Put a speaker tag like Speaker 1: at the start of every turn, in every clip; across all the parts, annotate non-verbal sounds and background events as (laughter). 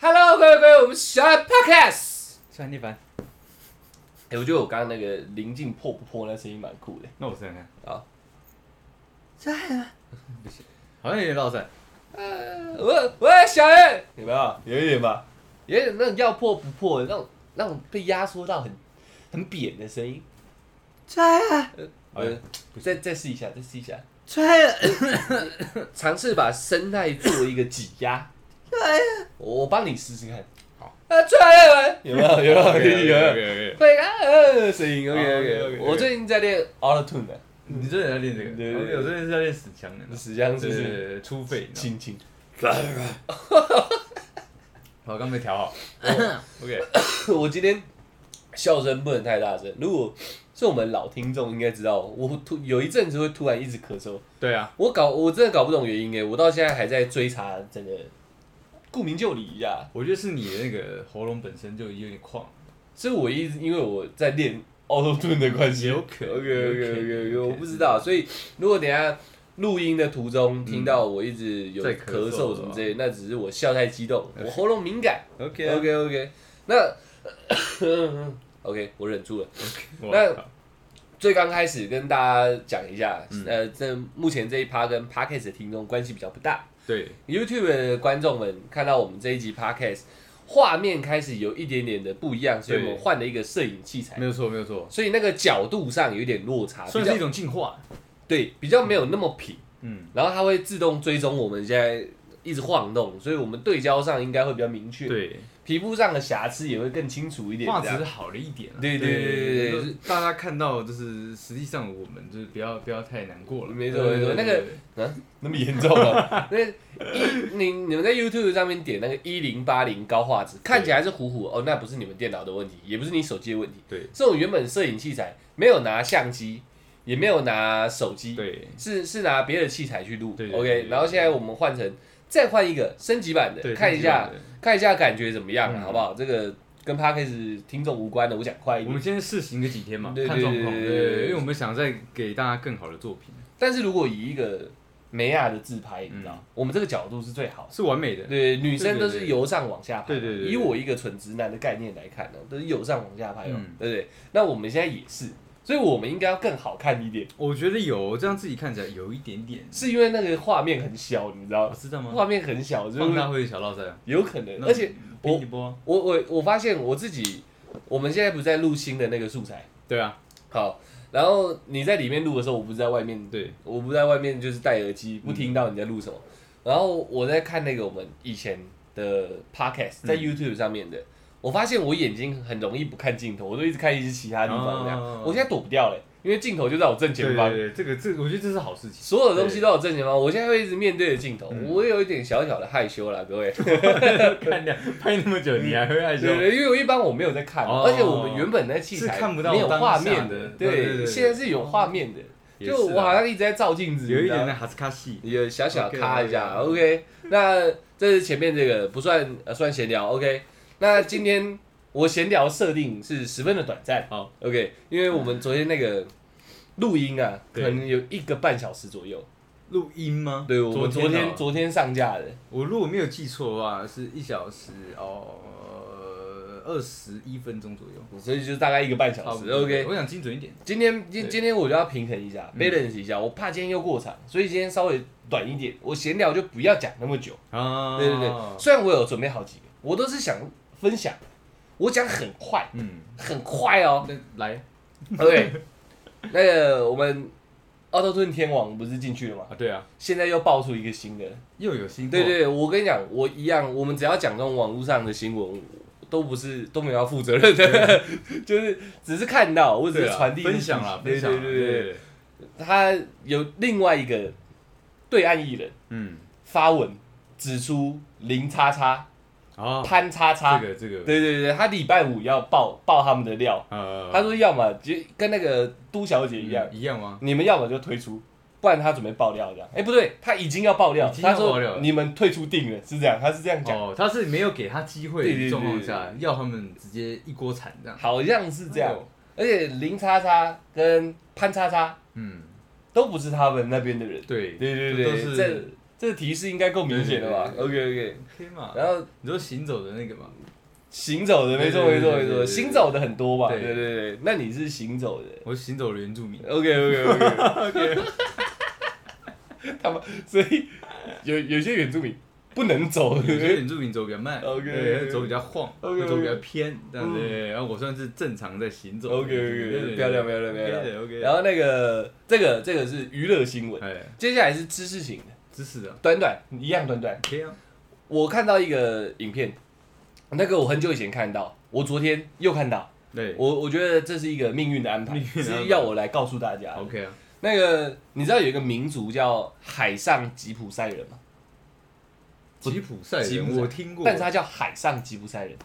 Speaker 1: 我们小爱 Podcast。
Speaker 2: 算一凡，
Speaker 1: 哎、我觉得我刚刚那个临近破不破那声音蛮酷的。
Speaker 2: 那我试看看，
Speaker 1: 好，
Speaker 2: 好
Speaker 1: 哎
Speaker 2: 像有点绕塞。
Speaker 1: 呃我我小爱，有没有？有一点吧，有一点那种要破不破的那种，那种被压缩到很很扁的声音。
Speaker 2: 好
Speaker 1: 呃，
Speaker 2: 像
Speaker 1: 再再试一下，再试一下，
Speaker 2: 吹了，
Speaker 1: 尝试把声带做一个挤压。哎我我帮你试试看。
Speaker 2: 好，
Speaker 1: 啊，出来了，有没有？有 (laughs) 没有？有没有？
Speaker 2: 有。
Speaker 1: 会啊，呃声音 OK OK。
Speaker 2: OK，OK，OK
Speaker 1: 我最近在练 Auto Tune 的，
Speaker 2: 你真的在练这个？
Speaker 1: 对对对
Speaker 2: 我真的是在练死腔的，
Speaker 1: 死僵
Speaker 2: 就
Speaker 1: 尸是
Speaker 2: 是出肺。你知道
Speaker 1: 轻
Speaker 2: 吗
Speaker 1: 轻。
Speaker 2: 我刚没调好。OK，
Speaker 1: (laughs) 我今天笑声不能太大声，如果是我们老听众应该知道，我突有一阵子会突然一直咳嗽，
Speaker 2: 对啊，
Speaker 1: 我搞我真的搞不懂原因哎，我到现在还在追查这个，顾名就理啊一下，
Speaker 2: 我觉得是你的那个喉咙本身就有点旷，
Speaker 1: 是我一直因为我在练 auto tune 的关系，
Speaker 2: 有可
Speaker 1: (laughs)
Speaker 2: 能
Speaker 1: OK OK OK OK，我不知道，所以如果等一下录音的途中听到我一直有
Speaker 2: 在
Speaker 1: 咳
Speaker 2: 咳
Speaker 1: 嗽
Speaker 2: 嗽啊
Speaker 1: 什么之类，那只是我笑太激动，我喉咙敏感。
Speaker 2: OK
Speaker 1: OK OK，那 (coughs) OK 我忍住了。那
Speaker 2: 那
Speaker 1: 最刚开始跟大家讲一下，
Speaker 2: 嗯
Speaker 1: 呃，这目前这一趴跟 Podcast 的听众关系比较不大。
Speaker 2: 对
Speaker 1: YouTube 的观众们看到我们这一集 Podcast 画面开始有一点点的不一样，所以我
Speaker 2: 对
Speaker 1: 们换了一个摄影器材
Speaker 2: 没，有错没有错，
Speaker 1: 所以那个角度上有一点落差，比
Speaker 2: 算是
Speaker 1: 较
Speaker 2: 一种进化。
Speaker 1: 对比较没有那么平，
Speaker 2: 嗯，
Speaker 1: 然后它会自动追踪我们现在一直晃动，所以我们对焦上应该会比较明确，
Speaker 2: 对，
Speaker 1: 皮肤上的瑕疵也会更清楚一点。
Speaker 2: 画
Speaker 1: 这样
Speaker 2: 质好了一点啊。
Speaker 1: 对对对对对
Speaker 2: 就是大家看到就是实际上我们就是不要不要太难过了。
Speaker 1: 没错
Speaker 2: 对
Speaker 1: 没错那个
Speaker 2: 对对对
Speaker 1: 啊，那么严重啊？ (laughs) 那一你你们在 YouTube 上面点那个一零八零高画质，看起来是糊糊哦，那不是你们电脑的问题，也不是你手机的问题。
Speaker 2: 对
Speaker 1: 这种原本摄影器材没有拿相机，也没有拿手机，
Speaker 2: 对
Speaker 1: 是是拿别的器材去录。
Speaker 2: 对对
Speaker 1: OK，
Speaker 2: 对对
Speaker 1: 然后现在我们换成再换一个升级版的，
Speaker 2: 对，
Speaker 1: 看一下
Speaker 2: 对对对
Speaker 1: 看一下感觉怎么样啊，
Speaker 2: 嗯
Speaker 1: 好不好？这个跟 p a r k a s 听众无关的，我讲快一
Speaker 2: 我
Speaker 1: 点
Speaker 2: 们。先试行个几天嘛，
Speaker 1: 对
Speaker 2: 看状况，
Speaker 1: 对
Speaker 2: 对
Speaker 1: 对
Speaker 2: 对
Speaker 1: 对对
Speaker 2: 对，因为我们想再给大家更好的作品，
Speaker 1: 但是如果以一个梅亚的自拍，你知道，
Speaker 2: 嗯
Speaker 1: 我们这个角度是最好的。
Speaker 2: 是完美的，
Speaker 1: 对，女生都
Speaker 2: 对
Speaker 1: 是
Speaker 2: 对
Speaker 1: 由上往下拍嘛。
Speaker 2: 对对对对
Speaker 1: 以我一个纯直男的概念来看呢，都是由上往下拍哦
Speaker 2: 嗯，
Speaker 1: 对不对？那我们现在也是，所以我们应该要更好看一点，
Speaker 2: 我觉得有这样自己看起来有一点点，
Speaker 1: 是因为那个画面很小，你知道
Speaker 2: 我
Speaker 1: 吗？
Speaker 2: 知道吗？
Speaker 1: 画面很小，就
Speaker 2: 嗯放
Speaker 1: 是
Speaker 2: 大会小落塞啊，
Speaker 1: 有可能。而且我
Speaker 2: 拼一波，
Speaker 1: 我我我发现我自己，我们现在不是在录新的那个素材，
Speaker 2: 对啊，
Speaker 1: 好，然后你在里面录的时候，我不是在外面
Speaker 2: 对，
Speaker 1: 我不在外面就是戴耳机，不听到你在录什么。然后我在看那个我们以前的 podcast，在
Speaker 2: 嗯
Speaker 1: YouTube 上面的，我发现我眼睛很容易不看镜头，我都一直看一些其他地方这样。
Speaker 2: 哦
Speaker 1: 我现在躲不掉嘞，因为镜头就在我正
Speaker 2: 对
Speaker 1: 前
Speaker 2: 对
Speaker 1: 方，
Speaker 2: 对，这个这个我觉得这是好事 (laughs) 情，
Speaker 1: 所有的东西都在我正前方。我现在会一直面对着镜头，
Speaker 2: 嗯
Speaker 1: 我有一点小小的害羞啦，各
Speaker 2: (laughs)
Speaker 1: 位。
Speaker 2: 看你拍那么久，你还会害羞
Speaker 1: 对，对，因为我一般我没有在看，
Speaker 2: 哦
Speaker 1: 而且我们原本那器材
Speaker 2: 是看不到
Speaker 1: 没有画面
Speaker 2: 当下的对对对
Speaker 1: 对，
Speaker 2: 对
Speaker 1: 现在是有画面的。
Speaker 2: 也是啊
Speaker 1: 就我好像一直在照镜子，
Speaker 2: 有一
Speaker 1: 你知道吗
Speaker 2: 点那哈斯卡西，
Speaker 1: 有小小咔一下
Speaker 2: OK，OK
Speaker 1: ，OK。那这是前面这个不算呃算闲聊，OK。那今天我闲聊设定是十分的短暂，
Speaker 2: 好
Speaker 1: ，OK。因为我们昨天那个录音啊，可
Speaker 2: 对
Speaker 1: 能有一个半小时左右。
Speaker 2: 录音吗？
Speaker 1: 对，我们昨天
Speaker 2: 啊
Speaker 1: 昨天上架的，
Speaker 2: 我如果没有记错的话，是一小时哦，二十一分钟左右，
Speaker 1: 所以就大概一个半小
Speaker 2: 差不
Speaker 1: 时
Speaker 2: 多
Speaker 1: ，OK。
Speaker 2: 我想精准一点，
Speaker 1: 今天今
Speaker 2: 对
Speaker 1: 今天我就要平衡一下
Speaker 2: 嗯
Speaker 1: ，balance 一下，我怕今天又过长，所以今天稍微短一点，我闲聊就不要讲那么久。
Speaker 2: 啊
Speaker 1: 对对对，虽然我有准备好几个，我都是想分享，我讲很快。
Speaker 2: 嗯，
Speaker 1: 很快哦。
Speaker 2: 那来
Speaker 1: OK，那 (laughs) 个我们奥特顿天王不是进去了吗？
Speaker 2: 啊，对啊，
Speaker 1: 现在又爆出一个新的。哦
Speaker 2: 又有新
Speaker 1: 对对，我跟你讲，我一样，我们只要讲这种网络上的新闻，都不是都没有要负责任的， (laughs) 就是只是看到，我只是
Speaker 2: 对啊
Speaker 1: 传递
Speaker 2: 分享啦，
Speaker 1: 对
Speaker 2: 分享
Speaker 1: 对
Speaker 2: 啦，
Speaker 1: 对
Speaker 2: 对
Speaker 1: 对对，他有另外一个对岸艺人
Speaker 2: 嗯，
Speaker 1: 发文指出零叉叉
Speaker 2: 啊，
Speaker 1: 潘叉叉，
Speaker 2: 这个这个，
Speaker 1: 对对对，他礼拜五要爆爆他们的料，
Speaker 2: 呃
Speaker 1: 他说要么就跟那个都小姐一样，
Speaker 2: 一样吗？
Speaker 1: 你们要么就退出，不然他准备爆料这样。哎、不对，他已经要爆料，
Speaker 2: 已经要
Speaker 1: 他说
Speaker 2: 爆料了
Speaker 1: 你们退出定了，是这样，他是这样讲，
Speaker 2: 哦，他是没有给他机会
Speaker 1: 对对对
Speaker 2: 的状况
Speaker 1: 对
Speaker 2: 下，要他们直接一锅铲这样，
Speaker 1: 好像是这样。
Speaker 2: 哎
Speaker 1: 而
Speaker 2: 呦，
Speaker 1: 且林叉叉跟潘叉叉
Speaker 2: 嗯，
Speaker 1: 都不是他们那边的人。
Speaker 2: 对
Speaker 1: 对对
Speaker 2: 都
Speaker 1: 对，
Speaker 2: 是
Speaker 1: 这这提示应该够明显了吧
Speaker 2: 对
Speaker 1: ？OK OK。
Speaker 2: ，OK 嘛，
Speaker 1: 然后
Speaker 2: 你说行走的那个嘛，
Speaker 1: 行走的，没错没
Speaker 2: 对对对
Speaker 1: 错
Speaker 2: 对
Speaker 1: 没
Speaker 2: 对
Speaker 1: 错，
Speaker 2: 对
Speaker 1: 行走的很多吧？
Speaker 2: 对
Speaker 1: 对对对，那你是行走的
Speaker 2: 我是行走的原住民。
Speaker 1: ，OK OK OK OK，他们所以有有些原住民不能走，对
Speaker 2: 有
Speaker 1: 不
Speaker 2: 些
Speaker 1: 对？
Speaker 2: 原住民走比较慢
Speaker 1: OK，
Speaker 2: 对走比较晃
Speaker 1: OK，
Speaker 2: 走比较偏，这样子。
Speaker 1: 嗯
Speaker 2: 对然后我算是正常在行走的
Speaker 1: OK
Speaker 2: 对对
Speaker 1: OK，
Speaker 2: 对
Speaker 1: 漂亮漂亮漂
Speaker 2: OK 的
Speaker 1: 亮。
Speaker 2: ，OK 的。
Speaker 1: 然后那个这个这个是娱乐新闻，
Speaker 2: 哎，
Speaker 1: 接下来是知识型的，
Speaker 2: 知识的
Speaker 1: 短短一样短短。
Speaker 2: ，OK 啊，
Speaker 1: 我看到一个影片，那个我很久以前看到，我昨天又看到，
Speaker 2: 对
Speaker 1: 我我觉得这是一个命运的安排，
Speaker 2: 命运的安排
Speaker 1: 是要我来告诉大家的。
Speaker 2: ，OK 啊，
Speaker 1: 那个你知道有一个民族叫海上吉普赛人吗？不
Speaker 2: 吉普赛
Speaker 1: 吉普
Speaker 2: 人
Speaker 1: 赛
Speaker 2: 我听过，
Speaker 1: 但是他叫海上吉普赛人，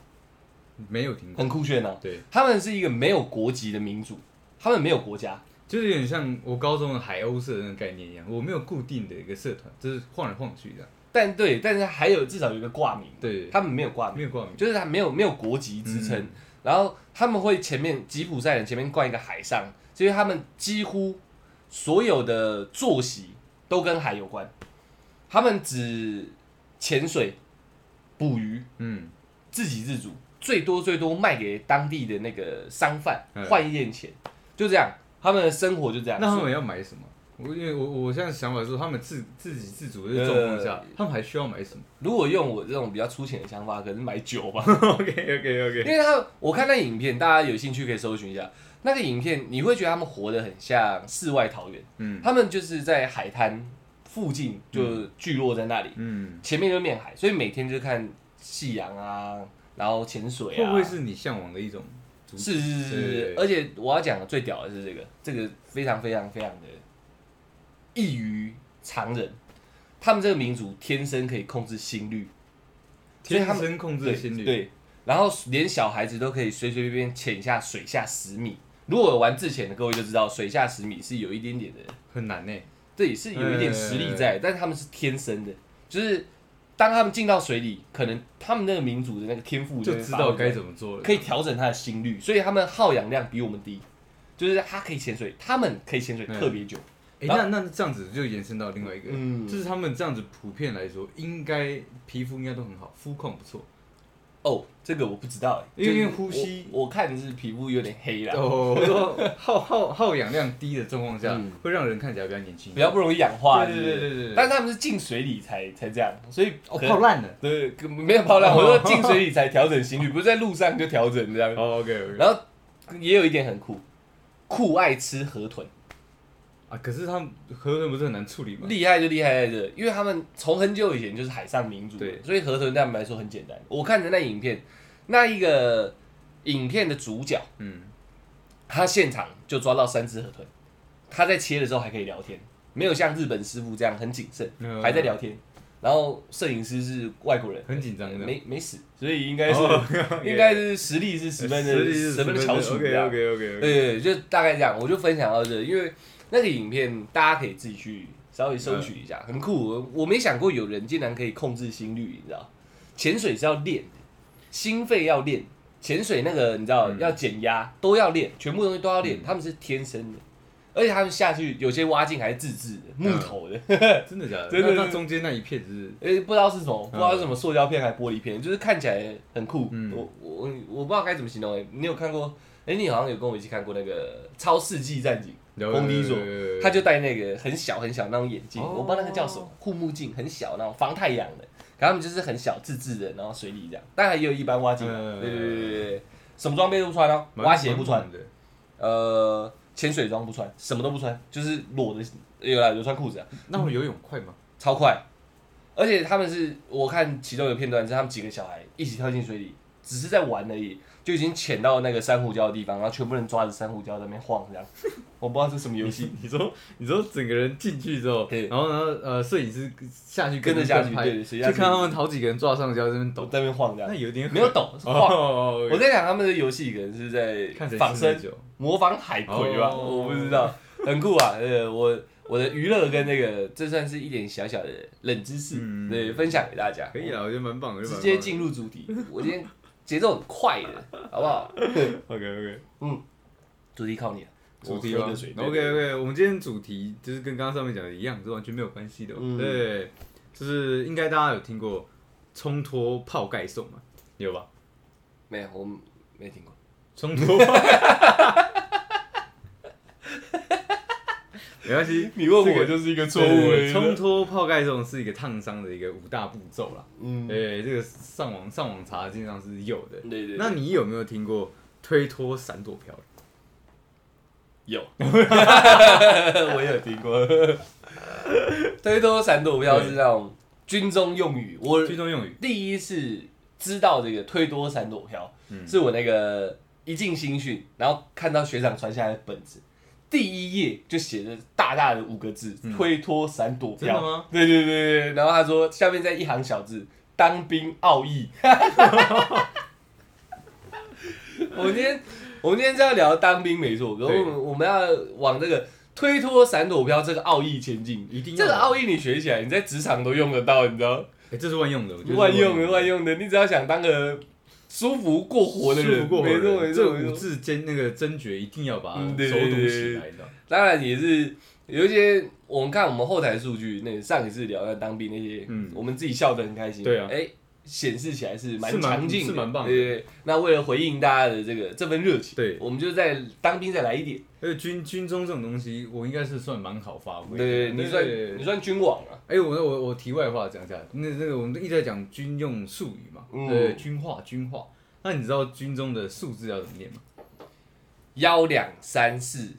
Speaker 2: 没有听过。
Speaker 1: 很酷炫啊！
Speaker 2: 对，
Speaker 1: 他们是一个没有国籍的民族，他们没有国家。
Speaker 2: 就是有点像我高中的海鸥社那个概念一样，我没有固定的一个社团，就是晃来晃去这样。
Speaker 1: 但对，但是还有至少有一个挂名，
Speaker 2: 对，
Speaker 1: 他们没有挂
Speaker 2: 没
Speaker 1: 名，
Speaker 2: 有挂名，
Speaker 1: 就是他没有没有国籍之称。
Speaker 2: 嗯
Speaker 1: 然后他们会前面吉普赛人前面冠一个海上，所以他们几乎所有的作息都跟海有关。他们只潜水、捕鱼、
Speaker 2: 嗯，
Speaker 1: 自给自足，最多最多卖给当地的那个商贩
Speaker 2: 嗯
Speaker 1: 换一点钱，就这样，他们的生活就这样。
Speaker 2: 那他
Speaker 1: 所以
Speaker 2: 们要买什么？我因为我我现在想法是，他们自自给自足的状况下
Speaker 1: 呃，
Speaker 2: 啊他们还需要买
Speaker 1: (laughs)
Speaker 2: 什么
Speaker 1: 如果用我这种比较粗浅的想法，可能是买酒吧，
Speaker 2: ？OK OK
Speaker 1: 因
Speaker 2: OK，
Speaker 1: 为他我看那影片，大家有兴趣可以搜寻一下那个影片，你会觉得他们活得很像世外桃源，
Speaker 2: 嗯
Speaker 1: 他们就是在海滩附近就聚落在那里，
Speaker 2: 嗯，
Speaker 1: 前面就面海，所以每天就看夕阳啊，然后潜水
Speaker 2: 会
Speaker 1: 啊，
Speaker 2: 不会是你向往的一种族？
Speaker 1: 是是是是
Speaker 2: 对
Speaker 1: 是，而且我要讲的最屌的是这个，这个非常非常非常的异于常人。他们这个民族天生可以控制心率，所以
Speaker 2: 天
Speaker 1: 他们
Speaker 2: 生控制的心率，
Speaker 1: 对，对然后连小孩子都可以随随便便潜下水下十米。如果有玩自潜的各位就知道，水下十米是有一点点的，
Speaker 2: 很难欸呢。
Speaker 1: 这也是有一点实力
Speaker 2: 哎
Speaker 1: 在，但他们是天生的，就是当他们进到水里，可能他们那个民族的那个天赋
Speaker 2: 就
Speaker 1: 会
Speaker 2: 知
Speaker 1: 发挥
Speaker 2: 道
Speaker 1: 出
Speaker 2: 该
Speaker 1: 来
Speaker 2: 怎么做了。
Speaker 1: 可以调整它的心率，所以他们耗氧量比我们低，就是它可以潜水，他们可以潜水
Speaker 2: 嗯
Speaker 1: 特别久。
Speaker 2: 哎，那那这样子就延伸到另外一个，
Speaker 1: 嗯
Speaker 2: 就是他们这样子普遍来说，应该皮肤应该都很好，肤况不错。
Speaker 1: 哦，这个我不知道欸，
Speaker 2: 因为
Speaker 1: 就是
Speaker 2: 呼吸
Speaker 1: 我，我看是皮肤有点黑啦，
Speaker 2: 哦，我说耗耗耗氧量低的状况下
Speaker 1: 嗯，
Speaker 2: 会让人看起来比较年轻一
Speaker 1: 比
Speaker 2: 点。
Speaker 1: 较不容易氧化。
Speaker 2: 对
Speaker 1: 是不
Speaker 2: 对
Speaker 1: 是
Speaker 2: 对对对。
Speaker 1: 但是他们是进水里才才这样，所以
Speaker 2: 哦
Speaker 1: 可能
Speaker 2: 泡烂了。
Speaker 1: 对可没有泡烂，我说 (laughs) 进水里才调整心率，不是在路上就调整这样。
Speaker 2: 哦，OK OK。
Speaker 1: 然后也有一点很酷，酷爱吃河豚，
Speaker 2: 啊，可是他们河豚不是很难处理吗？
Speaker 1: 厉害就厉害在这，因为他们从很久以前就是海上民族，
Speaker 2: 对
Speaker 1: 所以河豚对他们来说很简单。我看着那影片，那一个影片的主角，
Speaker 2: 嗯，
Speaker 1: 他现场就抓到三只河豚，他在切的时候还可以聊天，没有像日本师傅这样很谨慎，
Speaker 2: 嗯
Speaker 1: 还在聊天。然后摄影师是外国人，
Speaker 2: 很紧张的。
Speaker 1: 没没死，所以应该是、
Speaker 2: 哦
Speaker 1: 应该是实力是十分的十分的啊翘楚这
Speaker 2: OK
Speaker 1: 样。
Speaker 2: OK OK。
Speaker 1: 对，就大概这样，我就分享到这，因为那个影片大家可以自己去稍微搜取一下，很酷。我我没想过有人竟然可以控制心率，你知道？潜水是要练的，心肺要练，潜水那个你知道、
Speaker 2: 嗯
Speaker 1: 要减压都要练，全部东西都要练，他们是天生的，而且他们下去有些挖镜还是自制的木头的，
Speaker 2: 真的假的？
Speaker 1: 真的
Speaker 2: 那那
Speaker 1: 是
Speaker 2: 中间那一片就是
Speaker 1: 诶、呃不知道是什么，不知道是什么塑胶片还是玻璃片，就是看起来很酷。
Speaker 2: 嗯
Speaker 1: 我我我不知道该怎么形容、诶，欸你有看过？诶，你好像有跟我一起看过那个《超世纪战警》。红迪索，他就戴那个很小很小那种眼镜，
Speaker 2: 哦
Speaker 1: 我不知道那个叫什么护目镜，很小那种防太阳的。可他们就是很小自制的，然后水里这样，当然也有一般蛙镜啊，
Speaker 2: 嗯
Speaker 1: 对对对对对，什么装备都不穿哦，
Speaker 2: 蛮
Speaker 1: 蛙鞋不穿，
Speaker 2: 蛮猛的。
Speaker 1: 呃，潜水装不穿，什么都不穿，就是裸的，有啦有穿裤子啊，
Speaker 2: 那会游泳快吗？
Speaker 1: 超快。而且他们是我看其中有片段是他们几个小孩一起跳进水里，只是在玩而已，就已经潜到那个珊瑚礁的地方，然后全部人抓着珊瑚礁在那边晃这样，我不知道这是什么游戏，
Speaker 2: (laughs) 你说你说整个人进去之后，
Speaker 1: 对
Speaker 2: 然后呢呃摄影师下去
Speaker 1: 跟着
Speaker 2: 着
Speaker 1: 下去，
Speaker 2: 拍
Speaker 1: 对，谁
Speaker 2: 就
Speaker 1: 下去
Speaker 2: 看他们好几个人抓上胶在那边
Speaker 1: 抖
Speaker 2: 抖，
Speaker 1: 在那边晃这
Speaker 2: 那
Speaker 1: 样，
Speaker 2: 有点
Speaker 1: 没有抖是
Speaker 2: 哦
Speaker 1: 晃。
Speaker 2: 哦，
Speaker 1: 我在想他们的游戏可能是
Speaker 2: 看
Speaker 1: 在
Speaker 2: 谁
Speaker 1: 仿
Speaker 2: 吃得
Speaker 1: 生
Speaker 2: 久
Speaker 1: 模仿海葵吧，
Speaker 2: 哦
Speaker 1: 我不知道，很酷啊。呃，我我的娱乐跟那个这算是一点小小的冷知识，
Speaker 2: 嗯
Speaker 1: 对，分享给大家。
Speaker 2: 可以啊，我觉得蛮棒的，
Speaker 1: 直接进入主题。我今天节奏很快的，好不好？
Speaker 2: OK OK。
Speaker 1: 主题靠你了，啊
Speaker 2: 主题
Speaker 1: 我
Speaker 2: 吧
Speaker 1: 喝个
Speaker 2: ，OK
Speaker 1: 水。
Speaker 2: OK，我们今天主题就是跟刚刚上面讲的一样，是完全没有关系的哦、
Speaker 1: 嗯
Speaker 2: 对，就是应该大家有听过冲脱泡盖送嘛，有吧？
Speaker 1: 没有，我没听过。
Speaker 2: 冲突。没关系，
Speaker 1: 你问
Speaker 2: 这
Speaker 1: 我
Speaker 2: 个
Speaker 1: 就是一个错
Speaker 2: 对对
Speaker 1: 误
Speaker 2: 对
Speaker 1: 了
Speaker 2: 冲脱泡盖这种是一个烫伤的一个五大步骤啦。
Speaker 1: 嗯，对
Speaker 2: 对，这个上网上网查基本上是有的。
Speaker 1: 对对，
Speaker 2: 那你有没有听过推脱闪躲漂流？
Speaker 1: 有， (laughs) 我有听过。 (laughs) 推脱闪躲标是那种军中用语，我
Speaker 2: 最终用语
Speaker 1: 第一次知道这个推多闪躲飘，
Speaker 2: 嗯
Speaker 1: 是我那个一进新训，然后看到学长传下来的本子，第一页就写着大大的五个字
Speaker 2: 嗯
Speaker 1: “推脱闪躲
Speaker 2: 真的
Speaker 1: 飘
Speaker 2: 吗？”。
Speaker 1: 对对对对，对然后他说下面再一行小字“当兵奥
Speaker 2: (laughs)
Speaker 1: 义”。我们今天我们今天是要聊当兵没错，可是
Speaker 2: 对
Speaker 1: 我们我们要往这个推脱闪躲飘这个奥义前进。
Speaker 2: 一定要
Speaker 1: 这个奥义你学起来，你在职场都用得到，你知道？
Speaker 2: 哎，这是万用的，我觉得是
Speaker 1: 万用的，万用的，你只要想当个舒服过活的人，
Speaker 2: 事不过
Speaker 1: 没
Speaker 2: 人
Speaker 1: 错没
Speaker 2: 这
Speaker 1: 错
Speaker 2: 五
Speaker 1: 没错。
Speaker 2: 字真那个真诀一定要把它
Speaker 1: 嗯
Speaker 2: 熟
Speaker 1: 对对
Speaker 2: 读
Speaker 1: 对
Speaker 2: 起
Speaker 1: 对
Speaker 2: 来，你知道吗？
Speaker 1: 当然也是有一些，我们看我们后台数据，那上一次聊到当兵那些，
Speaker 2: 嗯
Speaker 1: 我们自己笑得很开心，
Speaker 2: 对啊
Speaker 1: 哎，显示起来是
Speaker 2: 是蛮
Speaker 1: 强劲的，
Speaker 2: 是蛮棒的
Speaker 1: 对对对。那为了回应大家的这个这份热情，
Speaker 2: 对
Speaker 1: 我们就在当兵再来一点，
Speaker 2: 而且军军中这种东西，我应该是算蛮好发
Speaker 1: 对
Speaker 2: 挥的。
Speaker 1: 对对，你
Speaker 2: 对对
Speaker 1: 算
Speaker 2: 对
Speaker 1: 你算君王啊，
Speaker 2: 哎、我我我题外话讲一下，那那个我们一直在讲军用术语嘛，
Speaker 1: 嗯
Speaker 2: 对，军话军话。那你知道军中的数字要怎么念吗？
Speaker 1: 幺两三四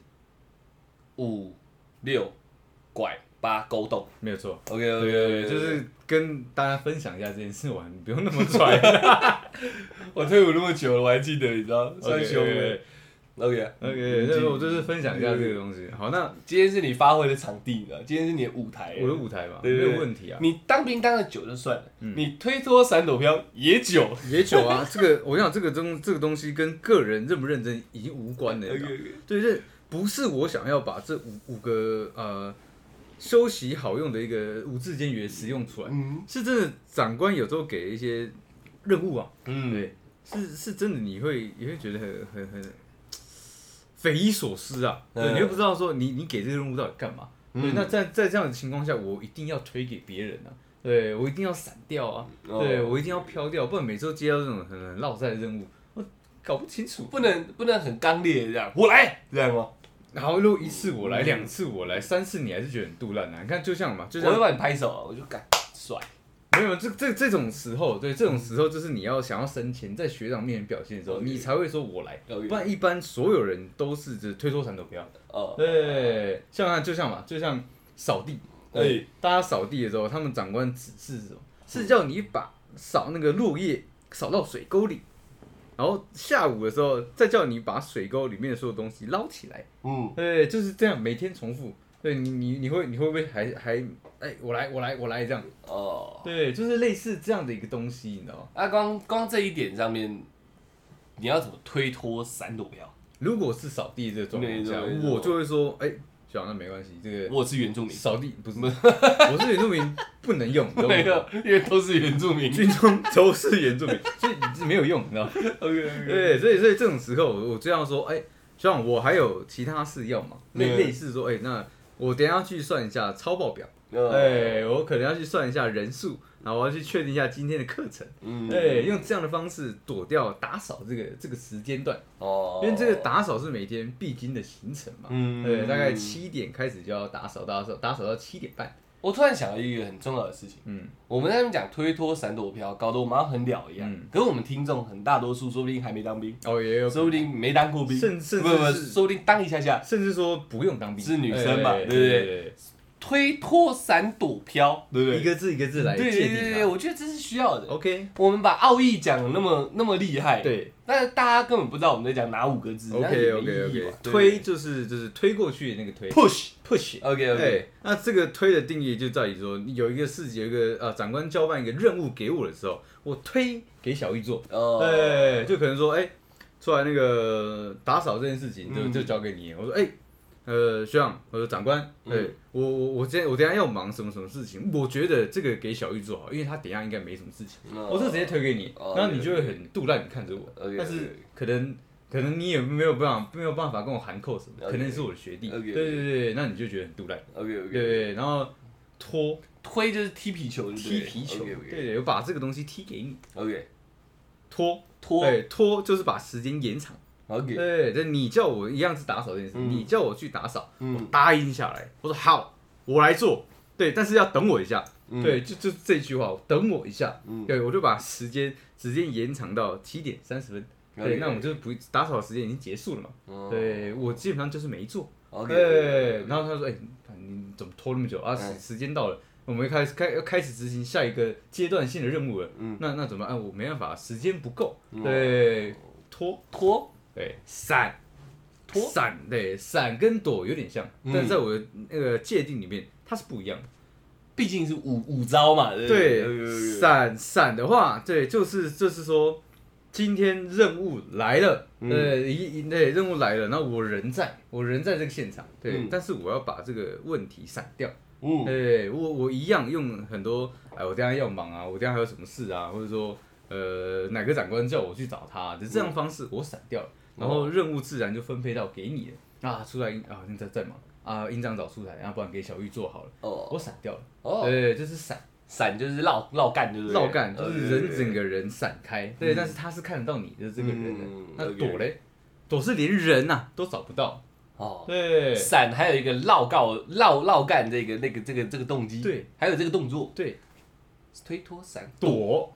Speaker 1: 五六拐八勾动
Speaker 2: 没有错，
Speaker 1: ，OK OK
Speaker 2: 对，
Speaker 1: OK，
Speaker 2: 就是跟大家分享一下这件事玩，你不用那么
Speaker 1: (laughs)
Speaker 2: 拽，
Speaker 1: 我退伍那么久了，我还记得，你知道，算
Speaker 2: 凶
Speaker 1: 凶了。OK，
Speaker 2: OK，那我就是分享一下这个东西。好，那
Speaker 1: 今天是你发挥的场地，你知道，今天是你的舞台。
Speaker 2: 我的舞台嘛，没
Speaker 1: 对对对
Speaker 2: 有问题啊。
Speaker 1: 你当兵当的久就算了，
Speaker 2: 嗯
Speaker 1: 你推脱闪躲飘也久。
Speaker 2: 也久啊，这个我想这个东这个东西跟个人认不认真已经无关了，你知道吗
Speaker 1: OK，OK
Speaker 2: 对，这不是我想要把这五五个呃休息好用的一个五字间语言使用出来，
Speaker 1: 嗯
Speaker 2: 是真的长官有时候给一些任务啊，
Speaker 1: 嗯，
Speaker 2: 对，是是真的你会你会觉得很很很匪夷所思啊，对，
Speaker 1: 嗯
Speaker 2: 你会不知道说你你给这个任务到底干嘛？对，那在在这样的情况下，我一定要推给别人啊，对我一定要闪掉啊，
Speaker 1: 哦
Speaker 2: 对我一定要飘掉，不然每次都接到这种很很绕赛的任务，我搞不清楚。
Speaker 1: 不能不能很刚烈这样，我来这样哦吗？
Speaker 2: 然后如果一次我来，
Speaker 1: 嗯
Speaker 2: 两次我来，三次你还是觉得很肚烂啊。你看，就像嘛，就
Speaker 1: 我
Speaker 2: 像
Speaker 1: 会帮你拍手啊，我就干帅。
Speaker 2: 没有这这这种时候，对这种时候就是你要想要升迁，在学长面前表现的时候，
Speaker 1: OK
Speaker 2: 你才会说我来，
Speaker 1: OK
Speaker 2: 不然一般所有人都是只推脱闪躲不要。
Speaker 1: 哦，
Speaker 2: 对，像啊就像嘛，就像扫地，对，
Speaker 1: 哎
Speaker 2: 大家扫地的时候，他们长官指示是什么？是叫你把扫那个落叶扫到水沟里，然后下午的时候再叫你把水沟里面的所有东西捞起来。
Speaker 1: 嗯，
Speaker 2: 对，就是这样，每天重复。对你，你你会你会不会还还哎、我来我来我来这样？
Speaker 1: 哦，
Speaker 2: 对，就是类似这样的一个东西，你知道吗？
Speaker 1: 那光光这一点上面，你要怎么推脱闪躲飘？
Speaker 2: 如果是扫地这种状况
Speaker 1: 没
Speaker 2: 下
Speaker 1: 错没，错
Speaker 2: 我就会说，哎、小杨那没关系，这个
Speaker 1: 我是原住民，
Speaker 2: 扫地不是，我是原住民不能用，你知道
Speaker 1: 对
Speaker 2: 吗？
Speaker 1: 的， (laughs) 因为都是原住民。
Speaker 2: 军中都是原住民，所以你是没有用，你知道吗？ (laughs)
Speaker 1: OK OK，
Speaker 2: 对，所以所以这种时候，我我这样说，哎、小像我还有其他事要忙，类
Speaker 1: 嗯
Speaker 2: 类似说，哎、那我等一下去算一下超报表，
Speaker 1: 呃嗯
Speaker 2: 哎、我可能要去算一下人数，然后我要去确定一下今天的课程，
Speaker 1: 嗯
Speaker 2: 哎、，用这样的方式躲掉打扫这个这个时间段，
Speaker 1: 哦，
Speaker 2: 因为这个打扫是每天必经的行程嘛，
Speaker 1: 嗯
Speaker 2: 对，大概。七点开始就要打扫，打扫打扫到七点半，
Speaker 1: 我突然想到一个很重要的事情，
Speaker 2: 嗯，
Speaker 1: 我们在那边讲推脱闪躲飘，搞得我们好像很了一样。
Speaker 2: 嗯
Speaker 1: 可是我们听众很大多数说不定还没当兵，
Speaker 2: 哦也有，
Speaker 1: 说不定没当过兵，
Speaker 2: 甚甚
Speaker 1: 不不不，
Speaker 2: 至是
Speaker 1: 说不定当一下下。
Speaker 2: 甚至说不用当兵，
Speaker 1: 是女生嘛对
Speaker 2: 哎
Speaker 1: 不对
Speaker 2: 对
Speaker 1: 推脱闪躲飘，对不
Speaker 2: 对，
Speaker 1: 对
Speaker 2: 一？个字一个字来
Speaker 1: 对
Speaker 2: 界
Speaker 1: 对
Speaker 2: 定
Speaker 1: 对
Speaker 2: 它
Speaker 1: 对，我觉得这是需要的。
Speaker 2: OK，
Speaker 1: 我们把奥义讲的那么那么厉害，，
Speaker 2: 对
Speaker 1: 但大家根本不知道我们在讲哪五个字
Speaker 2: ，OK OK OK，推推就是就是推过去那个推
Speaker 1: push，OK
Speaker 2: push。
Speaker 1: OK，
Speaker 2: 对，那这个推的定义就在于说，有一个事情，有一个呃，长官交办一个任务给我的时候，我推给小玉做，
Speaker 1: 哦，
Speaker 2: 对，就可能说，哎，出来那个打扫这件事情就
Speaker 1: 嗯
Speaker 2: 就交给你，我说，哎，呃，学长，我说长官，对
Speaker 1: 嗯
Speaker 2: 我我我今天我等一下要忙什么什么事情，我觉得这个给小玉做好，因为他等一下应该没什么事情。我就直接推给你，
Speaker 1: 哦
Speaker 2: 然后你就会很肚烂，你看着我
Speaker 1: OK，OK，
Speaker 2: 但是可能可能你也没有办法没有办法跟我含扣什么
Speaker 1: OK，
Speaker 2: 可能是我的学弟
Speaker 1: OK，OK
Speaker 2: 对对对，那你就觉得很肚烂，
Speaker 1: OK
Speaker 2: 对
Speaker 1: OK，
Speaker 2: 对对，然后拖
Speaker 1: 嗯推就是踢皮球，
Speaker 2: 踢皮球，对对，我把这个东西踢给你，
Speaker 1: ，OK，
Speaker 2: 拖
Speaker 1: 拖
Speaker 2: 对拖就是把时间延长。
Speaker 1: ，OK，
Speaker 2: 对，就你叫我一样是打扫这件事，
Speaker 1: 嗯
Speaker 2: 你叫我去打扫，我
Speaker 1: 嗯，
Speaker 2: 答应下来，我说好，我来做。对，但是要等我一下。
Speaker 1: 嗯，
Speaker 2: 对，就就这句话，等我一下。
Speaker 1: 嗯
Speaker 2: 对，我就把时间直接延长到七点三十分。对，那我们就不打扫时间已经结束了嘛。
Speaker 1: 就，
Speaker 2: 对我基本上就是没做。对，
Speaker 1: 哦嗯，OK，
Speaker 2: 然后他说：“哎、你怎么拖那么久啊？时
Speaker 1: 嗯
Speaker 2: 时间到了，我们开始开要开始执行下一个阶段性的任务了。
Speaker 1: 嗯
Speaker 2: 那那怎么办？啊我没办法，时间不够。
Speaker 1: 嗯
Speaker 2: 对，拖
Speaker 1: 拖
Speaker 2: 对闪
Speaker 1: 拖
Speaker 2: 闪对闪跟躲有点像，
Speaker 1: 嗯
Speaker 2: 但在我的那个界定里面，它是不一样的。
Speaker 1: 毕竟是五五招嘛，对不
Speaker 2: 对，闪闪的话，对，就是就是说，今天任务来了，
Speaker 1: 嗯
Speaker 2: 呃，一一对任务来了，那我人在，我人在这个现场，对，
Speaker 1: 嗯
Speaker 2: 但是我要把这个问题闪掉，
Speaker 1: (laughs) 嗯
Speaker 2: 对我我一样用很多，哎，我等一下要忙啊，我等一下还有什么事啊，或者说，呃，哪个长官叫我去找他、就这样方式我闪掉了，
Speaker 1: 哦
Speaker 2: 然后任务自然就分配到给你了啊，出来啊，你在在忙啊，印章找出来，要、不然给小玉做好了，
Speaker 1: 哦
Speaker 2: 我闪掉了，
Speaker 1: 哦，
Speaker 2: 对，就是闪。
Speaker 1: 闪就是绕绕干，对不对？哦
Speaker 2: 绕干，就是人整
Speaker 1: 个
Speaker 2: 个人闪开，对，但是他是看得到你的这个人的
Speaker 1: 嗯，
Speaker 2: 那
Speaker 1: OK
Speaker 2: 躲嘞，躲是连人呐都找不到，
Speaker 1: 哦。
Speaker 2: 对
Speaker 1: 闪还有一个绕告绕绕干这个那个这个这个动机，
Speaker 2: 对，
Speaker 1: 还有这个动作
Speaker 2: 对，
Speaker 1: 推脱闪
Speaker 2: 躲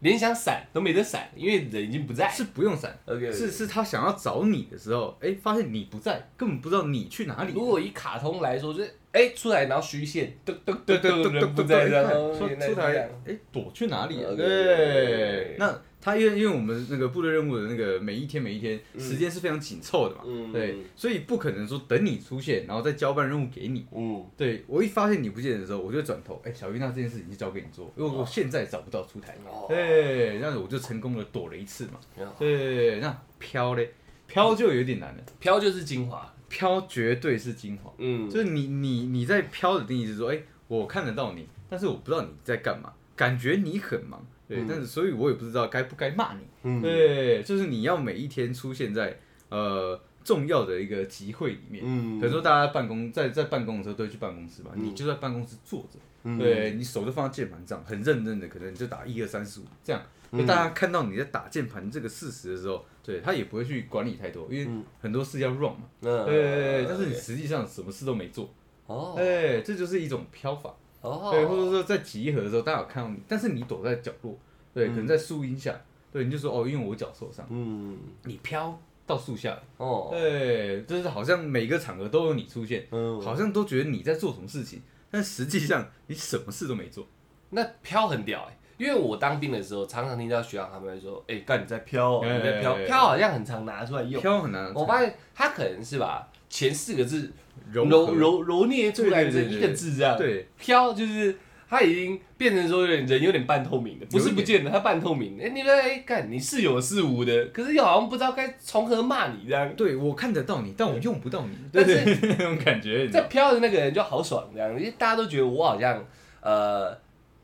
Speaker 1: 连想闪都没得闪，因为人已经不在。
Speaker 2: 是不用闪，
Speaker 1: OK，
Speaker 2: 是是他想要找你的时候，哎，发现你不在，根本不知道你去哪里啊了
Speaker 1: 如，果以卡通来说，就是哎出来然后虚线，噔噔
Speaker 2: 对
Speaker 1: 噔
Speaker 2: 对对
Speaker 1: 噔，
Speaker 2: 对
Speaker 1: 人不
Speaker 2: 对
Speaker 1: 在
Speaker 2: 对，
Speaker 1: 这样，哦
Speaker 2: 出出来
Speaker 1: 来，
Speaker 2: 哎躲去哪里了？
Speaker 1: OK，
Speaker 2: 对
Speaker 1: OK，
Speaker 2: 那他因为因为我们那个部队任务的那个每一天每一天
Speaker 1: 嗯
Speaker 2: 时间是非常紧凑的嘛，
Speaker 1: 嗯
Speaker 2: 对，所以不可能说等你出现，然后再交办任务给你。
Speaker 1: 嗯，
Speaker 2: 对我一发现你不见的时候，我就转头，哎、小玉，那这件事情就交给你做，因为我现在找不到出台。
Speaker 1: 哦
Speaker 2: 对，那我就成功的躲了一次嘛。
Speaker 1: 然后
Speaker 2: 对，那飘嘞，飘就有点难了，
Speaker 1: 飘就是精华，
Speaker 2: 飘绝对是精华，
Speaker 1: 嗯
Speaker 2: 就是你你你在飘的定义是说，哎、我看得到你，但是我不知道你在干嘛，感觉你很忙，对，
Speaker 1: 嗯
Speaker 2: 但是所以我也不知道该不该骂你。
Speaker 1: 嗯
Speaker 2: 对，就是你要每一天出现在呃重要的一个集会里面。
Speaker 1: 嗯
Speaker 2: 比如说大家办公在在办公的时候都会去办公室嘛，
Speaker 1: 嗯
Speaker 2: 你就在办公室坐着，
Speaker 1: 嗯
Speaker 2: 对你手都放在键盘上，很认真的，可能你就打一二三四五这样。
Speaker 1: 嗯
Speaker 2: 就大家看到你在打键盘这个事实的时候，对他也不会去管理太多，因为
Speaker 1: 嗯
Speaker 2: 很多事要 run 嘛。
Speaker 1: 嗯
Speaker 2: 对，但是你实际上什么事都没做，
Speaker 1: 哦
Speaker 2: 对，这就是一种飘法。
Speaker 1: 哦，
Speaker 2: 对，或者说在集合的时候，大家有看到你，但是你躲在角落，对，可能在树荫下，对，你就说哦，因为我脚受伤，
Speaker 1: 嗯
Speaker 2: 你飘到树下，
Speaker 1: 哦
Speaker 2: 对，就是好像每个场合都有你出现，
Speaker 1: 嗯
Speaker 2: 好像都觉得你在做什么事情，但实际上你什么事都没做。
Speaker 1: 那飘很屌哎、因为我当兵的时候，常常听到学长他们会说：“哎、干你在飘、哦，你在飘
Speaker 2: 哎哎哎
Speaker 1: 飘，好像很常拿出来用。
Speaker 2: 飘很难”，
Speaker 1: 我发现他可能是把前四个字
Speaker 2: 柔
Speaker 1: 揉
Speaker 2: 和，
Speaker 1: 揉揉捏出来
Speaker 2: 对
Speaker 1: 这
Speaker 2: 对对
Speaker 1: 一个字这样。
Speaker 2: 对，
Speaker 1: 飘就是他已经变成说有点人有点半透明的，不是
Speaker 2: 有一点
Speaker 1: 不见了，他半透明的。哎、你们哎干你是有是无的，可是又好像不知道该从何骂你这样。
Speaker 2: 对我看得到你，但我用不到你，
Speaker 1: 但
Speaker 2: 对对 (laughs) 那种感觉，你知
Speaker 1: 在
Speaker 2: 道
Speaker 1: 飘的那个人就好爽这样，因为大家都觉得我好像呃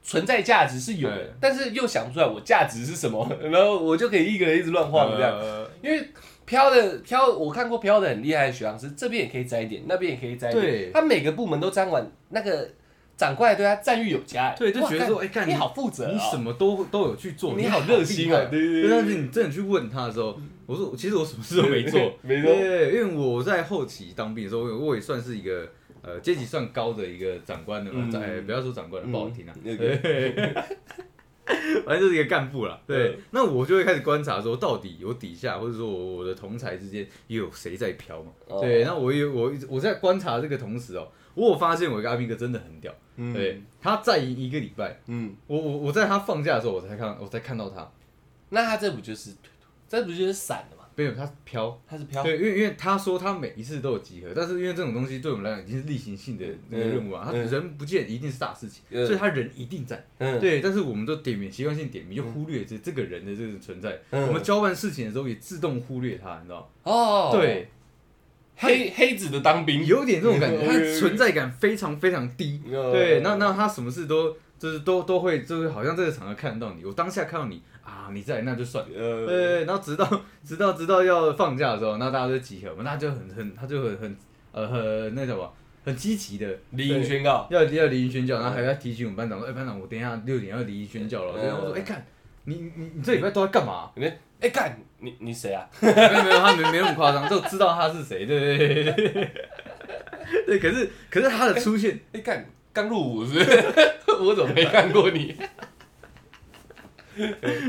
Speaker 1: 存在价值是有的
Speaker 2: 对，
Speaker 1: 但是又想不出来我价值是什么， (laughs) 然后我就可以一个人一直乱晃这样。
Speaker 2: 呃
Speaker 1: 因为飘的飘，我看过飘的很厉害的学长是这边也可以摘一点，那边也可以摘一
Speaker 2: 对
Speaker 1: 点，他每个部门都沾完，那个长官还对他赞誉有加，哎
Speaker 2: 对就
Speaker 1: 哇
Speaker 2: 觉得说哎干
Speaker 1: 你
Speaker 2: 你
Speaker 1: 好负责
Speaker 2: 你什
Speaker 1: 啊，
Speaker 2: 么都都有去做，
Speaker 1: 你好
Speaker 2: 好
Speaker 1: 热心啊
Speaker 2: 厉害
Speaker 1: 对对对嗯
Speaker 2: 但是你真的去问他的时候，我说其实我什么事都没做
Speaker 1: (laughs) ，没做
Speaker 2: 对，因为我在后期当兵的时候，我我也算是一个呃阶级算高的一个长官了嘛
Speaker 1: 嗯，
Speaker 2: 长哎不要说长官了，不好听
Speaker 1: (laughs)
Speaker 2: 啊，
Speaker 1: 那个
Speaker 2: 对， (laughs) 反正就是一个干部啦。对
Speaker 1: 嗯，
Speaker 2: 那我就会开始观察说，到底有底下或者说我我的同才之间有谁在飘嘛？
Speaker 1: 哦
Speaker 2: 对，那我也我一直我在观察这个同时哦，我有发现我一个阿兵哥真的很屌，
Speaker 1: 嗯
Speaker 2: 对他在营一个礼拜，
Speaker 1: 嗯，
Speaker 2: 我我我在他放假的时候，我才看我才看到他，
Speaker 1: 那他这不就是这不就是散的嘛？
Speaker 2: 没有他飘。
Speaker 1: 他是飘，
Speaker 2: 对，因为因为他说他每一次都有集合，但是因为这种东西对我们来讲已经是例行性的那个任务啊，他
Speaker 1: 嗯嗯
Speaker 2: 人不见一定是大事情，
Speaker 1: 嗯
Speaker 2: 所以他人一定在。
Speaker 1: 嗯，
Speaker 2: 对，但是我们都点名习惯性点名，就忽略这这个人的这个存在。
Speaker 1: 嗯
Speaker 2: 我们交办事情的时候也自动忽略他，你知道吗？
Speaker 1: 哦，，
Speaker 2: 对，
Speaker 1: 黑黑子的当兵，
Speaker 2: 有点这种感觉，
Speaker 1: 嗯
Speaker 2: 他的存在感非常非常低。
Speaker 1: 嗯
Speaker 2: 对，那那他什么事都就是都都会就是好像这个场合看得到你，我当下看到你啊，你在那就算了。
Speaker 1: 呃，
Speaker 2: 对，然后直到直到直到要放假的时候，那大家就集合嘛，那就很很他就很很呃很那什么很积极的
Speaker 1: 李颖宣告，
Speaker 2: 要要离营宣教，然后还要提醒我们班长说，哎、班长，我等一下六点要离营宣教了。
Speaker 1: 嗯
Speaker 2: 对，我说，哎、看你你你这礼拜都在干 (laughs) 嘛？
Speaker 1: 你们哎干你你谁啊？
Speaker 2: 没有没有，他没没那么夸张，就知道他是谁，对对对对 (laughs) 对。对，可是可是他的出现，
Speaker 1: 哎干刚
Speaker 2: (laughs)
Speaker 1: 入伍是不是？我怎么没看过你？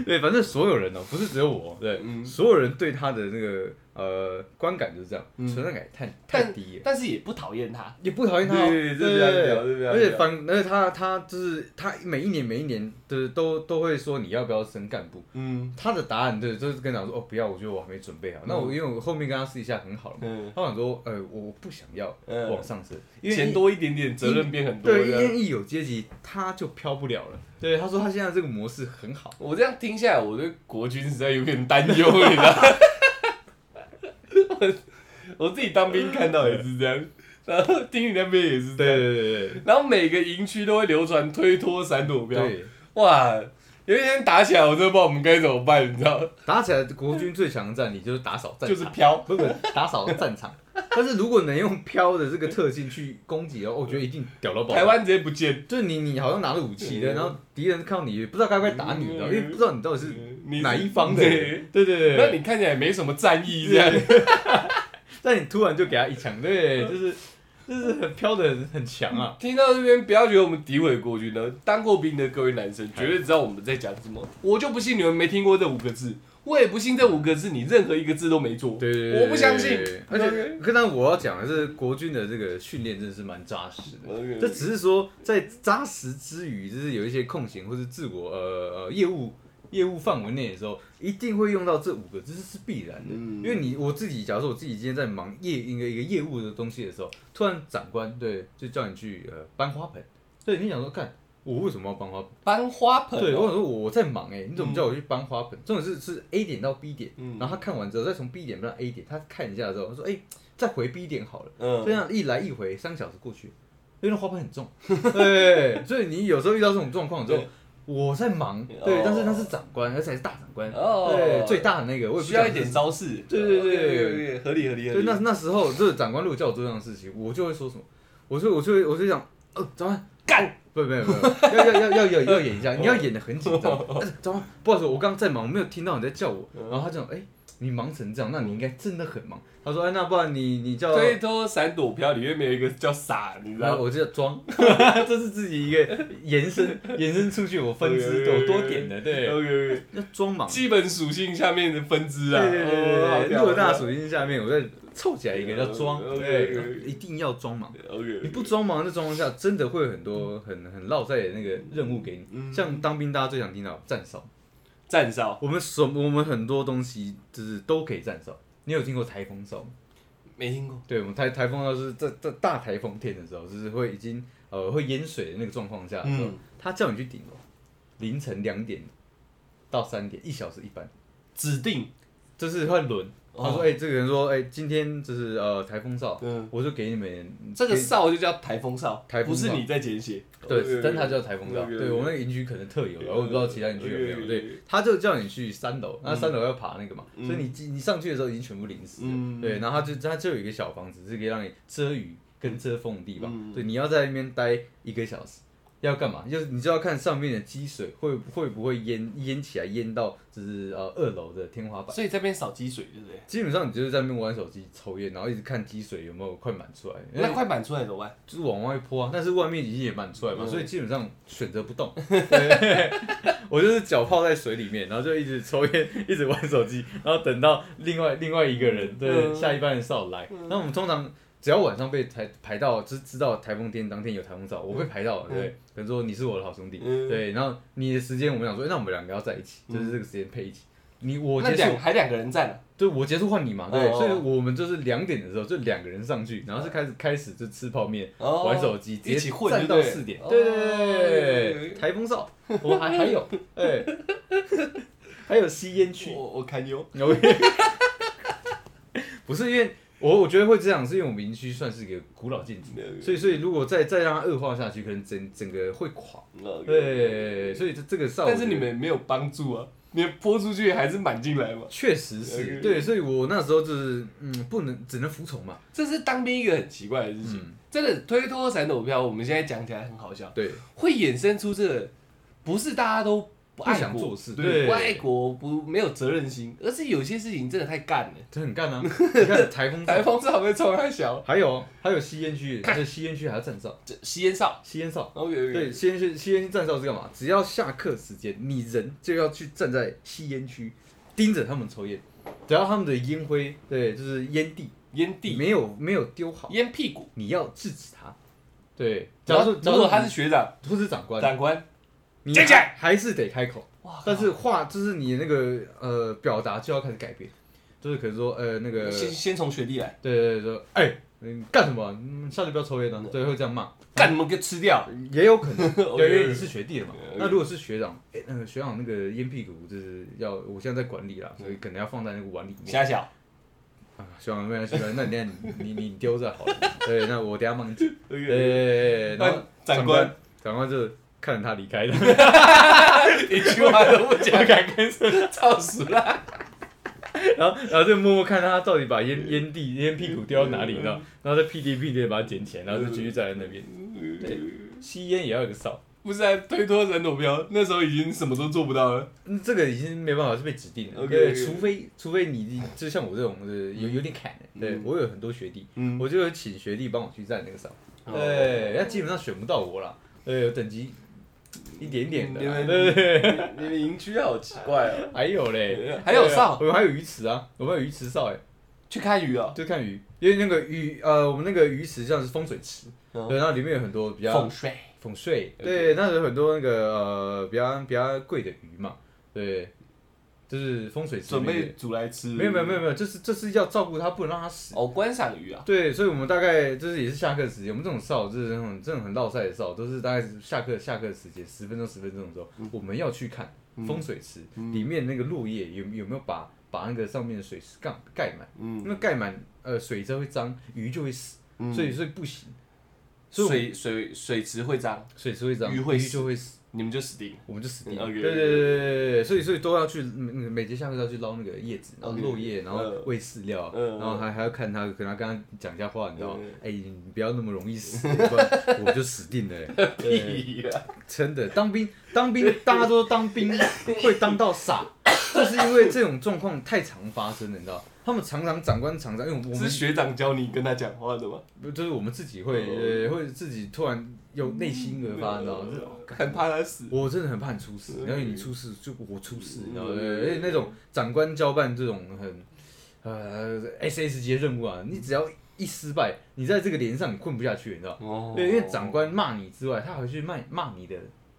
Speaker 2: 对，反正所有人哦、不是只有我，对，
Speaker 1: 嗯
Speaker 2: 所有人对他的那个呃观感就是这样，存在感也太太低了。
Speaker 1: 但是也不讨厌他。
Speaker 2: 也不讨厌他哦，
Speaker 1: 对对对这比较屌这比较
Speaker 2: 而且
Speaker 1: 屌
Speaker 2: 反，而且他他就是他每一年每一年的都都会说你要不要升干部，
Speaker 1: 嗯
Speaker 2: 他的答案对，就是跟他讲说哦不要，我觉得我还没准备好。那我因为我后面跟他私底下很好了嘛，
Speaker 1: 嗯，
Speaker 2: 他想说呃我不想要
Speaker 1: 嗯
Speaker 2: 往上升，因为
Speaker 1: 钱
Speaker 2: 一
Speaker 1: 多一点点，责任变很多。
Speaker 2: 对，
Speaker 1: 这
Speaker 2: 因
Speaker 1: 样
Speaker 2: 为一有阶级他就飘不了了。对，他说他现在这个模式很好，
Speaker 1: 我这样听下来，我对国军实在有点担忧，你知道吗？ (laughs) 我我自己当兵看到也是这样，然后听你那边也是这样，
Speaker 2: 对对对
Speaker 1: 然后每个营区都会流传推脱闪躲标，
Speaker 2: 对，
Speaker 1: 哇！有一天打起来，我真的不知道我们该怎么办，你知道吗？
Speaker 2: 打起来国军最强的战力就是打扫战场，
Speaker 1: 就是飘，
Speaker 2: 不不打扫战场。 (laughs) 但是如果能用飘的这个特性去攻击的话，我觉得一定屌到爆。
Speaker 1: 台湾直接不见，
Speaker 2: 就是你你好像拿着武器的，
Speaker 1: 嗯
Speaker 2: 然后敌人看到你也不知道该不该打你，你知道，因为不知道你到底是
Speaker 1: 你
Speaker 2: 哪一方的
Speaker 1: 对
Speaker 2: 人，对对对，
Speaker 1: 那啊你看起来也没什么战意这样，
Speaker 2: (laughs) 但你突然就给他一枪，对，就是就是很飘的很很强啊。
Speaker 1: 听到这边，不要觉得我们诋毁国军了。当过兵的各位男生绝对知道我们在讲什么。我就不信你们没听过这五个字，我也不信这五个字你任何一个字都没做。
Speaker 2: 对对
Speaker 1: 我不相信。
Speaker 2: 而且，可但我要讲的是，国军的这个训练真的是蛮扎实的。
Speaker 1: OK
Speaker 2: 这只是说在扎实之余，就是有一些空闲或是自我呃呃业务业务范围内的时候，一定会用到这五个字这是必然的。
Speaker 1: 嗯
Speaker 2: 因为你我自己，假如说我自己今天在忙业一个一个业务的东西的时候，突然长官对就叫你去呃搬花盆，对你想说干我为什么要搬花盆？
Speaker 1: 搬花盆、
Speaker 2: 对，我
Speaker 1: 哦，
Speaker 2: 想说我我在忙哎、你怎么叫我去搬花盆？重点是是 A 点到 B 点，
Speaker 1: 嗯
Speaker 2: 然后他看完之后再从 B 点搬到 A 点，他看一下之后他说哎、再回 B 点好了，
Speaker 1: 嗯
Speaker 2: 这样一来一回三个小时过去，因为那花盆很重， (laughs) 对，所以你有时候遇到这种状况之后
Speaker 1: 对。
Speaker 2: 我在忙，
Speaker 1: 哦
Speaker 2: 对，但是他是长官，而且还是大长官，
Speaker 1: 哦
Speaker 2: 对，最大的那个，我也不
Speaker 1: 需要
Speaker 2: 讲
Speaker 1: 一点
Speaker 2: 是
Speaker 1: 招式。
Speaker 2: 对对对对对
Speaker 1: OK，OK，OK，合理合理合理。
Speaker 2: 对，那那时候这长官如果叫我做这样的事情，我就会说什么，我就我就会我就想，呃，长官
Speaker 1: 干，
Speaker 2: 不不不， (laughs) 要要要要要要演一
Speaker 1: 哦
Speaker 2: 下，你要演的很紧
Speaker 1: (laughs)
Speaker 2: 张。哎怎么？不好意思，我刚刚在忙，我没有听到你在叫我。
Speaker 1: 嗯
Speaker 2: 然后他讲，哎、你忙成这样，那你应该真的很忙。他说，哎，那不然你你叫，
Speaker 1: 推脱闪躲飘里面没有一个叫傻，你知道
Speaker 2: 然后
Speaker 1: 吗？
Speaker 2: 我就
Speaker 1: (laughs)
Speaker 2: 叫装，这是自己一个延伸 (laughs) 延伸出去，我分
Speaker 1: (laughs)
Speaker 2: 支有多点的，对，
Speaker 1: OK，
Speaker 2: 要装忙。
Speaker 1: 基本属性下面的分支
Speaker 2: 对
Speaker 1: 啊。
Speaker 2: 对对
Speaker 1: 哦好
Speaker 2: 对对，
Speaker 1: 屌嗯
Speaker 2: 六大
Speaker 1: 好屌
Speaker 2: 属性下面，我再凑起来一个叫装，
Speaker 1: OK，OK，
Speaker 2: 对
Speaker 1: OK，OK，
Speaker 2: 一定要装忙。
Speaker 1: OK，
Speaker 2: 你不装忙的状况下，真的会有很多很很落在的那个任务给
Speaker 1: 嗯
Speaker 2: 你。像当兵，大家最想听到站哨，
Speaker 1: 站哨
Speaker 2: 我们什我们很多东西就是都可以站哨。你有听过台风哨吗？
Speaker 1: 没听过。
Speaker 2: 对，我们台台风哨是在在大台风天的时候，就是会已经呃会淹水的那个状况下的时候，
Speaker 1: 嗯
Speaker 2: 他叫你去顶楼，凌晨两点到三点，一小时一班，
Speaker 1: 指定，
Speaker 2: 就是会轮。
Speaker 1: 哦
Speaker 2: 他说：“哎、这个人说，哎、今天就是呃台风哨，
Speaker 1: 嗯，
Speaker 2: 我就给你们
Speaker 1: 这个
Speaker 2: 给
Speaker 1: 哨就叫台风哨，
Speaker 2: 台
Speaker 1: 不
Speaker 2: 风哨
Speaker 1: 是你在简写，哦
Speaker 2: 对，但它叫台风哨。
Speaker 1: 对对
Speaker 2: 对我们那个营区可能特有，然后我不知道其他营区有没
Speaker 1: 对
Speaker 2: 有。
Speaker 1: 对对
Speaker 2: 对，他就叫你去三楼，那三楼要爬那个嘛，
Speaker 1: 嗯
Speaker 2: 所以你进你上去的时候已经全部淋湿
Speaker 1: 嗯
Speaker 2: 了。对，然后他就他就有一个小房子，是可以让你遮雨跟遮风的地
Speaker 1: 嗯
Speaker 2: 方。对，你要在那边待一个小时。要干嘛？就是你就要看上面的积水会会不会淹淹起来，淹到就是呃二楼的天花板。
Speaker 1: 所以这边扫积水，对不对？
Speaker 2: 基本上你就是在那边玩手机、抽烟，然后一直看积水有没有快满出来。因为
Speaker 1: 那快板出来怎么办？
Speaker 2: 就是往外泼啊，但是外面已经也满出来嘛，
Speaker 1: 嗯
Speaker 2: 所以基本上选择
Speaker 1: (laughs)
Speaker 2: 不动。对我就是脚泡在水里面，然后就一直抽烟，一直玩手机，然后等到另外另外一个人，对、
Speaker 1: 嗯
Speaker 2: 下一班人哨来。那、我们通常只要晚上被排排到，知知道台风天当天有台风哨，我被排到了，对，比如说你是我的好兄弟，
Speaker 1: 嗯
Speaker 2: 对，然后你的时间我们想说，诶那我们两个要在一起，就是这个时间配一起。你我
Speaker 1: 那
Speaker 2: 结束
Speaker 1: 两，还两个人站啊了，
Speaker 2: 对，我结束换你嘛，对，
Speaker 1: 哦
Speaker 2: 所以我们就是两点的时候就两个人上去，然后就开始开始就吃泡面、
Speaker 1: 哦
Speaker 2: 玩手机，直接
Speaker 1: 一起混
Speaker 2: 站
Speaker 1: 就
Speaker 2: 到
Speaker 1: 对
Speaker 2: 四点
Speaker 1: 哦，
Speaker 2: 对
Speaker 1: 对
Speaker 2: 对
Speaker 1: 对
Speaker 2: 对，台风哨，我们还还 (laughs) 有，哎，哦还有吸烟区，
Speaker 1: 我我堪忧，
Speaker 2: (laughs) 不是因为我我觉得会这样，是因为我们营区算是一个古老建筑，所以所以如果再再让它恶化下去，可能整整个会垮，
Speaker 1: OK
Speaker 2: 对，所以这这个哨，
Speaker 1: 哦但是你们没有帮助啊，你们泼出去还是满进来嘛，
Speaker 2: 确实是对，所以我那时候就是嗯，不能只能服从嘛，
Speaker 1: 这是当兵一个很奇怪的事情，
Speaker 2: 嗯，
Speaker 1: 真的推
Speaker 2: 啊
Speaker 1: 脱闪躲票，我们现在讲起来很好笑，
Speaker 2: 对。
Speaker 1: 会衍生出这个不是大家都不爱
Speaker 2: 不想
Speaker 1: 国
Speaker 2: 做事
Speaker 1: 对，
Speaker 2: 对
Speaker 1: 不爱国，不没有责任心，而是有些事情真的太干了。
Speaker 2: 这很干啊！ (laughs) 你看台
Speaker 1: (laughs)
Speaker 2: 风
Speaker 1: 台
Speaker 2: 哨，
Speaker 1: 风少会冲他小，
Speaker 2: 还有还有吸烟区，这吸烟区还要站哨，
Speaker 1: 这吸烟少
Speaker 2: 吸烟哨。
Speaker 1: ，OK OK，
Speaker 2: 对，吸烟区吸烟区站哨是干嘛？只要下课时间，你人就要去站在吸烟区，盯着他们抽烟。只要他们的烟灰，对，就是烟蒂，
Speaker 1: 烟蒂、
Speaker 2: 没有没有丢好，
Speaker 1: 烟屁股。
Speaker 2: 你要制止他。对，
Speaker 1: 假如说假如说他是学长、
Speaker 2: 或是长官，
Speaker 1: 长官，
Speaker 2: 你
Speaker 1: 站起来哦
Speaker 2: 还是得开口。
Speaker 1: 哇靠
Speaker 2: 但是话就是你那个呃表达就要开始改变，就是可能说呃那个
Speaker 1: 先先从学弟来，
Speaker 2: 对对对说哎你干什么？嗯下次不要抽烟了、对，会这样骂，
Speaker 1: 干什么给吃掉？
Speaker 2: 也有可 (laughs) 能，
Speaker 1: OK，
Speaker 2: 对，因为你是学弟了嘛
Speaker 1: OK。
Speaker 2: 那如果是学长，哎、那个学长那个烟屁股就是要我现在在管理啦，所以可能要放在那个碗里面。
Speaker 1: 瞎小
Speaker 2: 啊，学长没关系，没关系那你等下你你你你丢着好 (laughs) 了。对，那我等下帮你捡。对对
Speaker 1: ，OK，
Speaker 2: 对对对然后
Speaker 1: 那长
Speaker 2: 长
Speaker 1: 官
Speaker 2: 官长官就看着他离开的。
Speaker 1: (laughs) 一句话都不讲，敢跟着操死了。
Speaker 2: (laughs) 然后然后就默默看他到底把烟烟蒂烟屁股丢到哪里，你知道？然后再屁颠屁颠把它捡起来，然后就继续站在那边。吸烟也要有个哨，
Speaker 1: 不是、啊、推脱人投标，那时候已经什么都做不到了。
Speaker 2: 嗯这个已经没办法是被指定的。
Speaker 1: OK，
Speaker 2: 对，
Speaker 1: OK
Speaker 2: 除非除非你就像我这种的有有点砍的，对
Speaker 1: 嗯
Speaker 2: 我有很多学弟，
Speaker 1: 嗯，
Speaker 2: 我就有请学弟帮我去站那个哨，
Speaker 1: 哦
Speaker 2: 对，那基本上选不到我啦，对，有等级一点点的
Speaker 1: 你
Speaker 2: 啦，
Speaker 1: 们
Speaker 2: 对对对，
Speaker 1: 你们营区好奇怪
Speaker 2: (laughs)
Speaker 1: 哦，
Speaker 2: 还有嘞，
Speaker 1: 还有
Speaker 2: 对啊
Speaker 1: 哨
Speaker 2: 我们还有鱼池啊，我们还有鱼池哨哎。
Speaker 1: 去看鱼哦，
Speaker 2: 就看鱼，因为那个鱼，呃，我们那个鱼池像是风水池，
Speaker 1: 嗯
Speaker 2: 对，然后里面有很多比较
Speaker 1: 风水。
Speaker 2: 风水，
Speaker 1: OK
Speaker 2: 对，那有很多那个呃比较比较贵的鱼嘛，对，就是风水池里
Speaker 1: 准
Speaker 2: 面
Speaker 1: 备煮来吃。
Speaker 2: 没有没有没有没有，就是就是要照顾它，不能让它死。
Speaker 1: 哦，观赏鱼啊，
Speaker 2: 对，所以我们大概就是也是下课时间，我们这种哨就是那种这种很绕赛的哨，都是大概是下课下课时间十分钟十分钟的时候，
Speaker 1: 嗯
Speaker 2: 我们要去看风水池、里面那个落叶有有没有把把那个上面的水池盖盖满。
Speaker 1: 嗯，
Speaker 2: 那盖满呃水之后会脏，鱼就会死，所以所以不行，所以我
Speaker 1: 水
Speaker 2: 们
Speaker 1: 水水池会脏，
Speaker 2: 水池会脏，
Speaker 1: 鱼
Speaker 2: 鱼
Speaker 1: 会死
Speaker 2: 就会死，
Speaker 1: 你们就死定了。
Speaker 2: 我们就死定
Speaker 1: 嗯
Speaker 2: 了。
Speaker 1: ，OK，
Speaker 2: 对对对对对对，所以所以都要去嗯每节下课都要去捞那个叶子，然后
Speaker 1: OK，
Speaker 2: 落叶，然后
Speaker 1: 嗯
Speaker 2: 喂饲料，
Speaker 1: 嗯
Speaker 2: 然后还还要看他，可能他跟他讲一下话，你知道吗
Speaker 1: 嗯？
Speaker 2: 哎，你不要那么容易死，不然我就死定了欸。 (laughs) 对
Speaker 1: (laughs) 屁呀！
Speaker 2: 真的，当兵当兵，大家都当兵会当到傻，就是因为这种状况太常发生了，你知道吗？他们常常长官常常，因为我
Speaker 1: 是
Speaker 2: 们
Speaker 1: 学长教你跟他讲话的吗？
Speaker 2: 不就是我们自己会、
Speaker 1: 哦
Speaker 2: 呃，会自己突然有内心而发，你知道吗？就是哦干
Speaker 1: 很怕他死。
Speaker 2: 我真的很怕你出事，然后你出事就我出
Speaker 1: 嗯
Speaker 2: 事，你知道吗？对而且那种长官交办这种很呃 S S 级的任务啊，你只要一失败，你在这个连上你混不下去，你知道吗？
Speaker 1: 哦
Speaker 2: 对，因为长官骂你之外，他还去骂骂你的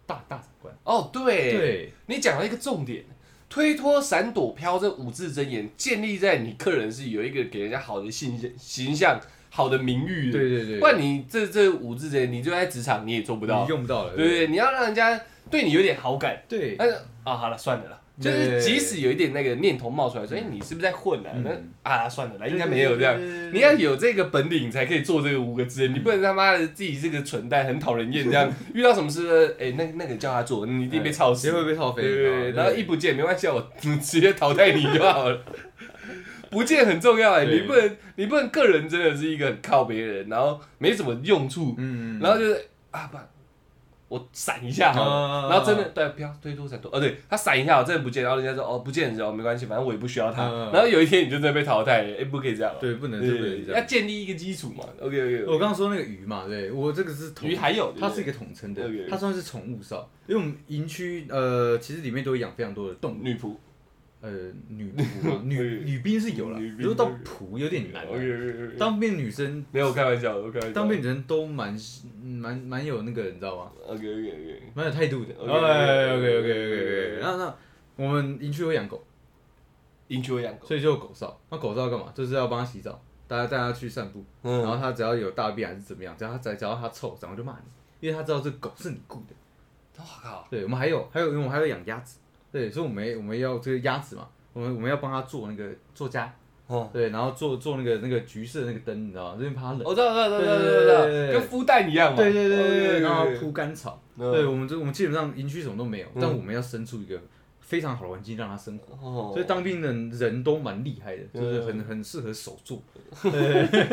Speaker 2: 大大长官。
Speaker 1: 哦，对，
Speaker 2: 对，
Speaker 1: 你讲了一个重点，推脱、闪躲、飘这五字真言，建立在你个人是有一个给人家好的形象、形象、好的名誉的。
Speaker 2: 对对对
Speaker 1: 不然你这这五字真言，你就在职场你也做不到
Speaker 2: 你。用不到了。
Speaker 1: 对对，你要让人家对你有点好感。
Speaker 2: 对，
Speaker 1: 但是啊，好了，算了啦。就
Speaker 2: 对
Speaker 1: 是
Speaker 2: 对对
Speaker 1: 即使有一点那个念头冒出来，说：“哎、你是不是在混啊？”那、
Speaker 2: 嗯
Speaker 1: 啊，算了啦，应该没有这样
Speaker 2: 对。嗯对对对
Speaker 1: 你要有这个本领，才可以做这个五个字眼。你不能他妈的自己这个蠢蛋，很讨人厌这
Speaker 2: (laughs)
Speaker 1: 样。遇到什么事，哎、那那个叫他做，你一定被操死。
Speaker 2: 谁哎会被套飞？
Speaker 1: 对对对，
Speaker 2: 你知道
Speaker 1: 然
Speaker 2: 吗
Speaker 1: 后一不见没关系，我 (laughs) 直接淘汰你就好了。 (laughs) 不见很重要哎、
Speaker 2: 对
Speaker 1: 你不能你不能个人真的是一个很靠别人，然后没什么用处，
Speaker 2: 嗯，
Speaker 1: 然后就是啊不，我闪一下好了，
Speaker 2: 啊
Speaker 1: 然后真的对不要推脱闪躲，哦对他闪一下真的不见，然后人家说哦不见人哦没关系，反正我也不需要他，
Speaker 2: 嗯
Speaker 1: 然后有一天你就真的被淘汰了，哎、不可以这样哦、
Speaker 2: 对，不能
Speaker 1: 对
Speaker 2: 这不
Speaker 1: 对
Speaker 2: 能这
Speaker 1: 对，要
Speaker 2: 样。哦
Speaker 1: 建立一个基础嘛，OK OK，,
Speaker 2: 我刚刚说那个鱼嘛，对我这个是统
Speaker 1: 鱼还有对不对
Speaker 2: 它是一个统称的
Speaker 1: OK，
Speaker 2: 它算是宠物哨，因为我们营区呃其实里面都有养非常多的动物，
Speaker 1: 女仆
Speaker 2: 呃女仆嘛女
Speaker 1: 对
Speaker 2: 女兵是有了
Speaker 1: 女，兵
Speaker 2: 如果到仆有点难啊
Speaker 1: OK，OK OK，
Speaker 2: 当兵女生
Speaker 1: 没有我开玩笑的，我开玩笑的，
Speaker 2: 当兵女生都蛮蛮蛮有那个你知道吗？
Speaker 1: OK OK OK，
Speaker 2: 蛮有态度的。
Speaker 1: OK，
Speaker 2: 哎，OK OK OK
Speaker 1: OK，
Speaker 2: OK，那那我们营区会养狗，
Speaker 1: 英区会养狗，
Speaker 2: 所以就有狗哨。那狗哨干嘛？就是要帮它洗澡，大家带它去散步。然
Speaker 1: 嗯，
Speaker 2: 后他只要有大便还是怎么样，只要他只只要他臭，然后就骂你，因为他知道这狗是你雇的。
Speaker 1: 我靠，
Speaker 2: 对，我们还有还有，因为我们还有养鸭子，对，所以我们也我们要这个鸭子嘛，我们我们要帮它做那个做家，
Speaker 1: 嗯。
Speaker 2: 对，然后做做那个那个橘色的那个灯，你知道吗？因为怕它冷。
Speaker 1: 哦我知道，我知道，我知道，我知道，跟孵蛋一样嘛。
Speaker 2: 哦对对对对对，然后
Speaker 1: 对
Speaker 2: 铺干草，
Speaker 1: 嗯
Speaker 2: 对我们这我们基本上营区什么都没有，但
Speaker 1: 嗯
Speaker 2: 我们要生出一个非常好的环境让它生活。
Speaker 1: 哦嗯
Speaker 2: 所以当兵的人都蛮厉害的，就是很很适合手
Speaker 1: (laughs)
Speaker 2: 做。对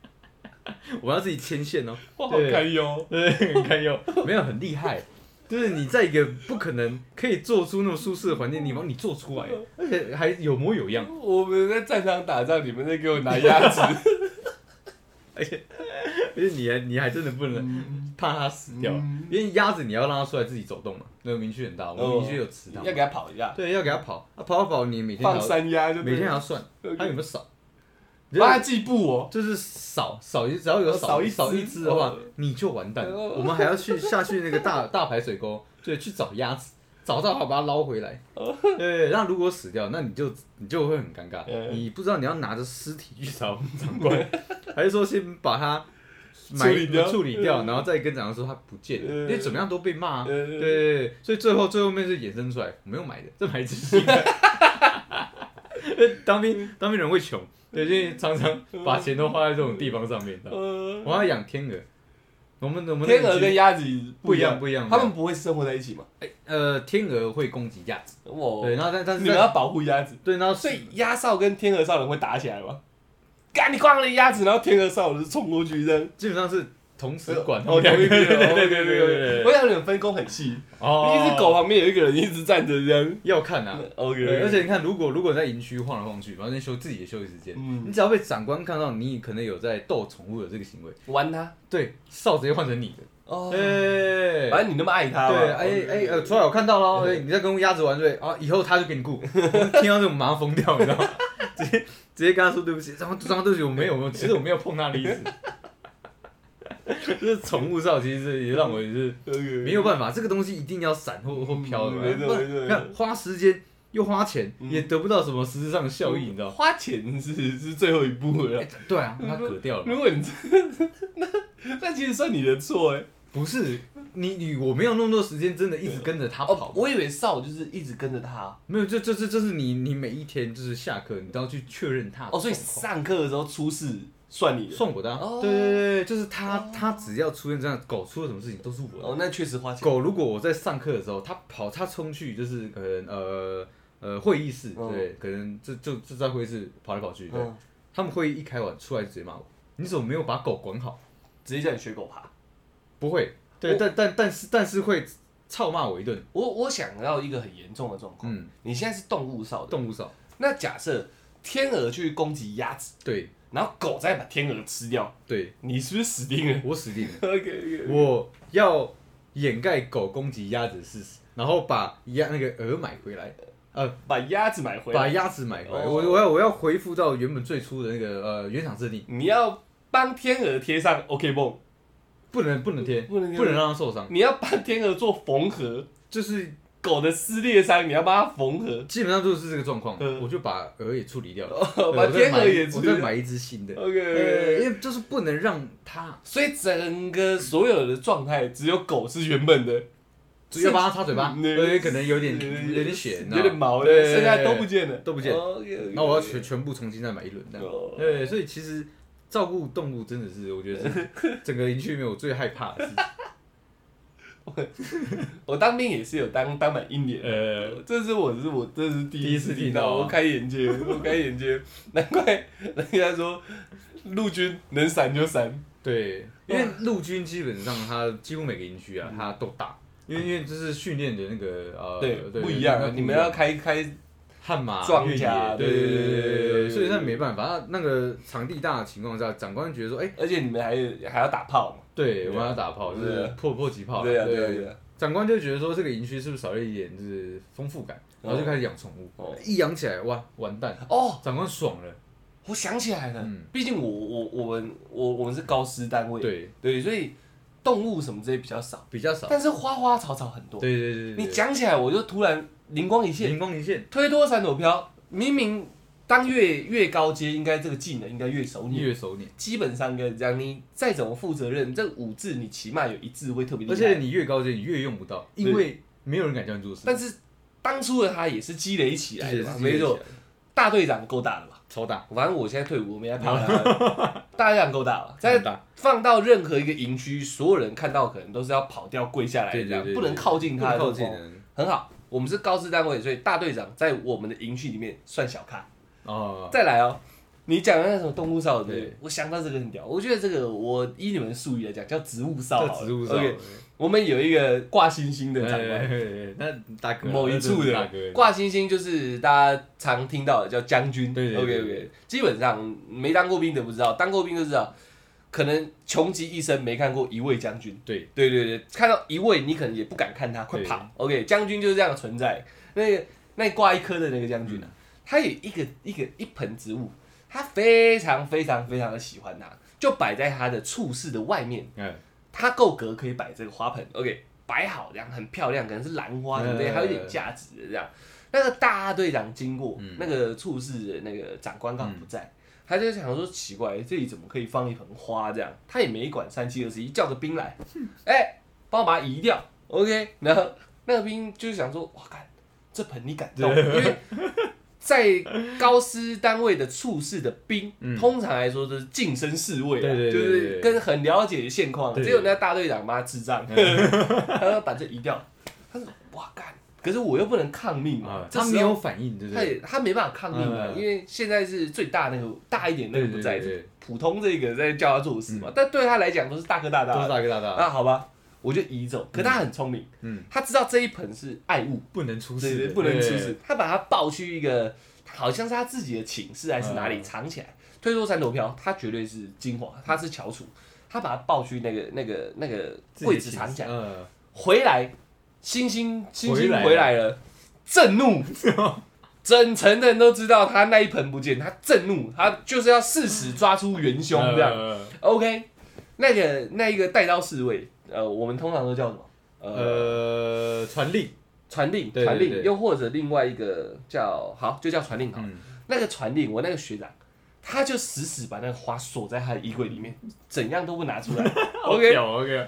Speaker 2: (laughs) 我要自己牵线哦。
Speaker 1: (laughs) 哇，好堪忧。
Speaker 2: (laughs) 对，很堪忧，没有很厉害。就是你在一个不可能可以做出那么舒适的环
Speaker 1: 嗯
Speaker 2: 境地方，你做出来，而且还有模有样，
Speaker 1: 我们在战场打仗，你们在给我拿鸭子，
Speaker 2: 而且你还你还真的不能怕它死掉，
Speaker 1: 嗯
Speaker 2: 因为鸭子你要让它出来自己走动嘛。那个明区很大，我们
Speaker 1: 哦
Speaker 2: 明区有池
Speaker 1: 要
Speaker 2: 塘，
Speaker 1: 给它跑一下，
Speaker 2: 对，要给它跑，啊跑啊跑，你每天
Speaker 1: 放
Speaker 2: 还要
Speaker 1: 山鸭就对了
Speaker 2: 每天还要算
Speaker 1: OK (laughs)
Speaker 2: 它有没有少，
Speaker 1: 帮它计步哦。
Speaker 2: 就是少少一，只要有
Speaker 1: 呃少
Speaker 2: 少
Speaker 1: 一只
Speaker 2: 少一只的话
Speaker 1: 哦，
Speaker 2: 你就完蛋了。
Speaker 1: 哦
Speaker 2: 我们还要去下去那个大大排水沟，对，去找鸭子，找到好把它捞回来。
Speaker 1: 呃
Speaker 2: 对，那如果死掉，那你就你就会很尴尬，
Speaker 1: 嗯
Speaker 2: 你不知道你要拿着尸体去找长
Speaker 1: (laughs)
Speaker 2: 官，还是说先把它埋
Speaker 1: 处理掉呃
Speaker 2: 处理掉，然后再跟长官说它不见了，
Speaker 1: 嗯
Speaker 2: 因为怎么样都被骂啊。
Speaker 1: 嗯
Speaker 2: 对对对，所以最后最后面是衍生出来，我没有买的，这买一
Speaker 1: (laughs)
Speaker 2: 只新的。因为当兵当兵人会穷，对，因为常常把钱都花在这种地方上面的。
Speaker 1: 呃，
Speaker 2: 我要养天鹅，我们我们那
Speaker 1: 天
Speaker 2: 个
Speaker 1: 鹅
Speaker 2: 区
Speaker 1: 跟鸭子
Speaker 2: 不一样不一样
Speaker 1: 它们不会生活在一起嘛？
Speaker 2: 呃天鹅会攻击鸭子，
Speaker 1: 我
Speaker 2: 对，然后但但
Speaker 1: 你
Speaker 2: 是
Speaker 1: 们
Speaker 2: 在
Speaker 1: 要保护鸭子，
Speaker 2: 对，然后
Speaker 1: 所以鸭少跟天鹅少人会打起来吗？干你逛了鸭子，然后天鹅少人就冲过去
Speaker 2: (laughs)
Speaker 1: 扔。
Speaker 2: 基本上是同时管
Speaker 1: 哦，
Speaker 2: 两
Speaker 1: 同一
Speaker 2: 个，
Speaker 1: 边
Speaker 2: 对
Speaker 1: 哦
Speaker 2: 对对对对
Speaker 1: 我
Speaker 2: 对，
Speaker 1: 想你们分工很细，
Speaker 2: 哦
Speaker 1: 一只狗旁边有一个人一直站着扔。
Speaker 2: 要看啊。对，
Speaker 1: OK，
Speaker 2: 而且你看，如果如果在营区晃来晃去，反正休自己的休息时间，
Speaker 1: 嗯
Speaker 2: 你只要被长官看到你可能有在逗宠物的这个行为，
Speaker 1: 玩它
Speaker 2: 对，哨直接换成你的，
Speaker 1: 哦，
Speaker 2: 对，
Speaker 1: 反正你那么爱它嘛，
Speaker 2: 对，哎哎呃，出来我看
Speaker 1: (laughs)
Speaker 2: 到了，哎，你在跟鸭子玩对，啊，以后他就给你雇，听到这种马上疯掉，你知道吗？ (laughs) 直接直接跟他说对不起，然后然后对不起，我没有，我其实我没有碰他的意思。
Speaker 1: (laughs)
Speaker 2: 就是宠物照，其实是也让我也是
Speaker 1: OK
Speaker 2: 没有办法，这个东西一定要闪或或飘的嘛，
Speaker 1: 嗯没错
Speaker 2: 不然
Speaker 1: 没错
Speaker 2: 你看花时间又花钱，
Speaker 1: 嗯
Speaker 2: 也得不到什么实质上的效益，你知道吗？
Speaker 1: 花钱是是最后一步了
Speaker 2: 哎。对啊，它割掉了嘛。
Speaker 1: 如果你真那那其实算你的错哎、
Speaker 2: 不是你你我没有那么多时间，真的一直跟着它跑
Speaker 1: 哦，，我以为少就是一直跟着他
Speaker 2: 没有，这这这这是你你每一天就是下课，你都要去确认他的
Speaker 1: 哦，所以
Speaker 2: 状况
Speaker 1: 上课的时候出事算你的。
Speaker 2: 算我的、啊
Speaker 1: 哦
Speaker 2: 对对对，就是他、他只要出现这样，狗出了什么事情都是我的。
Speaker 1: 哦，那确实花钱。
Speaker 2: 狗如果我在上课的时候，它跑它冲去就是可能呃呃会议室，
Speaker 1: 嗯
Speaker 2: 对，可能就就就在会议室跑来跑去，对，
Speaker 1: 嗯，
Speaker 2: 他们会议一开完出来就直接骂我，你怎么没有把狗管好？
Speaker 1: 直接叫你学狗爬。
Speaker 2: 不会，对，
Speaker 1: 我
Speaker 2: 但但但是但是会臭骂我一顿，
Speaker 1: 我我想到一个很严重的状况，
Speaker 2: 嗯，
Speaker 1: 你现在是动物少的，
Speaker 2: 动物少，
Speaker 1: 那假设天鹅去攻击鸭子，
Speaker 2: 对
Speaker 1: 然后狗再把天鹅吃掉，
Speaker 2: 对，
Speaker 1: 你是不是死定了 (laughs)
Speaker 2: 我死定了。
Speaker 1: ？OK，
Speaker 2: 我要掩盖狗攻击鸭子的事实，然后把鸭那个鹅买回来，呃，
Speaker 1: 把鸭子买回
Speaker 2: 把
Speaker 1: 来，
Speaker 2: 鸭子买回来。
Speaker 1: 哦
Speaker 2: 我我要我要恢复到原本最初的那个呃原厂设定，
Speaker 1: 你要帮天鹅贴上 OK 绷，
Speaker 2: 不能不能贴，
Speaker 1: 不能贴
Speaker 2: 不能让它受伤，
Speaker 1: 你要帮天鹅做缝合，
Speaker 2: 就是
Speaker 1: 狗的撕裂伤你要帮它缝合。
Speaker 2: 基本上就是这个状况。
Speaker 1: 嗯
Speaker 2: 我就把鹅也处理掉，对
Speaker 1: 哦
Speaker 2: 我
Speaker 1: 把
Speaker 2: 再
Speaker 1: 天
Speaker 2: 买
Speaker 1: 鹅也吃
Speaker 2: 我再买一只新的。对，
Speaker 1: OK，
Speaker 2: 因为就是不能让它，
Speaker 1: 所以整个所有的状态只有狗是原本的，
Speaker 2: 只要帮它擦嘴巴，
Speaker 1: 嗯
Speaker 2: 对，可能有点
Speaker 1: 嗯
Speaker 2: 有点血，
Speaker 1: 有点毛的，
Speaker 2: 对
Speaker 1: 剩下都不见了，哦
Speaker 2: 都不见了
Speaker 1: OK，OK，OK。
Speaker 2: 那我要全全部重新再买一轮这样。
Speaker 1: 哦
Speaker 2: 对，所以其实照顾动物真的是，我觉得
Speaker 1: (laughs)
Speaker 2: 是整个营区里面我最害怕的事情。
Speaker 1: 我当兵也是有当当满一年，
Speaker 2: 呃，
Speaker 1: 这是我是我这是第
Speaker 2: 第一次
Speaker 1: 听
Speaker 2: 听到啊
Speaker 1: 我开眼界，我开眼界， (laughs) 难怪人家说陆军能闪就闪，
Speaker 2: 对，因为陆军基本上它几乎每个营区啊，它都大，因为因为就是训练的那个呃，
Speaker 1: 嗯对，不一样啊，你们要开开
Speaker 2: 悍马
Speaker 1: 装
Speaker 2: 越野
Speaker 1: 甲
Speaker 2: 对
Speaker 1: 对对
Speaker 2: 对对
Speaker 1: 对
Speaker 2: 对
Speaker 1: 对对
Speaker 2: 对，所以那没办法，那那个场地大的情况下，长官觉得说，哎，
Speaker 1: 而且你们还有还要打炮嘛？
Speaker 2: 对，我们要打炮，就
Speaker 1: 对
Speaker 2: 是
Speaker 1: 啊
Speaker 2: 迫迫击炮，
Speaker 1: 对啊，对啊，对啊。
Speaker 2: 长官就觉得说这个营区是不是少了一点就是丰富感，然后就开始养宠物
Speaker 1: 哦，
Speaker 2: 一养起来哇完蛋，
Speaker 1: 哦，
Speaker 2: 长官爽了，
Speaker 1: 我想起来了
Speaker 2: 嗯，
Speaker 1: 毕竟我我我们我我们是高师单位，
Speaker 2: 对，
Speaker 1: 对，所以动物什么这些比较少，
Speaker 2: 比较少。
Speaker 1: 但是花花草草很多。
Speaker 2: 对对对对，
Speaker 1: 你讲起来，我就突然灵光一现，
Speaker 2: 灵光一现，
Speaker 1: 推脱闪躲飘，明明当越越高阶，应该这个技能应该越熟
Speaker 2: 一
Speaker 1: 练。
Speaker 2: 月手捻，
Speaker 1: 基本上应该是这样，你再怎么负责任，这五字你起码有一字会特别厉
Speaker 2: 而
Speaker 1: 害。
Speaker 2: 且你越高阶，你越用不到，
Speaker 1: 对
Speaker 2: 因为没有人敢叫你做事。
Speaker 1: 但是当初的他也是积累起来
Speaker 2: 也
Speaker 1: 的
Speaker 2: 是
Speaker 1: 嘛，没错，，大队长够大了吧？
Speaker 2: 超大，
Speaker 1: 反正我现在退伍，我没在怕他。
Speaker 2: (laughs)
Speaker 1: 大家讲够大了，
Speaker 2: 超
Speaker 1: 在
Speaker 2: 大，
Speaker 1: 放到任何一个营区，所有人看到可能都是要跑掉、跪下来
Speaker 2: 对
Speaker 1: 这
Speaker 2: 对
Speaker 1: 样，
Speaker 2: 对，
Speaker 1: 哎不能靠近他，
Speaker 2: 不能靠近
Speaker 1: 这种哦
Speaker 2: 人
Speaker 1: 很好，我们是高知单位，所以大队长在我们的营区里面算小咖。
Speaker 2: 哦，
Speaker 1: 再来哦，你讲的那种动物哨的，
Speaker 2: 对
Speaker 1: 我想到这个很屌，我觉得这个我依你们术语来讲叫植物哨
Speaker 2: 这
Speaker 1: 好了。
Speaker 2: 植物上哎
Speaker 1: OK，我们有一个挂星星的长官，
Speaker 2: 对，哎那大哥啊
Speaker 1: 某一处
Speaker 2: 大
Speaker 1: 的
Speaker 2: 哥，
Speaker 1: 挂星星就是大家常听到的叫将军。
Speaker 2: 对对
Speaker 1: o k
Speaker 2: 对
Speaker 1: OK，基本上没当过兵的不知道，当过兵就知道，可能穷极一生没看过一位将军。
Speaker 2: 对
Speaker 1: 对对对，看到一位你可能也不敢看他，快
Speaker 2: 对
Speaker 1: 跑！OK，将军就是这样的存在。那个那挂一颗的那个将军
Speaker 2: 嗯
Speaker 1: 啊，他有一个一个一盆植物，他非常非常非常的喜欢它，就摆在他的处室的外面。
Speaker 2: 嗯，
Speaker 1: 它够格可以摆这个花盆，OK，摆好这样很漂亮，可能是兰花对不对？
Speaker 2: 嗯
Speaker 1: 还有一点价值的这样。那个大队长经过，
Speaker 2: 嗯
Speaker 1: 那个处室的那个长官刚好不在，他就想说奇怪，这里怎么可以放一盆花这样？他也没管三七二十一，叫个兵来，哎、帮我把它移掉，OK。然后那个兵就想说，哇，干这盆你敢动？因为在高师单位的处室的兵，
Speaker 2: 嗯
Speaker 1: 通常来说都是晋升侍卫啊，
Speaker 2: 对对对
Speaker 1: 就
Speaker 2: 对
Speaker 1: 是
Speaker 2: 对
Speaker 1: 跟很了解现况，
Speaker 2: 对嗯
Speaker 1: 只有那大队长妈智障， (laughs) 他说把这移掉，他说哇干，可是我又不能抗命嘛
Speaker 2: 啊，，
Speaker 1: 这
Speaker 2: 他
Speaker 1: 时
Speaker 2: 没有
Speaker 1: 候
Speaker 2: 反应，对不
Speaker 1: 他
Speaker 2: 对？
Speaker 1: 也他没办法抗命嘛，
Speaker 2: 嗯
Speaker 1: 因为现在是最大那个大一点那个不在
Speaker 2: 对嗯对对，
Speaker 1: 普通这个在叫他做事嘛，但对他来讲都是大哥大啊
Speaker 2: 都
Speaker 1: 大
Speaker 2: 是
Speaker 1: 的，
Speaker 2: 大哥大大，
Speaker 1: 那好吧，我就移走，可他很聪明，
Speaker 2: 嗯，
Speaker 1: 他知道这一盆是爱物，
Speaker 2: 不能出
Speaker 1: 对
Speaker 2: 事
Speaker 1: 对，
Speaker 2: 的，
Speaker 1: 不能出
Speaker 2: 对
Speaker 1: 事。。他把他抱去一个，好像是他自己的寝室还是哪里
Speaker 2: 嗯
Speaker 1: 藏起来。推说三头漂，他绝对是精华，他是翘楚。他把他抱去那个那个那个
Speaker 2: 自己
Speaker 1: 柜子
Speaker 2: 请
Speaker 1: 藏起来，
Speaker 2: 嗯，
Speaker 1: 回来，星星星
Speaker 2: 回
Speaker 1: 星
Speaker 2: 来
Speaker 1: 回来了，震
Speaker 2: (laughs)
Speaker 1: 怒，整层的人都知道他那一盆不见，他震怒，他就是要誓死抓出元凶这样。
Speaker 2: 呃
Speaker 1: OK，那个那一个带刀侍卫，呃，我们通常都叫什么？呃，
Speaker 2: 呃，传令，
Speaker 1: 传令，
Speaker 2: 对
Speaker 1: 传
Speaker 2: 对
Speaker 1: 令，
Speaker 2: 对
Speaker 1: 又或者另外一个叫好，就叫传令好了。
Speaker 2: 嗯，
Speaker 1: 那个传令，我那个学长，他就死死把那个花锁在他的衣柜里面，怎样都不拿
Speaker 2: (laughs)
Speaker 1: 出来。OK，
Speaker 2: 有 OK，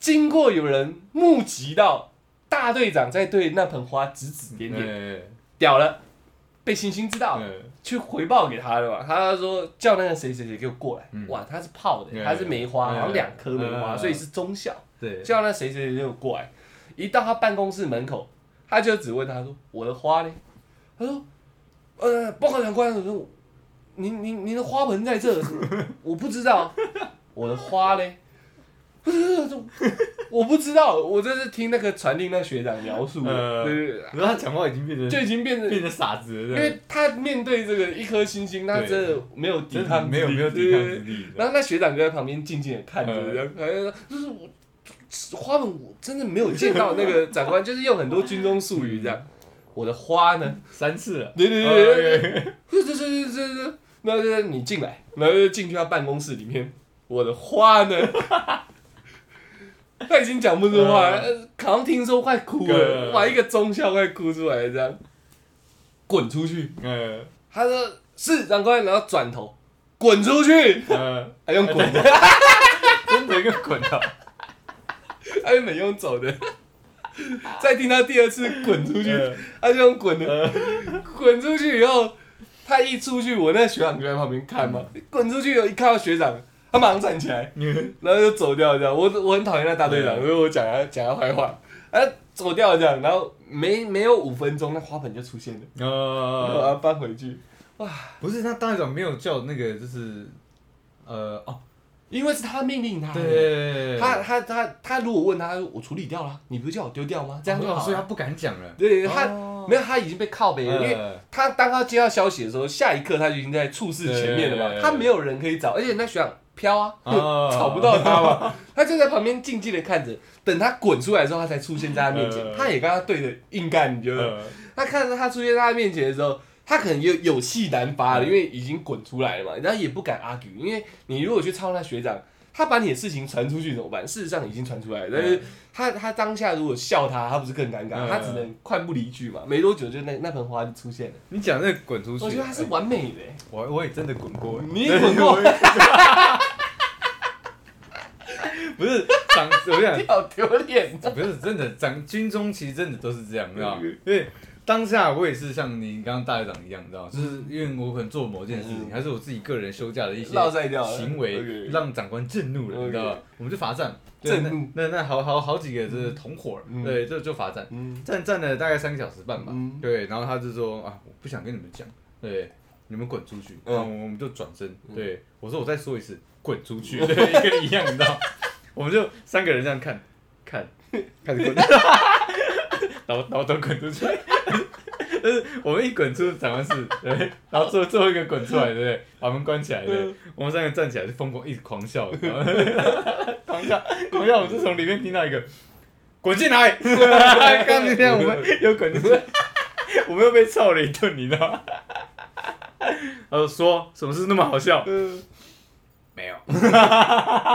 Speaker 1: 经过有人目击到大队长在对那盆花指指点点，
Speaker 2: 点，
Speaker 1: 屌了，被星星知道，
Speaker 2: 哎嗯
Speaker 1: 去回报给他了嘛。他说叫那个谁谁谁给我过来，
Speaker 2: 嗯
Speaker 1: 哇，他是泡的，
Speaker 2: 嗯
Speaker 1: 他是梅花，
Speaker 2: 嗯
Speaker 1: 好像两颗梅花，
Speaker 2: 嗯
Speaker 1: 所以是中校。
Speaker 2: 对，
Speaker 1: 叫那谁谁谁就过来，一到他办公室门口，他就只问他说：“我的花呢？”他说：“呃，报告长官，我说您您您的花盆在这， (laughs) 我不知道，我的花嘞。”不是，不是我不知道，我这是听那个传令那学长描述的，
Speaker 2: 呃
Speaker 1: 对对
Speaker 2: 然后他讲话已经变成
Speaker 1: 对，就已经变成，
Speaker 2: 变成傻子了，
Speaker 1: 因
Speaker 2: 对不对
Speaker 1: 为他面对这个一颗星星，他
Speaker 2: 对
Speaker 1: 真的没有抵
Speaker 2: 真
Speaker 1: 抗
Speaker 2: 的
Speaker 1: 之力，
Speaker 2: 没有没有
Speaker 1: 对
Speaker 2: 抵抗
Speaker 1: 对对
Speaker 2: 之力，
Speaker 1: 然后那学长就在旁边静静的看着，
Speaker 2: 嗯
Speaker 1: 然后他就说：“就是我花粉，我真的没有见到那个长官，就是用很多军中术语这样。我的花呢？
Speaker 2: 三次了，
Speaker 1: 嗯 (laughs) 对对对对对，
Speaker 2: 对，
Speaker 1: 对对对对对，那就是你进来，然后就进去他办公室里面，我的花呢？ (laughs) 他已经讲不出话，呃好像听说快哭了，
Speaker 2: 嗯
Speaker 1: 哇，一个中校快哭出来这样，滚出去！
Speaker 2: 呃
Speaker 1: 他说是长官，然后转头滚出 (laughs) 去，
Speaker 2: 呃，
Speaker 1: 还用滚的。”
Speaker 2: 真的一个滚 (laughs) 到，
Speaker 1: 他原本用走的，再听他第二次滚出去，
Speaker 2: 呃
Speaker 1: 他就用滚的，
Speaker 2: 呃
Speaker 1: 滚出去以后，他一出去，我那学长就在旁边看
Speaker 2: 嗯
Speaker 1: 嘛，滚出去以后一看到学长，他马上站起来，然后就走掉这样。我我很讨厌那大队长，
Speaker 2: 嗯
Speaker 1: 因为我讲他讲他坏话，啊，走掉这样，然后没没有五分钟，那花盆就出现了，然后把
Speaker 2: 呃，
Speaker 1: 它搬回去，
Speaker 2: 不是，他大队长没有叫那个，就是，呃，哦，
Speaker 1: 因为是他命令他的。
Speaker 2: 对，
Speaker 1: 啊他他他他如果问他，我处理掉了，你不是叫我丢掉吗？这样就好
Speaker 2: 哦所以他
Speaker 1: 了。
Speaker 2: 不敢讲了，
Speaker 1: 对他
Speaker 2: 哦
Speaker 1: 没有，他已经被靠北了，因为
Speaker 2: 呃
Speaker 1: 他当他接到消息的时候，下一刻他就已经在处室前面了嘛，
Speaker 2: 对
Speaker 1: 他没有人可以找，而哎且那学长飘啊， (laughs)
Speaker 2: 啊
Speaker 1: 找不到他嘛，
Speaker 2: (laughs)
Speaker 1: 他就在旁边静静的看着，等他滚出来之后，他才出现在他面前，
Speaker 2: 嗯
Speaker 1: 他也跟他对着硬干，你觉得？
Speaker 2: 呃
Speaker 1: 他看着他出现在他面前的时候。他可能有有气难发
Speaker 2: 嗯
Speaker 1: 了，因为已经滚出来了嘛，然后也不敢 argue，因为你如果去操那学长，他把你的事情传出去怎么办？事实上已经传出来了，但是他他当下如果笑他，他不是更尴尬？
Speaker 2: 嗯
Speaker 1: 他只能快步离去嘛。没多久就那那盆花就出现了。
Speaker 2: 你讲那个滚出去，哎
Speaker 1: 我觉得它是完美的、欸。
Speaker 2: 我我也真的滚过，
Speaker 1: 你也滚过
Speaker 2: (laughs) 不是长，我想
Speaker 1: 你好丢脸的。
Speaker 2: 啊不是真的长军中其实真的都是这样，你知道吗
Speaker 1: 嗯
Speaker 2: 因为当下我也是像你刚刚大队长一样，你知道吗就是因为我可能做某件事情，
Speaker 1: 嗯
Speaker 2: 还是我自己个人休假的一些
Speaker 1: 落赛掉了
Speaker 2: 行
Speaker 1: OK
Speaker 2: 为，让长官震怒了，
Speaker 1: OK
Speaker 2: 你知道吧？我们就罚站，
Speaker 1: 震
Speaker 2: 对那
Speaker 1: 怒
Speaker 2: 那那好好好几个就是同伙
Speaker 1: 嗯，
Speaker 2: 对，就就罚站。
Speaker 1: 嗯，
Speaker 2: 站站了大概三个小时半吧，
Speaker 1: 嗯
Speaker 2: 对，然后他就说啊，我不想跟你们讲，对，你们滚出去，
Speaker 1: 嗯
Speaker 2: 然后我们就转身，对 (laughs) 我说我再说一次，滚出去，对，跟你一样，你知道，我们就三个人这样看，看，
Speaker 3: 开始滚。
Speaker 2: (laughs) 然后然后都滚出去。但是 (laughs) 我们一滚出长官室， (laughs) 对，然后最后最后一个滚出来，对不对？把门关起来，对不对。我们三个站起来就疯狂一直狂笑，你知道吗 (laughs) 狂笑狂笑。我就从里面听到一个滚进来， (laughs)
Speaker 3: 刚今天我们
Speaker 2: 又滚出来， (laughs) 我们又被操了一顿，你知道吗？他说说什么事那么好笑？没有。 (laughs)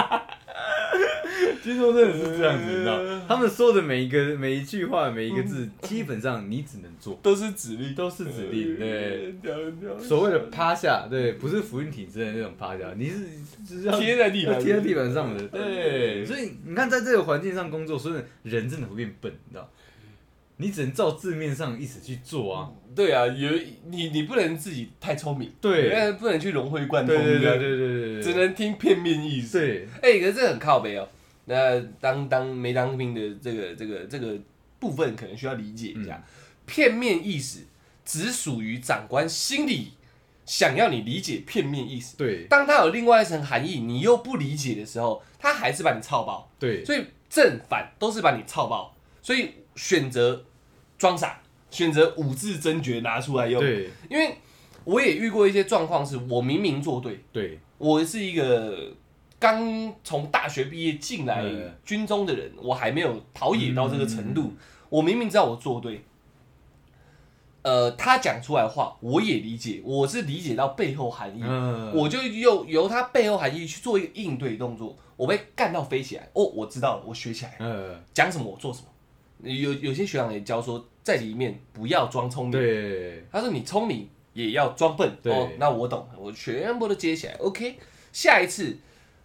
Speaker 2: 其实我真的是这样子，你知道，他们说的每一个每一句话每一个字，基本上你只能做，
Speaker 1: 都是指令，
Speaker 2: 都是指令，对。
Speaker 1: 对
Speaker 2: 所谓的趴下，对，不是浮云体之类的那种趴下，你是就是要
Speaker 1: 贴在地
Speaker 2: 要
Speaker 1: 板，
Speaker 2: 贴在地板上的，对。所以你看，在这个环境上工作，所以人真的会变笨，你知道，你只能照字面上意思去做啊，
Speaker 1: 对啊，有你你不能自己太聪明，
Speaker 2: 对
Speaker 1: 因为不能去融会贯通，
Speaker 2: 对对对
Speaker 1: 这样
Speaker 2: 对对对，
Speaker 1: 只能听片面意思。
Speaker 2: 对，
Speaker 1: 哎、可是这很靠北哦。那当当没当兵的这个这个这个部分，可能需要理解一下。
Speaker 2: 嗯
Speaker 1: 片面意识只属于长官心里想要你理解片面意思，
Speaker 2: 对
Speaker 1: 当他有另外一层含义，你又不理解的时候，他还是把你操爆。
Speaker 2: 对
Speaker 1: 所以正反都是把你操爆，所以选择装傻，选择五字真诀拿出来用。
Speaker 2: 对
Speaker 1: 因为我也遇过一些状况，是我明明做对，
Speaker 2: 对
Speaker 1: 我是一个刚从大学毕业进来
Speaker 2: 嗯
Speaker 1: 军中的人，我还没有陶冶到这个程度。我明明知道我做对，呃，他讲出来的话我也理解，我是理解到背后含义，
Speaker 2: 嗯
Speaker 1: 我就又由他背后含义去做一个应对动作。我被干到飞起来，哦，我知道了，我学起来了，
Speaker 2: 嗯
Speaker 1: 讲什么我做什么。有有些学长也教说，在里面不要装聪明，
Speaker 2: 对
Speaker 1: 他说你聪明也要装笨。
Speaker 2: 对
Speaker 1: 哦，那我懂了，我全部都接起来。OK，下一次，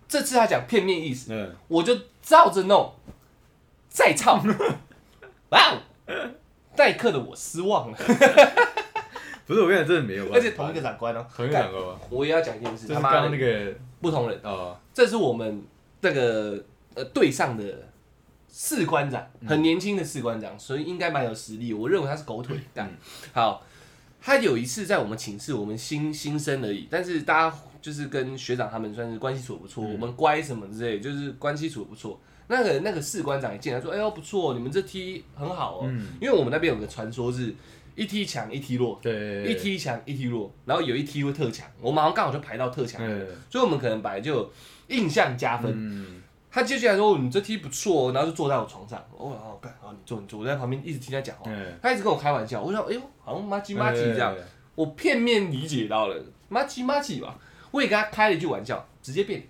Speaker 1: 这次他讲片面意思，
Speaker 2: 嗯
Speaker 1: 我就照着弄，再唱。哇哦！那一刻的我失望了，
Speaker 2: 不是我跟你讲真的没有办法，
Speaker 1: 而且同一个长官哦，
Speaker 2: 同一个两个吧，
Speaker 1: 干我也要讲一件事，
Speaker 2: 就
Speaker 1: 他
Speaker 2: 是刚
Speaker 1: 妈的
Speaker 2: 刚那个
Speaker 1: 不同人，
Speaker 2: 哦
Speaker 1: 这是我们那个呃队上的士官长，很年轻的士官长，所以应该蛮有实力。我认为他是狗腿但好，他有一次在我们寝室，我们新新生而已，但是大家就是跟学长他们算是关系处得不错，我们乖什么之类的，就是关系处得不错。那个那个士官长一进来说：“哎呦不错，你们这梯很好哦。因为我们那边有个传说是一梯强一梯弱，
Speaker 2: 对
Speaker 1: 一梯强一梯弱，然后有一梯会特强，我们好像刚好就排到特强。
Speaker 2: 嗯
Speaker 1: 所以我们可能本来就有印象加分。
Speaker 2: 嗯
Speaker 1: 他接下来说：“哦你这踢不错哦。”然后就坐在我床上，哦，然后干，然后你坐你坐，我在旁边一直听他讲话，
Speaker 2: 嗯，
Speaker 1: 他一直跟我开玩笑，我想，哎呦，好像妈鸡妈鸡这样，
Speaker 2: 嗯
Speaker 1: 我片面理解到了妈鸡妈鸡吧，我也跟他开了一句玩笑，直接变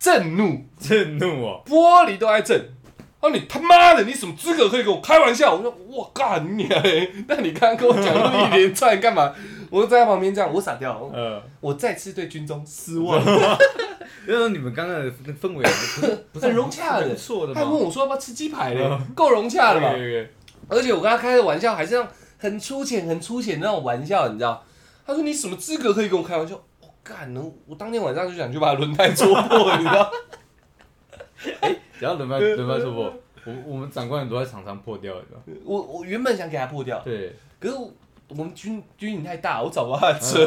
Speaker 1: 震怒，
Speaker 2: 震怒哦，
Speaker 1: 玻璃都在震。哦，你他妈的，你什么资格可以跟我开玩笑？我说我干你、啊！ (laughs) 那你刚刚跟我讲那么一连串干嘛？我就在他旁边这样，我傻掉了，
Speaker 2: 呃，
Speaker 1: 我再次对军中失望。
Speaker 2: 就是说你们刚刚的氛围
Speaker 1: (laughs)
Speaker 2: 不是不是
Speaker 1: 很融洽的
Speaker 2: 不错的
Speaker 1: 他还问
Speaker 2: 吗？
Speaker 1: 我说要不要吃鸡排嘞
Speaker 2: 嗯，
Speaker 1: 够融洽了吧？
Speaker 2: 对
Speaker 1: 而且我跟他开的玩笑还是那种很粗浅、很粗浅的那种玩笑，你知道？他说你什么资格可以跟我开玩笑？我干能，我当天晚上就想去把轮胎戳破，你知
Speaker 2: (laughs)
Speaker 1: 道？
Speaker 2: 然后轮班轮班说破，我我们长官很多在场上破掉的，
Speaker 1: 我我原本想给他破掉，
Speaker 2: 对，
Speaker 1: 可是我我们军军营太大，我找不到他的车，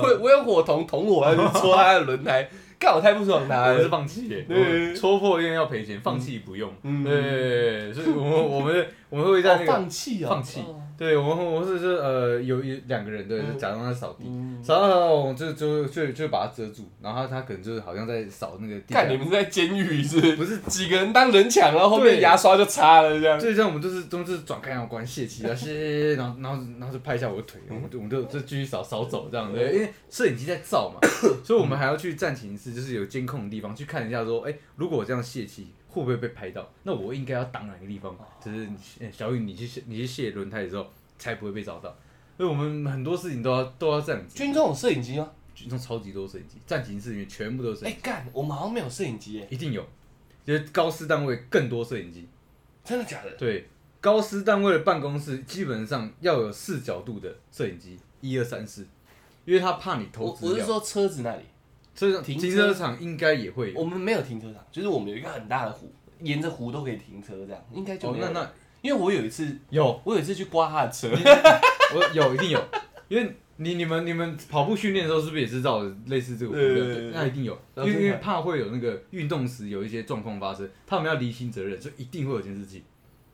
Speaker 1: (laughs) 我我用火筒捅火，他就戳他的轮胎，干我太不爽他
Speaker 2: (laughs) 我是
Speaker 1: 了。
Speaker 2: 放弃耶，
Speaker 1: 哎对
Speaker 2: 我戳破因为要赔钱，放弃不用，
Speaker 1: 嗯
Speaker 2: 对，所
Speaker 1: (laughs)
Speaker 2: 以我们我们我们会在那
Speaker 1: 哦，
Speaker 2: 个
Speaker 1: 放弃啊！
Speaker 2: 放弃
Speaker 1: 哦
Speaker 2: 对，我们我是是呃有有两个人对，就假装在扫地，
Speaker 1: 嗯，
Speaker 2: 扫到我就就就就把它遮住，然后他他可能就是好像在扫那个地
Speaker 1: 干
Speaker 2: 板
Speaker 1: 你，们是在监狱是不是？
Speaker 2: 不是，
Speaker 1: 几个人当人抢，然后后面
Speaker 2: 对
Speaker 1: 牙刷就擦了这样。
Speaker 2: (laughs) 所以这样我们就是都是转开然后关泄气，然后谢，然后 (laughs) 然后然后就拍一下我的腿，然后我们就我们就就继续扫扫走这样对，因为摄影机在照嘛，所以我们还要去暂停室，就是有监控的地方去看一下说，哎，如果我这样泄气会不会被拍到？那我应该要挡哪个地方？就是你呃小雨你去卸你去卸轮胎的时候才不会被找到，所以我们很多事情都要都要这样子。
Speaker 1: 军中有摄影机吗？
Speaker 2: 军中超级多摄影机，战情室里面全部都是摄
Speaker 1: 哎、
Speaker 2: 影机，
Speaker 1: 干，我们好像没有摄影机耶，
Speaker 2: 一定有。就是高师单位更多摄影机，
Speaker 1: 真的假的？
Speaker 2: 对，高师单位的办公室基本上要有四角度的摄影机，一二三四，因为他怕你
Speaker 1: 我
Speaker 2: 投
Speaker 1: 我
Speaker 2: 资
Speaker 1: 是
Speaker 2: 料。
Speaker 1: 说车子那里，
Speaker 2: 所以说
Speaker 1: 停
Speaker 2: 停
Speaker 1: 车
Speaker 2: 车场应该也会有。
Speaker 1: 我们没有停车场，就是我们有一个很大的湖，沿着湖都可以停车，这样应该就
Speaker 2: 哦
Speaker 1: 没，有
Speaker 2: 那那
Speaker 1: 因为我有一次，
Speaker 2: 有，
Speaker 1: 我有一次去刮他的车，
Speaker 2: 我有一定有，因为 (laughs) 你你们你们跑步训练的时候是不是也是照着类似这个步
Speaker 1: 对对
Speaker 2: 骤
Speaker 1: 对对？
Speaker 2: 那一定有，因
Speaker 1: 然后
Speaker 2: 为因
Speaker 1: 推
Speaker 2: 为
Speaker 1: 开
Speaker 2: 怕会有那个运动时有一些状况发生，他们要厘清责任，所以一定会有监视器。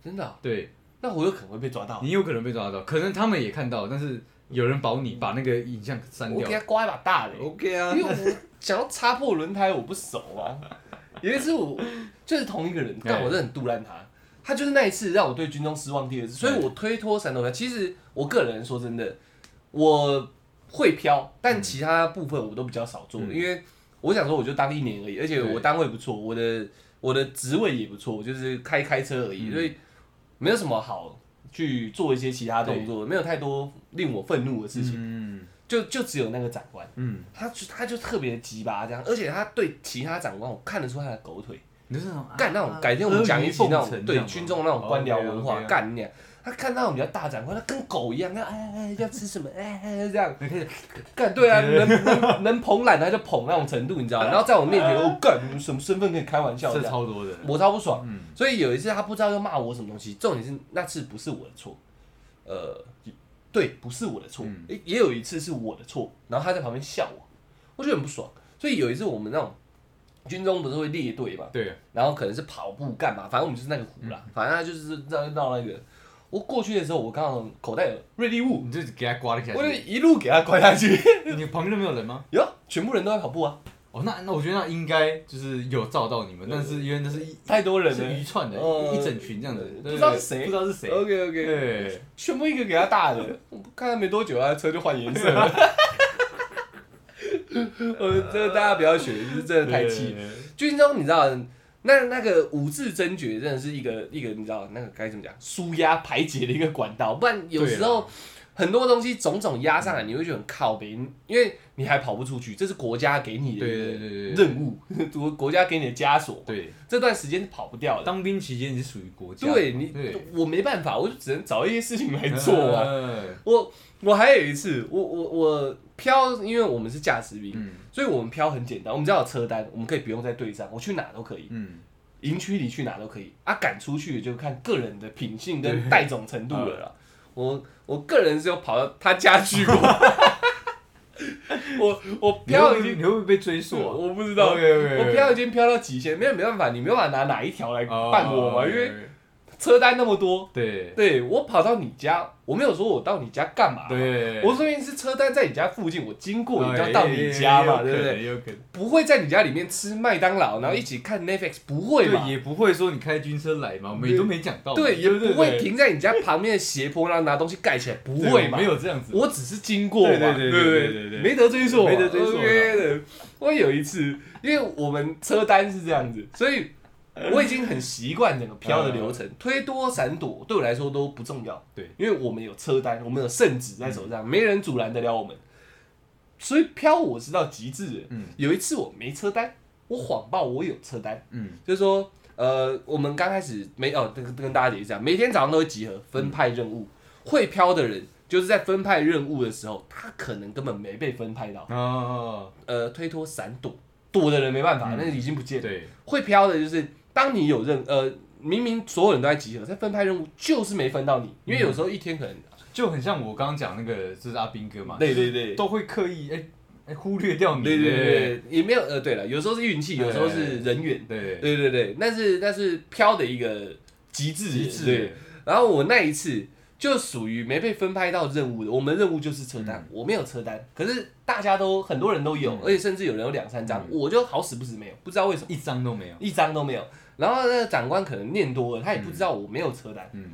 Speaker 1: 真的啊、
Speaker 2: 对
Speaker 1: 那我有可能会被抓到。
Speaker 2: 你有可能被抓到，可能他们也看到，但是有人保你把那个影像删
Speaker 1: 我给他
Speaker 2: 掉。
Speaker 1: 刮一把大的、
Speaker 2: OK 啊
Speaker 1: 因为我想要擦破轮胎，我不熟啊。有一次我就是同一个
Speaker 2: 哎
Speaker 1: 人，但我真的很杜烂他。他就是那一次让我对军中失望第二次，所以
Speaker 2: 哎
Speaker 1: 我推脱闪躲他。其实我个人说真的，我会飘，但其他部分我都比较少做，
Speaker 2: 嗯
Speaker 1: 因为我想说我就当一年而已，而且
Speaker 2: 对
Speaker 1: 我单位不错，我的我的职位也不错，我就是开开车而已，
Speaker 2: 嗯
Speaker 1: 所以没有什么好去做一些其他动作，没有太多令我愤怒的事情，
Speaker 2: 嗯
Speaker 1: 就就只有那个长官。
Speaker 2: 嗯，
Speaker 1: 他就他就特别鸡巴这样，而且他对其他长官，我看得出他的狗腿，
Speaker 2: 你就是那种啊
Speaker 1: 干那种改天我们讲一期那
Speaker 2: 阿谀
Speaker 1: 种
Speaker 2: 奉承
Speaker 1: 对
Speaker 2: 这样吗哦
Speaker 1: 军中那种官僚文化，
Speaker 2: OK，OK，OK
Speaker 1: 干你、啊！他看那种比较大长官，他跟狗一样，那哎哎哎要吃什么哎哎哎这样，干对啊，能能能捧懒他就捧那种程度，你
Speaker 2: (laughs)
Speaker 1: 知道吗？然后在我面前，我干你们什么身份可以开玩笑这
Speaker 2: 这
Speaker 1: 样，
Speaker 2: 超多的。
Speaker 1: 我超不爽。
Speaker 2: 嗯
Speaker 1: 所以有一次他不知道要骂我什么东西，重点是那次不是我的错，呃，对，不是我的错，
Speaker 2: 嗯
Speaker 1: 也也有一次是我的错，然后他在旁边笑我，我觉得很不爽。所以有一次我们那种军中不是会列队嘛，
Speaker 2: 对，
Speaker 1: 然后可能是跑步干嘛，反正我们就是那个湖
Speaker 2: 嗯
Speaker 1: 啦，反正他就是绕绕那个。我过去的时候，我刚好口袋有瑞丽物，
Speaker 2: 你就给他刮了下
Speaker 1: 我就
Speaker 2: 去。
Speaker 1: 一路给他灌下去。 (laughs)
Speaker 2: 你旁边都没有人吗？
Speaker 1: 哟，全部人都在跑步啊，
Speaker 2: 哦，那那我觉得那应该就是有照到你们，
Speaker 1: 对
Speaker 2: 但是因为那是一
Speaker 1: 太多人
Speaker 2: 是
Speaker 1: 了
Speaker 2: 一。串的，
Speaker 1: 呃
Speaker 2: 一一整群这样子，
Speaker 1: 对
Speaker 2: 对
Speaker 1: 不知道是谁
Speaker 2: 不知道是谁。
Speaker 1: OK OK，
Speaker 2: 对，
Speaker 1: 全部一个给他大的，我看他没多久啊，车就换颜色了。
Speaker 2: (laughs)
Speaker 1: 呃，这个大家不要学，就是真的太气。
Speaker 2: 了。
Speaker 1: 军中你知道，那那个五字真诀真的是一个一个，你知道那个该怎么讲，舒压排解的一个管道。不然有时
Speaker 2: 啊
Speaker 1: 候很多东西种种压上来，你会觉得很靠北，因为你还跑不出去，这是国家给你的
Speaker 2: 对
Speaker 1: 一
Speaker 2: 对对
Speaker 1: 个
Speaker 2: 对对
Speaker 1: 任务， (laughs) 国国家给你的枷锁，
Speaker 2: 对，
Speaker 1: 这段时间是跑不掉的。
Speaker 2: 当兵期间你是属于国家，
Speaker 1: 对你
Speaker 2: 对，，嗯
Speaker 1: 我没办法，我就只能找一些事情来做啊。
Speaker 2: 呃。
Speaker 1: 我我还有一次，我我我飘，因为我们是驾驶兵，
Speaker 2: 嗯
Speaker 1: 所以我们飘很简单，我们只要有车单，我们可以不用再对账，我去哪都可以，
Speaker 2: 嗯，
Speaker 1: 营区里去哪都可以。啊，赶出去就看个人的品性跟带种程度
Speaker 2: 啊
Speaker 1: 了啦。我我个人是有跑到他家去过，
Speaker 2: (laughs)
Speaker 1: 我我
Speaker 2: 你会
Speaker 1: 飘
Speaker 2: 不
Speaker 1: 已
Speaker 2: 会
Speaker 1: 经
Speaker 2: 你会不会被追溯啊？
Speaker 1: 我不知道。
Speaker 2: OK，OK，OK
Speaker 1: 我飘已经飘到极限，没有没办法，你没办法拿哪一条来
Speaker 2: 哦
Speaker 1: 办我嘛，因为车单那么多。
Speaker 2: 对
Speaker 1: 对我跑到你家，我没有说我到你家干嘛，
Speaker 2: 对，
Speaker 1: 我说明是车单在你家附近，我经过你就要到你家嘛，对不对？
Speaker 2: 对？有可能，
Speaker 1: 不会在你家里面吃麦当劳，然后一起看 Netflix，不会嘛
Speaker 2: 对，？也不会说你开军车来嘛，我们也都没讲到嘛，
Speaker 1: 对，也
Speaker 2: 不
Speaker 1: 不会停在你家旁边的斜坡，然后拿东西盖起来，不
Speaker 2: 对，
Speaker 1: 会嘛
Speaker 2: 没？有这样子，
Speaker 1: 我只是经过嘛，
Speaker 2: 对
Speaker 1: 对
Speaker 2: 对对
Speaker 1: 不
Speaker 2: 对对对对
Speaker 1: 没得追溯嘛，
Speaker 2: 没得追溯
Speaker 1: OK 的。我有一次，因为我们车单是这样子，所以我已经很习惯整个飘的流程，推多闪躲对我来说都不重要。
Speaker 2: 嗯对，嗯
Speaker 1: 因为我们有车单，我们有圣旨在手上，没人阻拦得了我们。所以飘我是到极致的。
Speaker 2: 嗯
Speaker 1: 有一次我没车单，我谎报我有车单，
Speaker 2: 嗯
Speaker 1: 就是说，呃，我们刚开始每哦，跟跟大家解释一下，每天早上都会集合分派任务，会飘的人就是在分派任务的时候，他可能根本没被分派到，
Speaker 2: 哦，
Speaker 1: 呃，推脱闪躲，躲的人没办法，那已经不见了。
Speaker 2: 对，
Speaker 1: 会飘的就是当你有任呃，明明所有人都在集合，在分派任务，就是没分到你，因为有时候一天可能，
Speaker 2: 就很像我刚刚讲那个，就是阿兵哥嘛，
Speaker 1: 对对对
Speaker 2: 都会刻意哎哎忽略掉你，
Speaker 1: 对对
Speaker 2: 不
Speaker 1: 对对，也没有呃，对了，有时候是运气，有时候是人缘，
Speaker 2: 对对
Speaker 1: 对对对，那是那是飘的一个极致，
Speaker 2: 极
Speaker 1: 对
Speaker 2: 致，
Speaker 1: 然后我那一次就属于没被分派到任务的，我们任务就是车单，我没有车单，可是大家都很多人都有，
Speaker 2: 嗯
Speaker 1: 而且甚至有人有两三张，我就好死不死没有，不知道为什么
Speaker 2: 一张都没有，
Speaker 1: 一张都没有。然后那个长官可能念多了，他也不知道我没有车单，
Speaker 2: 嗯，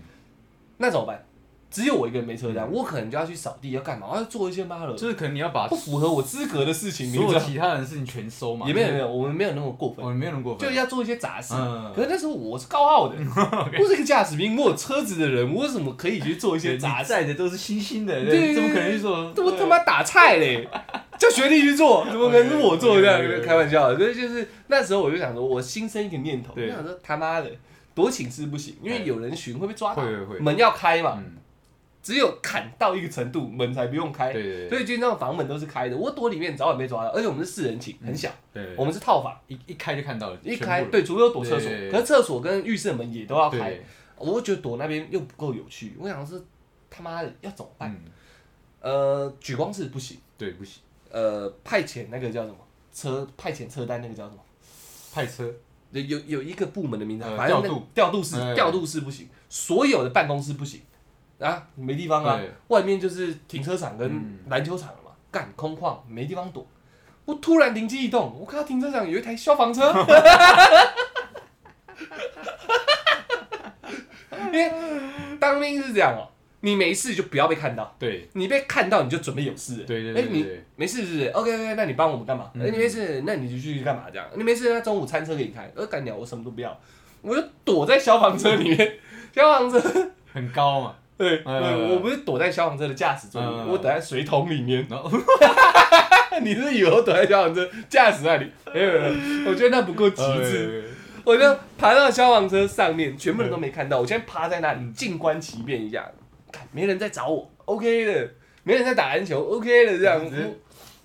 Speaker 1: 那怎么办？只有我一个人没车单，我可能就要去扫地，要干嘛？我要做一些妈的
Speaker 2: 就是可能你要把
Speaker 1: 不符合我资格的事情，你
Speaker 2: 所
Speaker 1: 知
Speaker 2: 有
Speaker 1: 道吗？
Speaker 2: 其他人的事情全收嘛，
Speaker 1: 也没有没有，我们没有那么过分
Speaker 2: 我，哦们没有人过分，
Speaker 1: 就要做一些杂事。
Speaker 2: 嗯哦
Speaker 1: 可是那时候我是高
Speaker 2: (laughs)
Speaker 1: 傲的，我是个驾驶兵，我有车子的人，我为什么可以去做一些
Speaker 2: 你
Speaker 1: 杂事？
Speaker 2: 在的都是星星的，
Speaker 1: 对对
Speaker 2: 对，怎么可能去说？
Speaker 1: 怎么他妈打菜
Speaker 2: (laughs)
Speaker 1: 嘞？叫学弟去做，怎么可能是我做？这
Speaker 2: 对对
Speaker 1: 样
Speaker 2: 对
Speaker 1: 开玩笑的，所以就是那时候我就想说，我心生一个念头，我
Speaker 2: 对
Speaker 1: 想说他妈的躲寝室不行，因为
Speaker 2: 哎
Speaker 1: 有人巡会被抓到，
Speaker 2: 会会会
Speaker 1: 门要开嘛，
Speaker 2: 嗯，
Speaker 1: 只有砍到一个程度，门才不用开。
Speaker 2: 对对
Speaker 1: 所
Speaker 2: 对
Speaker 1: 以军装房门都是开的，我躲里面早晚被抓到，而且我们是四人寝，很小，
Speaker 2: 嗯对，
Speaker 1: 我们
Speaker 2: 们
Speaker 1: 是套房，
Speaker 2: 一一开就看到了，
Speaker 1: 一
Speaker 2: 全部
Speaker 1: 开
Speaker 2: 人
Speaker 1: 对，除非我躲厕所
Speaker 2: 对，
Speaker 1: 可是厕所跟浴室的门也都要开，
Speaker 2: 对，
Speaker 1: 我就觉得躲那边又不够有趣，我想说他妈的要怎么办？
Speaker 2: 嗯，
Speaker 1: 呃，举光是不行，
Speaker 2: 对，不行，
Speaker 1: 呃，派遣那个叫什么车派遣车单那个叫什么？
Speaker 2: 派车
Speaker 1: 有有有一个部门的名字，啊
Speaker 2: 呃
Speaker 1: 反正那
Speaker 2: 调度
Speaker 1: 调度室
Speaker 2: 哎
Speaker 1: 调度室不行，所有的办公室不行啊，没地方啊
Speaker 2: 对，
Speaker 1: 外面就是停车场跟篮球场了嘛，干空旷没地方躲。我突然灵机一动，我看到停车场有一台消防车， (laughs) 因为当兵是这样哦、你没事就不要被看到，
Speaker 2: 对
Speaker 1: 你被看到你就准备有事了。
Speaker 2: 对对对
Speaker 1: 哎
Speaker 2: 对
Speaker 1: 你
Speaker 2: 对嗯
Speaker 1: 没事是不是？OK OK，那你帮我们干嘛？哎、你没事，那你就去干嘛这样？你没事，那中午餐车给你开。呃，干鸟，我什么都不要，我就躲在消防车里
Speaker 2: (laughs)
Speaker 1: 面。消防车， (laughs)
Speaker 2: 很高嘛，
Speaker 1: 对，
Speaker 2: 哎
Speaker 1: 对我不是躲在消防车的驾驶座里面，
Speaker 2: 嗯
Speaker 1: 我躲在水桶里面。 (laughs) 啊
Speaker 2: 然后
Speaker 1: 你是以为我躲在消防车驾驶
Speaker 2: (laughs)
Speaker 1: 那里？没有没有没有，我觉得那不够极
Speaker 2: 哎
Speaker 1: 致。我就爬到消防车上面，全部人都没
Speaker 2: 嗯
Speaker 1: 看到，我现在趴在那里静观其变一下，看没人在找我，OK 的，没人在打篮球，OK 的这样
Speaker 2: 直接
Speaker 1: 子。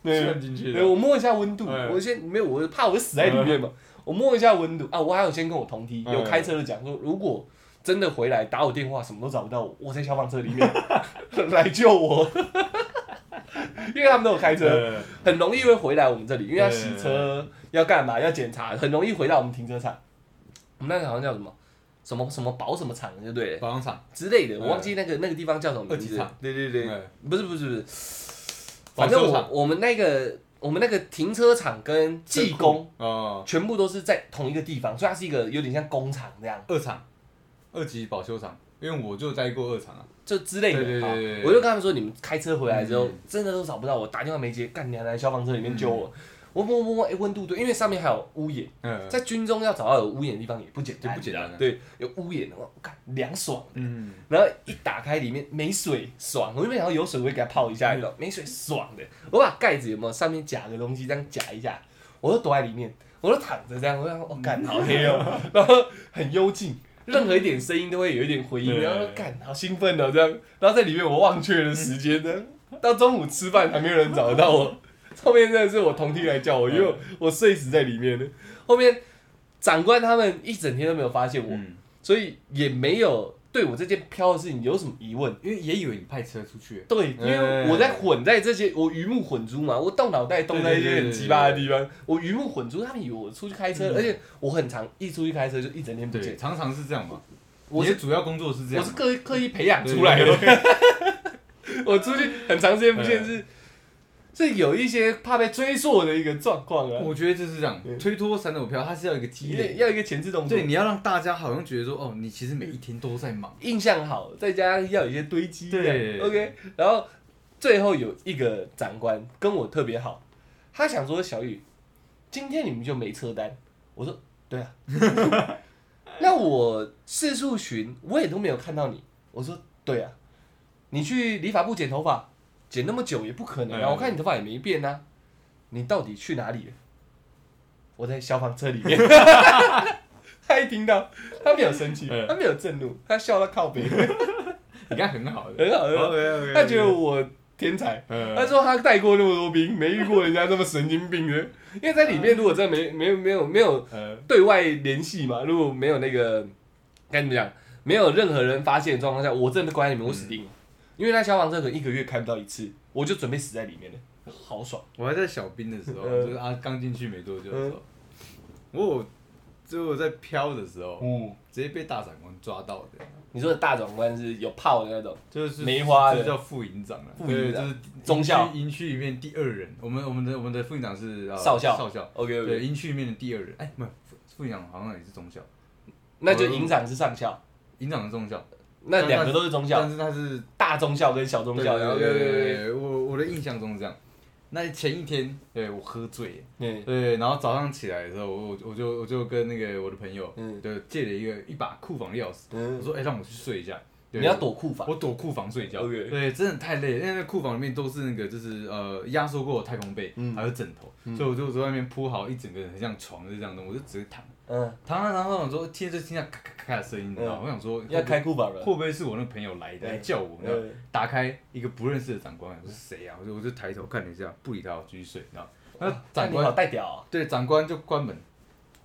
Speaker 2: 对
Speaker 1: 对
Speaker 2: 窜进去
Speaker 1: 对，
Speaker 2: 了，
Speaker 1: 我摸一下温度，
Speaker 2: 哎
Speaker 1: 我先没有，我怕我死在里面嘛，
Speaker 2: 嗯
Speaker 1: 我摸一下温度啊，我还有先跟我同梯
Speaker 2: 哎
Speaker 1: 有开车的讲说，如果真的回来打我电话，什么都找不到我，我在消防车里面 (laughs) 来救我， (laughs) 因为他们都有开车，
Speaker 2: 呃
Speaker 1: 很容易会回来我们这里，因为要洗车，要干嘛，要检查，很容易回到我们停车场。我们那个好像叫什么什么什么保什么厂，对不对了？
Speaker 2: 保养厂，
Speaker 1: 之类的，我
Speaker 2: 哎
Speaker 1: 忘记那个那个地方叫什么名
Speaker 2: 二级
Speaker 1: 字
Speaker 2: 厂。
Speaker 1: 对对对，
Speaker 2: 哎
Speaker 1: 不是不是不是，
Speaker 2: 保
Speaker 1: 反正
Speaker 2: 修
Speaker 1: 我
Speaker 2: 厂
Speaker 1: 我们那个我们那个停车场跟技工
Speaker 2: 哦，
Speaker 1: 全部都是在同一个地方，所以它是一个有点像工厂这样，
Speaker 2: 二厂，二级保修厂，因为我就待过二厂啊，
Speaker 1: 就之类的。
Speaker 2: 对对对
Speaker 1: 好
Speaker 2: 对对
Speaker 1: 我就跟他们说，你们开车回来之后，
Speaker 2: 嗯
Speaker 1: 真的都找不到我，打电话没接，干娘来消防车里面救我。我摸摸摸，哎、温度对，因为上面还有屋檐，
Speaker 2: 嗯，
Speaker 1: 在军中要找到有屋檐的地方也不简单，
Speaker 2: 就不简单了
Speaker 1: 对，有屋檐的话，我看凉爽。啊
Speaker 2: 嗯，
Speaker 1: 然后一打开里面没水，爽。我原本想要有水我会给它泡一下，你知道，没水爽的。我把盖子有没有上面夹个东西这样夹一下，我就躲在里面，我就躺着这样，我就想，我、哦、干好黑哦，然后很幽静。任何一点声音都会有一点回音，
Speaker 2: 对
Speaker 1: 然后干好兴奋哦，这样，然后在里面我忘却了时间，这样到中午吃饭还没有人找得到我，后面真的是我同梯来叫我，因为我我睡死在里面了。后面长官他们一整天都没有发现我，
Speaker 2: 嗯，
Speaker 1: 所以也没有对我这件飘的事情有什么疑问。
Speaker 2: 因为也以为你派车出去，
Speaker 1: 对，因
Speaker 2: 嗯
Speaker 1: 为我在混在这些，我鱼目混珠嘛，我动脑袋动在一些很鸡巴的地方，我鱼目混珠，他们以为我出去开车，
Speaker 2: 嗯
Speaker 1: 而且我很常一出去开车就一整天不
Speaker 2: 对，
Speaker 1: 见。
Speaker 2: 常常是这样嘛，
Speaker 1: 我
Speaker 2: 我
Speaker 1: 是
Speaker 2: 的主要工作是这
Speaker 1: 我
Speaker 2: 样
Speaker 1: 是
Speaker 2: 嘛，
Speaker 1: 刻意刻意培养出来的， (laughs) 我出去很长时间不见
Speaker 2: 嗯
Speaker 1: 是是有一些怕被追溯的一个状况 (laughs) 啊，
Speaker 2: 我觉得就是这样
Speaker 1: 对，
Speaker 2: 推脱散走票，它是要一个积累，
Speaker 1: 要要一个前置动作
Speaker 2: 对，，你要让大家好像觉得说，哦，你其实每一天都
Speaker 1: (laughs)
Speaker 2: 在忙，
Speaker 1: 印象好，再加上要有一些堆积这样，
Speaker 2: 对
Speaker 1: OK，然后最后有一个长官跟我特别好，他想说小雨，今天你们就没车单，我说对啊， (laughs) 那我四处寻我也都没有看到你，我说对啊，你去理发部剪头发，剪那么久也不可能啊，
Speaker 2: 嗯
Speaker 1: 我看你头发也没变啊，你到底去哪里了？我在消防车里面， (laughs) 他一听到，他没有生气，
Speaker 2: 嗯
Speaker 1: 他没有震怒，他笑到靠北，呃
Speaker 2: 你看很好的，
Speaker 1: 很好很好。
Speaker 2: OK，
Speaker 1: 他觉得我天才，他
Speaker 2: 呃，
Speaker 1: 说他带过那么多兵，没遇过人家这么神经病的。因为在里面如果真的没没有没有没有
Speaker 2: 呃，
Speaker 1: 对外联系嘛，如果没有那个该怎么讲，没有任何人发现的状况下，我真的关在里面，我死
Speaker 2: 嗯
Speaker 1: 定了。因为那消防车可能一个月开不到一次，我就准备死在里面了，好爽。
Speaker 2: 我还在小兵的时候，
Speaker 1: 嗯
Speaker 2: 就是啊，刚进去没多久的时候，我有就我在飘的时候，
Speaker 1: 嗯，
Speaker 2: 直接被大长官抓到的，
Speaker 1: 你说的大长官是有炮的那种，
Speaker 2: 就是
Speaker 1: 梅花的
Speaker 2: 这叫副营长了，
Speaker 1: 副营长
Speaker 2: 对就是
Speaker 1: 中校
Speaker 2: 营区营区里面第二人，我们我们的我们的副营长是呃
Speaker 1: 少校
Speaker 2: 少校，
Speaker 1: OK
Speaker 2: 对，
Speaker 1: OK，
Speaker 2: 营区里面的第二人，哎，没有副副营长好像也是中校，
Speaker 1: 那就营长是上校，
Speaker 2: 营长是中校，
Speaker 1: 那两个都是中校，
Speaker 2: 但是他是
Speaker 1: 大中校跟小中校。
Speaker 2: 嗯对
Speaker 1: OK
Speaker 2: 对对
Speaker 1: OK
Speaker 2: 对对，我我的印象中是这样。那前一天，对我喝醉了，
Speaker 1: 嗯
Speaker 2: 对，然后早上起来的时候，我我我就我就跟那个我的朋友，
Speaker 1: 嗯
Speaker 2: 对，借了一个一把库房的钥匙，我
Speaker 1: 嗯，
Speaker 2: 说，哎、让我去睡一下。对
Speaker 1: 你要躲库房。
Speaker 2: 我躲库房睡觉。
Speaker 1: OK
Speaker 2: 对，真的太累了，因为库房里面都是那个就是呃压缩过的太空被，
Speaker 1: 嗯
Speaker 2: 还有枕头，所以我就在外面铺好一整个很像床的这样的，我就直接躺
Speaker 1: 嗯，
Speaker 2: 躺着躺着，我说听着就听到咔咔咔咔的声音，你知道吗？
Speaker 1: 嗯
Speaker 2: 我想说
Speaker 1: 要开
Speaker 2: 会
Speaker 1: 库房
Speaker 2: 不会
Speaker 1: 了。
Speaker 2: 会不会是我那朋友来
Speaker 1: 嗯
Speaker 2: 的来叫我？你知道吗
Speaker 1: 嗯
Speaker 2: 打开一个不认识的长官，我说谁啊？我就我就抬头看了一下，不理他，我继续睡，你知道吗？那
Speaker 1: 那
Speaker 2: 长
Speaker 1: 你好
Speaker 2: 官
Speaker 1: 带屌啊！
Speaker 2: 对长官就关门，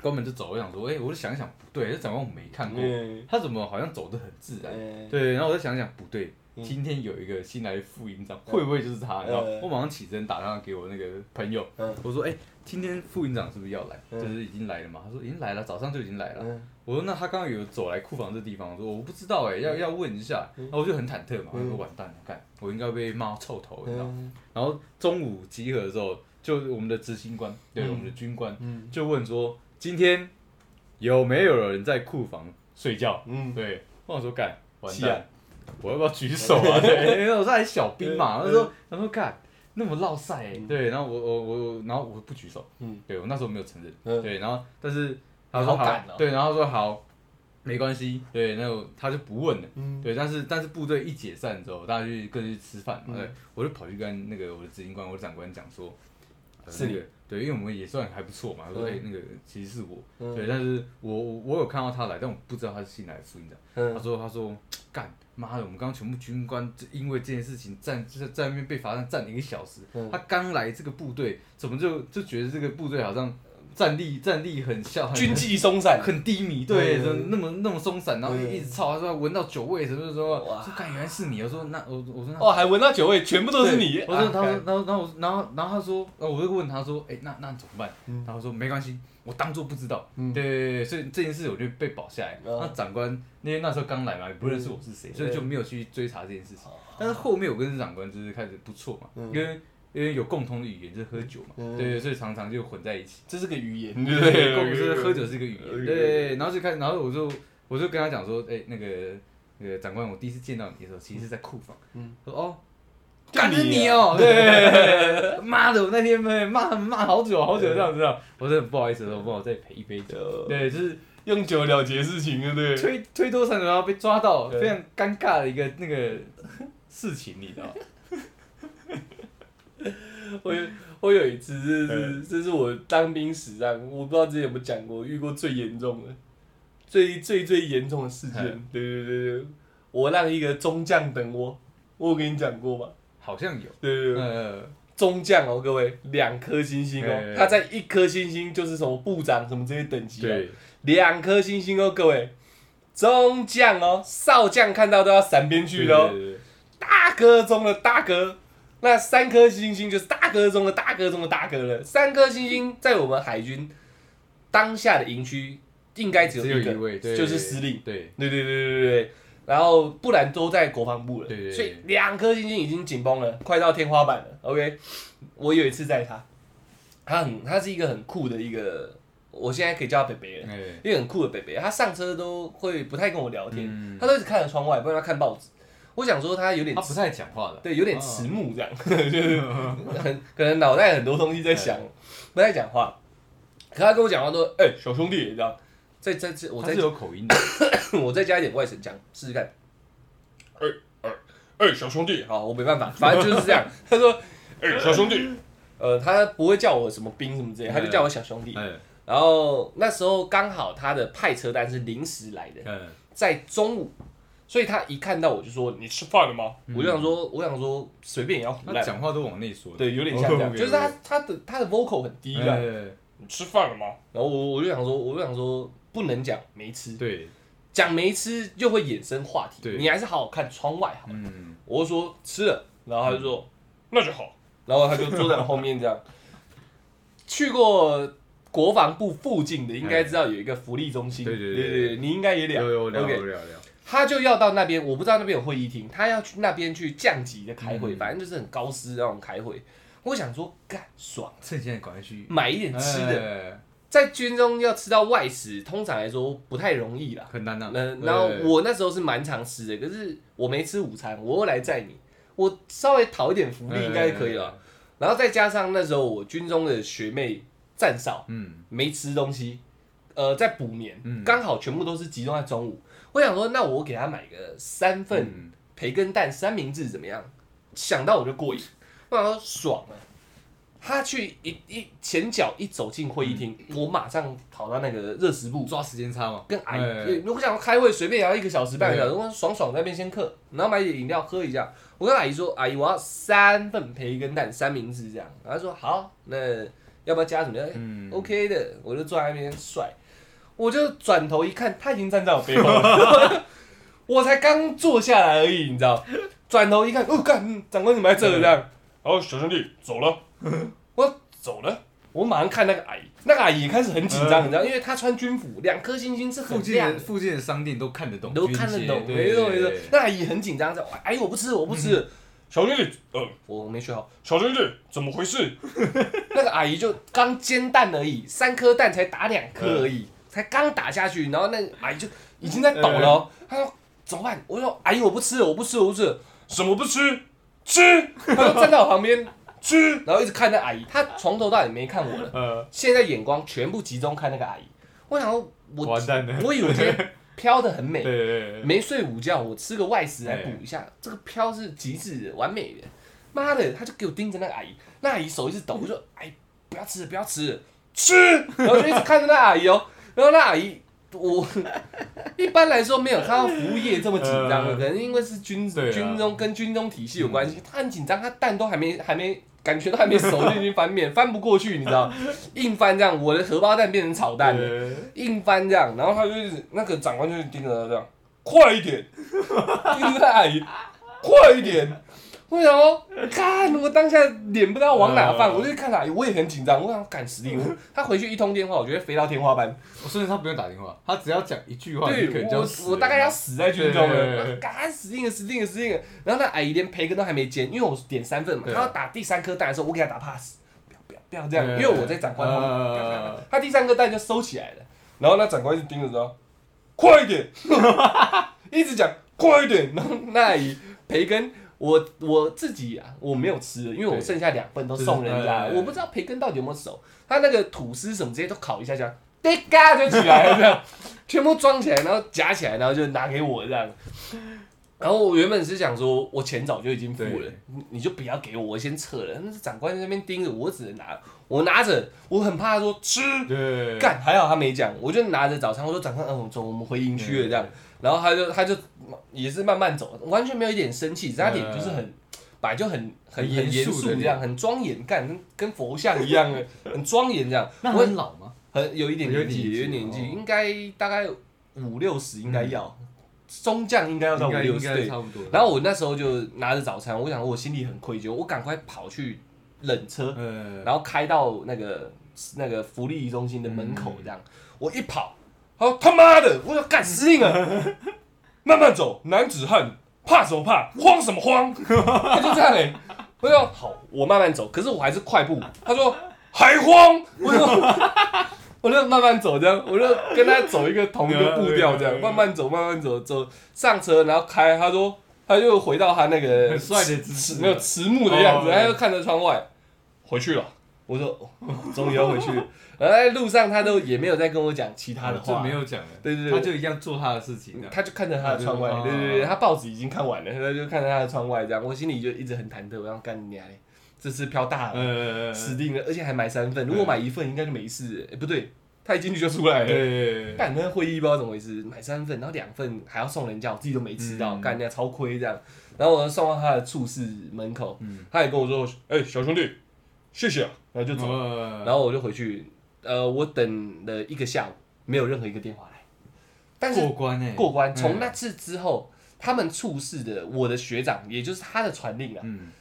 Speaker 2: 关门就走。我想说，哎、我就想一想，不对，这长官我没看过，
Speaker 1: 嗯
Speaker 2: 他怎么好像走得很自然？
Speaker 1: 嗯
Speaker 2: 对，然后我就想一想，不对，今天有一个新来的副营长，会不会就是他？然后
Speaker 1: 嗯
Speaker 2: 我马上起身打电话给我那个朋友
Speaker 1: 嗯，
Speaker 2: 我说：“哎，今天副营长是不是要来？
Speaker 1: 嗯
Speaker 2: 就是已经来了嘛？”他说：“已经来了，早上就已经来了。”
Speaker 1: 嗯
Speaker 2: 我说那他刚刚有走来库房这地方，我说我不知道哎、要要问一下，
Speaker 1: 嗯
Speaker 2: 然后我就很忐忑嘛，我说完蛋了，干我应该被骂臭头，你知道吗？
Speaker 1: 嗯
Speaker 2: 然后中午集合的时候，就我们的执行官，对、我们的军官，
Speaker 1: 嗯
Speaker 2: 就问说今天有没有人在库房睡觉？
Speaker 1: 嗯，
Speaker 2: 对，我想说干完
Speaker 1: 气啊
Speaker 2: 蛋，我要不要举手啊？对， (laughs) 因为我是还小兵
Speaker 1: 嗯
Speaker 2: 嘛，他说他说干那么落塞欸、对，然后我我我我然后我不举手，
Speaker 1: 嗯，
Speaker 2: 对我那时候没有承认，
Speaker 1: 嗯
Speaker 2: 对，然后但是他
Speaker 1: 好
Speaker 2: 说好
Speaker 1: 敢哦，
Speaker 2: 对，然后他说好，没关系，对，那我他就不问了。
Speaker 1: 嗯
Speaker 2: 对，但是但是部队一解散之后，大家去各自吃饭嘛，
Speaker 1: 嗯
Speaker 2: 对，我就跑去跟那个我的执行官、我的长官讲说，呃
Speaker 1: 是你
Speaker 2: 那个对，因为我们也算还不错嘛，我
Speaker 1: 嗯
Speaker 2: 说哎、那个其实是我，
Speaker 1: 嗯
Speaker 2: 对，但是我我我有看到他来，但我不知道他是新来的副营长，他
Speaker 1: 嗯
Speaker 2: 说他说干妈的，我们刚刚全部军官就因为这件事情站就是在那边被罚站站了一个小时，
Speaker 1: 嗯
Speaker 2: 他刚来这个部队，怎么就就觉得这个部队好像战力战力很像
Speaker 1: 军纪松散，
Speaker 2: 很低迷，对，
Speaker 1: 嗯
Speaker 2: 怎么那么那么松散，然后
Speaker 1: 嗯
Speaker 2: 一直操，他说闻到酒味什么什么，
Speaker 1: 哇
Speaker 2: 说干原来是你，我说那我我说那
Speaker 1: 哦，还闻到酒味，全部都是你
Speaker 2: 对。我说他
Speaker 1: 啊
Speaker 2: 说然后然后我然后然后他说，然后我就问他说，哎，那那怎么办？然后说没关系，我当做不知道，
Speaker 1: 嗯
Speaker 2: 对对对对，所以这件事我就被保下来。
Speaker 1: 哦嗯
Speaker 2: 那长官那天那时候刚来嘛，也不认识我是谁，所以就没有去追查这件事
Speaker 1: 哦
Speaker 2: 情。但是后面我跟长官就是开始不错嘛，因为因为有共同的语言，就是喝酒嘛，
Speaker 1: 嗯
Speaker 2: 对，所以常常就混在一起。
Speaker 1: 这是个语言，
Speaker 2: 对，共就是喝酒是一个语
Speaker 1: 对
Speaker 2: 言，对，然后就开始，然后我就我就跟他讲说，哎、那个那个长官，我第一次见到你的时候，其实是在库房，
Speaker 1: 嗯
Speaker 2: 嗯，说哦。
Speaker 1: 就
Speaker 2: 干
Speaker 1: 你
Speaker 2: 是你哦、对，妈的，我那天被骂骂好久好久这样子啊，我真的很不好意思，我帮我再陪一杯酒，对，就是
Speaker 1: 用酒了结事情，对不对？
Speaker 2: 推推多上然后被抓到，
Speaker 1: 对
Speaker 2: 非常尴尬的一个那个事情，你知道吗？
Speaker 1: 我有我有一次，这是这是我当兵史上，我不知道之前有没有讲过，遇过最严重的、最最最严重的事件
Speaker 2: 嗯。
Speaker 1: 对对对对，我让一个中将等我，我有跟你讲过吧？
Speaker 2: 好像有，
Speaker 1: 对对对，
Speaker 2: 呃，
Speaker 1: 中将哦，各位，两颗星星哦
Speaker 2: 对，
Speaker 1: 他在一颗星星就是什么部长什么这些等级哦，
Speaker 2: 对，
Speaker 1: 两颗星星哦，各位，中将哦，少将看到都要闪边去喽。
Speaker 2: 对，对对
Speaker 1: 大哥中的大哥，那三颗星星就是大哥中的大哥中的大哥了。三颗星星在我们海军当下的营区应该只
Speaker 2: 只
Speaker 1: 有
Speaker 2: 有
Speaker 1: 一个，
Speaker 2: 一位，对
Speaker 1: 就是司令。
Speaker 2: 对，
Speaker 1: 对对对对对对，然后不然都在国防部了，
Speaker 2: 对对对
Speaker 1: 所以两颗星星已经紧绷了，快到天花板了。OK，我有一次载他，他很他是一个很酷的一个，我现在可以叫他北北了。
Speaker 2: 哎，
Speaker 1: 因为很酷的北北，他上车都会不太跟我聊天，
Speaker 2: 嗯
Speaker 1: 他都一直看着窗外，不然他看报纸。我想说他有点
Speaker 2: 他不太讲话的，
Speaker 1: 对，有点迟暮这样，就是 (laughs) 很可能脑袋很多东西在想，不太讲话。可他跟我讲话都，哎、小兄弟，这样，再再再，我
Speaker 2: 他
Speaker 1: 再
Speaker 2: 是有口音的，
Speaker 1: (laughs) 我再加一点外省腔试试看。哎哎哎，小兄弟，好，我没办法， (laughs) 反正就是这样。他说，哎、小兄弟， (laughs) 呃，他不会叫我什么兵什么之类，他就叫我小兄弟。
Speaker 2: 嗯
Speaker 1: 然后那时候刚好他的派车单是临时来的，
Speaker 2: 嗯，
Speaker 1: 在中午。所以他一看到我就说：“你吃饭了吗？”我就想说，我想说随便也要胡
Speaker 2: 他
Speaker 1: 乱，
Speaker 2: 嗯讲话都往内说的，
Speaker 1: 对，有点像这样，
Speaker 2: (laughs) OK，OK，OK
Speaker 1: 就是他他的他的 vocal 很低
Speaker 2: 哎
Speaker 1: 了。你吃饭了吗？然后我我就想说，我就想说不能讲没吃，
Speaker 2: 对，
Speaker 1: 讲没吃就会衍生话题
Speaker 2: 对，
Speaker 1: 你还是好好看窗外好。
Speaker 2: 嗯，
Speaker 1: 我就说吃了，然后他就说那就好，然后他就坐在我后面这样。 (laughs) 去过国防部附近的应该知道有一个福利中心，
Speaker 2: 对对对
Speaker 1: 对对，你应该也了
Speaker 2: 有有聊
Speaker 1: OK
Speaker 2: 有聊聊，
Speaker 1: 他就要到那边，我不知道那边有会议厅，他要去那边去降级的开会，
Speaker 2: 嗯
Speaker 1: 反正就是很高师那种开会。我想说，干爽，
Speaker 2: 趁现在赶快去
Speaker 1: 买一点吃的，
Speaker 2: 的
Speaker 1: 在军中要吃到外食，通常来说不太容易啦。
Speaker 2: 很难啊，
Speaker 1: 那然后
Speaker 2: 对
Speaker 1: 我那时候是蛮常吃的，可是我没吃午餐，我又来载你，我稍微讨一点福利应该可以了。，然后再加上那时候我军中的学妹站哨，
Speaker 2: 嗯
Speaker 1: 没吃东西，呃，在补眠
Speaker 2: 嗯，
Speaker 1: 刚、好全部都是集中在中午。我想说，那我给他买个三份
Speaker 2: 嗯，
Speaker 1: 培根蛋三明治怎么样？想到我就过瘾，我想说爽啊！他去一一前脚一走进会议厅，
Speaker 2: 嗯
Speaker 1: 我马上跑到那个热食部
Speaker 2: 抓时间差嘛，
Speaker 1: 跟阿姨，
Speaker 2: 哎
Speaker 1: 如果想要开会，随便聊一个小时、半个小时，我爽爽在那边先刻，然后买点饮料喝一下。我跟阿姨说，阿姨，我要三份培根蛋三明治这样。然后她说好，那要不要加什么？哎
Speaker 2: 嗯
Speaker 1: OK 的，我就坐在那边帅，我就转 (laughs) 头一看，他已经站在我背后了，我才刚坐下来而已，你知道，转头一看，哦，干，嗯长官怎么在这这样？然后小兄弟走了，我 (laughs) 走了。我马上看那个阿姨，那个阿姨也开始很紧张，
Speaker 2: 嗯
Speaker 1: 你知道，因为她穿军服，两颗星星是
Speaker 2: 附
Speaker 1: 很
Speaker 2: 近
Speaker 1: 亮
Speaker 2: 的
Speaker 1: 的，
Speaker 2: 附近的商店都看得懂，
Speaker 1: 都看得懂，
Speaker 2: 军
Speaker 1: 没
Speaker 2: 械
Speaker 1: 错没错
Speaker 2: 对。
Speaker 1: 那阿姨很紧张，在阿姨我不吃，我不吃。嗯小兄弟，呃，我没学好。小兄弟，怎么回事？ (laughs) 那个阿姨就刚煎蛋而已，三颗蛋才打两颗而已，才刚打下去，然后那个阿姨就已经在抖了哦。她说怎么办？我说阿姨我不吃了，我不吃了，我不吃了。什么不吃？吃！她就站在我旁边吃，嗯然后一直看那阿姨，她从头到尾没看我了，
Speaker 2: 呃，
Speaker 1: (laughs) 现在眼光全部集中看那个阿姨。我想说我
Speaker 2: 完蛋了，
Speaker 1: 我以为今 (laughs) 天飘的很
Speaker 2: 对
Speaker 1: 美，
Speaker 2: 对哎对对，
Speaker 1: 没睡午觉，我吃个外食来补一下。这个飘是极致的完美的，妈的，他就给我盯着那个阿姨，那阿姨手一直抖，我说：“哎，不要吃了，不要吃了，吃！” (laughs) 然后就一直看着那阿姨哦，然后那阿姨。我 (laughs) 一般来说没有看到服务业这么紧张的，
Speaker 2: 呃
Speaker 1: 可能因为是军
Speaker 2: 对啊
Speaker 1: 军中跟军中体系有关系，他很紧张，他蛋都还没还没感觉都还没熟就已经翻面，翻不过去，你知道，硬翻这样，我的荷包蛋变成炒蛋了。
Speaker 2: 对
Speaker 1: 硬翻这样，然后他就是那个长官就是盯着他这样，快一点，盯着他阿姨，快一点。为什么？看我当下脸不知道往哪放，
Speaker 2: 呃
Speaker 1: 我就看他，哎我也很紧张，我想赶死定了。他回去一通电话，我觉得飞到天花板。
Speaker 2: 我甚至他不用打电话，他只要讲一句话，你可
Speaker 1: 对
Speaker 2: 能就
Speaker 1: 我
Speaker 2: 要死，
Speaker 1: 我大概要死在军中
Speaker 2: 对对对对
Speaker 1: 了，赶死定了，死定了，死定了。然后那阿姨连培根都还没煎，因为我点三份嘛，
Speaker 2: 对
Speaker 1: 她要打第三颗蛋的时候，我给她打 pass，不要不要不要这样，
Speaker 2: 对
Speaker 1: 因为我在长官后面。
Speaker 2: 呃
Speaker 1: 不要不要不要他第三颗蛋就收起来了，然后那长官就盯着说：“快一点！”一直讲快一点。然后那阿姨培根，我我自己啊，我没有吃，因为我
Speaker 2: 对
Speaker 1: 剩下两份都送人
Speaker 2: 就是
Speaker 1: 家
Speaker 2: 哎哎
Speaker 1: 了，
Speaker 2: 哎
Speaker 1: 我不知道培根到底有没有熟。他那个吐司什么直接都烤一下，这样对嘎就起来了，这样全部装起来，然后夹起来，然后就拿给我这样。然后我原本是想说，我钱早就已经付了
Speaker 2: 对，
Speaker 1: 你你就不要给我，我先撤了。但是长官在那边盯着，我只能拿，我拿着，我很怕说吃
Speaker 2: 对，
Speaker 1: 干，还好他没讲，我就拿着早餐，我说长官，嗯，走，我们回营区了这样。然后他就他就也是慢慢走，完全没有一点生气，只是他脸就是很，本来就很很
Speaker 2: 很严
Speaker 1: 严
Speaker 2: 肃
Speaker 1: 肃
Speaker 2: 的
Speaker 1: 这样，很庄严，干跟跟佛像一样的，很庄严这样。
Speaker 2: 那
Speaker 1: 我
Speaker 2: 很老吗？
Speaker 1: 很有一点
Speaker 2: 有
Speaker 1: 年
Speaker 2: 点
Speaker 1: 纪，有一点年
Speaker 2: 年纪
Speaker 1: 纪，
Speaker 2: 哦
Speaker 1: 应该大概五六十应该要，中将应该要到
Speaker 2: 应
Speaker 1: 五
Speaker 2: 该
Speaker 1: 六
Speaker 2: 应
Speaker 1: 十
Speaker 2: 该
Speaker 1: 对。
Speaker 2: 差不多。
Speaker 1: 然后我那时候就拿着早餐，我想我心里很愧疚，我赶快跑去冷车，
Speaker 2: 呃，
Speaker 1: 然后开到那个那个福利中心的门口，
Speaker 2: 嗯
Speaker 1: 这样、我一跑，他说他妈的，我要干死定
Speaker 2: (laughs)
Speaker 1: 了，慢慢走，男子汉怕什么怕，慌什么慌，他就这样哎、欸，我说好，我慢慢走，可是我还是快步，他说还慌，我说 (laughs) 我就慢慢走这样，我就跟他走一个同一个步调
Speaker 2: 啊
Speaker 1: 这样，慢慢走慢慢走走上车，然后开，他说他又回到他那个
Speaker 2: 很帅的姿势，
Speaker 1: 没有迟暮的样子，
Speaker 2: 哦
Speaker 1: 他就看着窗外，回去了。我说， (laughs) 哦终于要回去了。然后在路上，他都也没有再跟我讲其他的
Speaker 2: 哦就
Speaker 1: 话，
Speaker 2: 没，有讲了，
Speaker 1: 对对对
Speaker 2: 他就一样做他的事情的。
Speaker 1: 他就看着他的窗外，
Speaker 2: 哦
Speaker 1: 对对对，他报纸已经看完了，他就看着他的窗外这样，我心里就一直很忐忑，我要干你娘嘞，这次飘大了，
Speaker 2: 呃，
Speaker 1: 死定了，而且还买三份，如果买一份应该就没事了，哎不对，他一进去就出来
Speaker 2: 对
Speaker 1: 了。
Speaker 2: 对对，
Speaker 1: 干那会议不知道怎么回事，买三份，然后两份还要送人家，我自己都没吃到，
Speaker 2: 嗯
Speaker 1: 干人家超亏这样。然后我送到他的处室门口，
Speaker 2: 嗯，
Speaker 1: 他也跟我说：“哎、小兄弟，谢谢、啊。”然后就走了。
Speaker 2: 然
Speaker 1: 然后我就回去，呃，我等了一个下午，没有任何一个电话来。但是
Speaker 2: 过关哎，
Speaker 1: 过关，从那
Speaker 2: 嗯
Speaker 1: 次之后，他们处室的我的学长，也就是他的传令啊，
Speaker 2: 嗯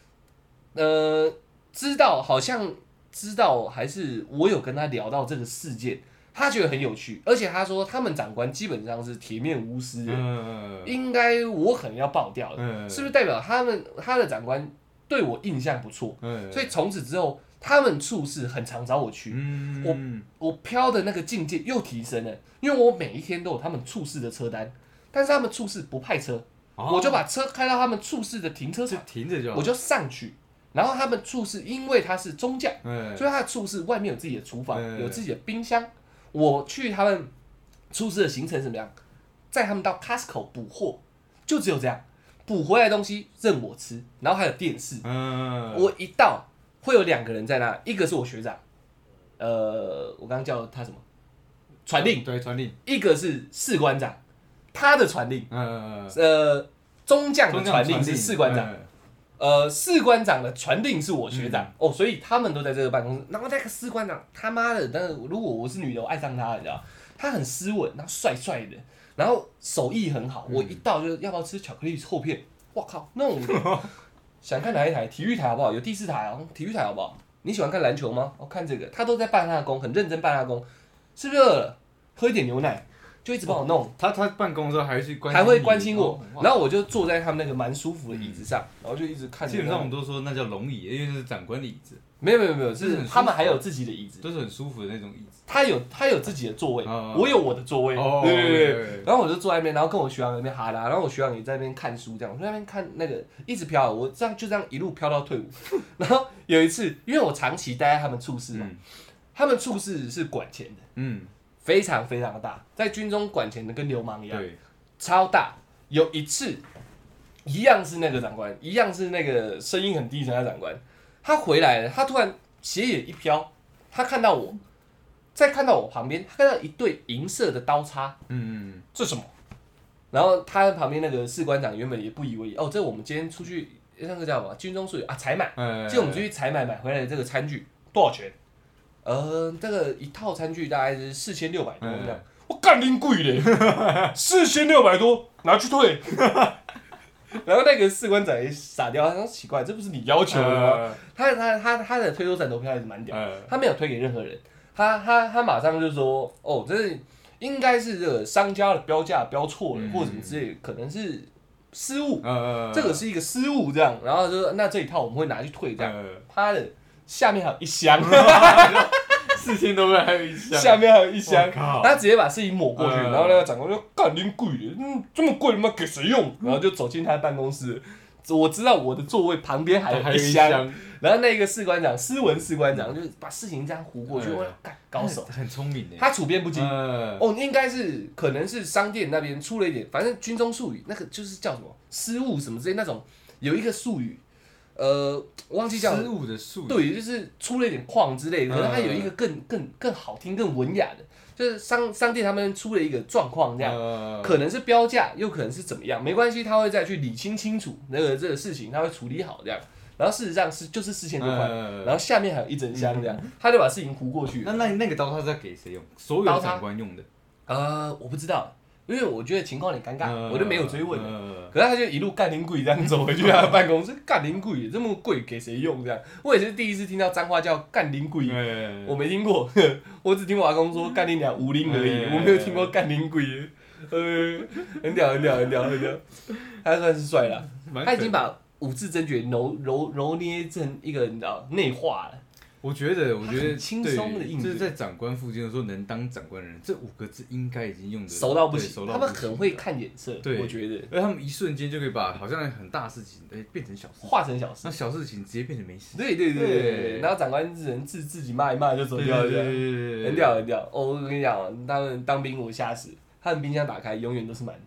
Speaker 1: 呃，知道好像知道，还是我有跟他聊到这个事件，他觉得很有趣，而且他说他们长官基本上是铁面无私的，
Speaker 2: 嗯
Speaker 1: 应该我可能要爆掉了，
Speaker 2: 嗯
Speaker 1: 是不是代表他们他的长官对我印象不错？
Speaker 2: 嗯
Speaker 1: 所以从此之后，他们处室很常找我去，
Speaker 2: 嗯，
Speaker 1: 我我飘的那个境界又提升了，因为我每一天都有他们处室的车单，但是他们处室不派车，
Speaker 2: 哦
Speaker 1: 我就把车开到他们处室的停车
Speaker 2: 就
Speaker 1: 场，
Speaker 2: 停着就好，
Speaker 1: 我就上去，然后他们处室因为他是中将，
Speaker 2: 嗯
Speaker 1: 所以他的处室外面有自己的厨房，
Speaker 2: 嗯
Speaker 1: 有自己的冰箱，我去他们处室的行程怎么样？载他们到 Costco 补货，就只有这样，补回来的东西任我吃，然后还有电视，
Speaker 2: 嗯，
Speaker 1: 我一到会有两个人在那，一个是我学长，呃，我刚刚叫他什么？传令，
Speaker 2: 对传令，
Speaker 1: 一个是士官长，他的传令，
Speaker 2: 嗯，
Speaker 1: 呃，中将的
Speaker 2: 中
Speaker 1: 传
Speaker 2: 将
Speaker 1: 令是士官长，，
Speaker 2: 네.
Speaker 1: 呃，士官长的传令是我学长、
Speaker 2: 嗯
Speaker 1: 哦，所以他们都在这个办公室。然后那个士官长他妈的，但是如果我是女的，我爱上他了，你知道吗？他很
Speaker 2: 嗯
Speaker 1: 斯文，然后帅帅的，然后手艺很好。我一到就要不要吃巧克力厚片？哇靠，那我想看哪一台？体育台好不好？有第四台哦，体育台好不好？你喜欢看篮球吗？哦，看这个，他都在办他的工，很认真办他的工。是不是饿了？喝一点牛奶，就一直帮我弄。
Speaker 2: 他他办公的时候还会去关心
Speaker 1: 还
Speaker 2: 你，
Speaker 1: 会关心我，
Speaker 2: 哦哇
Speaker 1: 然后我就坐在他们那个蛮舒服的椅子上，然后就一直看着
Speaker 2: 基本上
Speaker 1: 他
Speaker 2: 我
Speaker 1: 们。
Speaker 2: 们都说那叫龙椅，因为那是长官的椅子，
Speaker 1: 没有没有没有，
Speaker 2: 这很
Speaker 1: 是
Speaker 2: 舒服
Speaker 1: 他们还有自己的椅子，
Speaker 2: 都是很舒服的那种椅子。
Speaker 1: 他有他有自己的座位，
Speaker 2: 哦
Speaker 1: 我有我的座位，
Speaker 2: 哦
Speaker 1: 对对对。
Speaker 2: 对，
Speaker 1: 然后我就坐在那边，然后跟我学长在那边哈拉，然后我学长也在那边看书，这样我就在那边看那个一直飘，我这样就这样一路飘到 (laughs) 退伍。然后有一次，因为我长期待在他们处室嘛，
Speaker 2: 嗯
Speaker 1: 他们处室是管钱的，
Speaker 2: 嗯，
Speaker 1: 非常非常大，在军中管钱的跟流氓一样。
Speaker 2: 对，
Speaker 1: 超大。有一次，一样是那个长官，一样是那个声音很低沉的长官，他回来了，他突然斜眼一飘，他看到我，再看到我旁边，他看到一对银色的刀叉，
Speaker 2: 嗯
Speaker 1: 这什么？然后他旁边那个士官长原本也不以为意，哦，这我们今天出去那个叫什么军中术语啊，采买。
Speaker 2: 嗯，
Speaker 1: 就我们出去采买买回来的这个餐具多少钱？呃，这个一套餐具大概是四千六百多这样
Speaker 2: 嗯。
Speaker 1: 我干拎贵嘞， (laughs) 四千六百多拿去退。 (laughs) 然后那个士官长也傻掉，他说奇怪，这不是你要求啊的吗？
Speaker 2: 呃
Speaker 1: 他他他他的推脱战投票还是蛮屌的，
Speaker 2: 呃，
Speaker 1: 他没有推给任何人，他他他马上就说，哦，这是应该是这个商家的标价标错了，
Speaker 2: 嗯
Speaker 1: 或者什么之类的，可能是失误，
Speaker 2: 呃，
Speaker 1: 这个是一个失误这样。然后就说那这一套我们会拿去退这样。
Speaker 2: 呃 (laughs)
Speaker 1: 他的下面还有一箱，
Speaker 2: 四千多块还有一箱，
Speaker 1: 下面还有一箱
Speaker 2: 我，靠，
Speaker 1: 他直接把事情抹过去，
Speaker 2: 嗯
Speaker 1: 然后那个长官就干你贵的，嗯，这么贵，他妈给谁用？
Speaker 2: 嗯
Speaker 1: 然后就走进他的办公室。我知道我的座位旁边还
Speaker 2: 还
Speaker 1: 有
Speaker 2: 有
Speaker 1: 一
Speaker 2: 一
Speaker 1: 箱，
Speaker 2: 箱，
Speaker 1: 然后那个士官长，斯文士官长就是把事情这样糊过去，
Speaker 2: 嗯
Speaker 1: 我说干高手，
Speaker 2: 很很聪明欸的，
Speaker 1: 他处变不惊。
Speaker 2: 呃，
Speaker 1: 哦，应该是可能是商店那边出了一点，反正军中术语那个就是叫什么失误什么之类那种，有一个术语，呃，我忘记叫了
Speaker 2: 失误的数，
Speaker 1: 对，就是出了一点矿之类的，可是它有一
Speaker 2: 嗯
Speaker 1: 个更更更好听、更文雅的，就是商商店他们出了一个状况这样，
Speaker 2: 呃，
Speaker 1: 可能是标价，又可能是怎么样，没关系，他会再去理清清楚那个这个事情，他会处理好这样。然后事实上是就是四千多块，
Speaker 2: 呃
Speaker 1: 然后下面还有一整箱这样，他就把事情糊过去
Speaker 2: 嗯那。那那个刀叉是要给谁用？所有
Speaker 1: 刀
Speaker 2: 的
Speaker 1: 叉
Speaker 2: 长官用的，
Speaker 1: 呃，我不知道，因为我觉得情况有点尴尬，
Speaker 2: 呃
Speaker 1: 我就没有追问。
Speaker 2: 呃
Speaker 1: 可是他就一路干林鬼这样走回去他的办公室，干林鬼这么贵给谁用这样？我也是第一次听到脏话叫干林鬼，
Speaker 2: 呃
Speaker 1: 我没听过， (laughs) 我只听我阿公说干你俩无灵而已，
Speaker 2: 哎
Speaker 1: 我没有听过干灵鬼。呃，很屌，很屌，很屌，很屌，他算是帅了。
Speaker 2: 蛮
Speaker 1: 他已经
Speaker 2: 狠的，
Speaker 1: 把五字真诀揉揉揉捏成一个你知道内化了。
Speaker 2: 我觉得，我觉
Speaker 1: 他
Speaker 2: 得
Speaker 1: 很轻松地
Speaker 2: 对
Speaker 1: 应对
Speaker 2: 就是在长官附近的时候，能当长官的人，这五个字应该已经用的
Speaker 1: 熟到不行
Speaker 2: 嗯熟，到
Speaker 1: 他
Speaker 2: 不
Speaker 1: 们
Speaker 2: 行
Speaker 1: 很会，看眼色，
Speaker 2: 对
Speaker 1: 我觉得
Speaker 2: 而他们一瞬间就可以把好像很大事情，哎，变成小事，
Speaker 1: 化成小事
Speaker 2: 那。小事情直接变成没事，
Speaker 1: 对对对对对对，
Speaker 2: 对
Speaker 1: 然后长官只能自自己骂一骂就走掉了，
Speaker 2: 对
Speaker 1: 很屌，很屌。哦，我跟你讲，他们当兵我吓死，他们冰箱打开永远都是满的，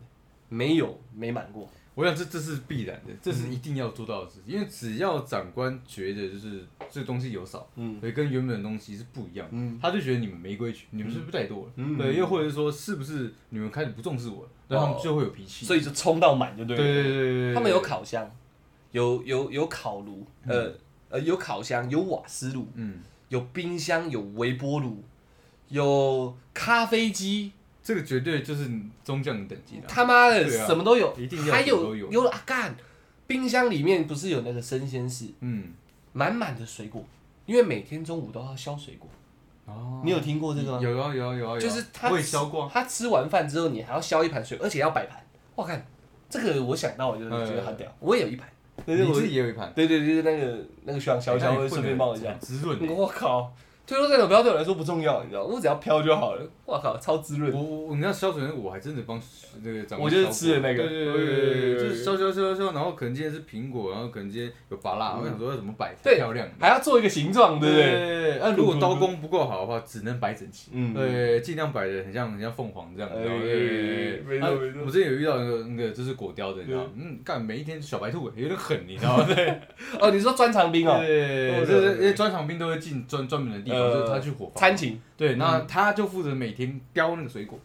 Speaker 1: 没有没满过。
Speaker 2: 我想这这是必然的，这是一定要做到的事情，因为只要长官觉得就是这东西有少，
Speaker 1: 嗯
Speaker 2: 对，跟原本的东西是不一样的，
Speaker 1: 嗯
Speaker 2: 他就觉得你们没规矩，你们是不是带多了？
Speaker 1: 嗯
Speaker 2: 对，又或者是说是不是你们开始不重视我了，然后他们就会有脾气。
Speaker 1: 所以就冲到满就对
Speaker 2: 哦对
Speaker 1: 了。
Speaker 2: 对对对对，
Speaker 1: 他们有烤箱，有有有烤炉，呃呃有烤箱，有瓦斯炉，
Speaker 2: 嗯，
Speaker 1: 有冰箱，有微波炉，有咖啡机，
Speaker 2: 这个绝对就是中将的等级了。
Speaker 1: 他妈的
Speaker 2: 对啊
Speaker 1: 什么都有
Speaker 2: 一定，要
Speaker 1: 还
Speaker 2: 什么都有
Speaker 1: 有有啊干，冰箱里面不是有那个生鲜室，
Speaker 2: 嗯，
Speaker 1: 满满的水果，因为每天中午都要削水果，
Speaker 2: 哦
Speaker 1: 你有听过这个吗？
Speaker 2: 有啊有啊有啊有啊，
Speaker 1: 就是他
Speaker 2: 我也
Speaker 1: 吃
Speaker 2: 削过啊。
Speaker 1: 他吃完饭之后，你还要削一盘水果，而且要摆盘。我看这个，我想到我就觉得很屌，我也有一盘，但是
Speaker 2: 你
Speaker 1: 我
Speaker 2: 自己也有一盘，
Speaker 1: 嗯对对对，那个那个学长
Speaker 2: 哎
Speaker 1: 小小会顺便帮我一下
Speaker 2: 很。滋润欸。
Speaker 1: 我靠，推脱战手标对我来说不重要，你知道，我只要飘就好了。我靠，超滋润
Speaker 2: 我。我我，你看削水那个，我还真的帮那个长官削过。
Speaker 1: 我就是吃的那个
Speaker 2: 对对对对对
Speaker 1: 对
Speaker 2: 对，就是削削削削，然后可能今天是苹果，然后可能今天有芭辣，我想说要怎么摆才
Speaker 1: 对
Speaker 2: 漂亮。
Speaker 1: 还要做一个形状，对不对？
Speaker 2: 对，那如果刀工不够好的话，只能摆整齐。
Speaker 1: 嗯
Speaker 2: 对，尽量摆的很像很像凤凰这样，你知道吗
Speaker 1: 哎
Speaker 2: 对
Speaker 1: 没错
Speaker 2: 啊
Speaker 1: 没错
Speaker 2: 我之前有遇到那个那个就是果雕的，你知道吗？嗯，干每一天小白兔有点狠，你知道吗？对，
Speaker 1: 哦，你说专长兵哦，
Speaker 2: 对
Speaker 1: 哦
Speaker 2: 就是
Speaker 1: 对
Speaker 2: 因为专场兵都会进专专门的地方，
Speaker 1: 呃
Speaker 2: 就是他去伙房
Speaker 1: 餐。勤
Speaker 2: 对，那他就负责每天雕那个水果。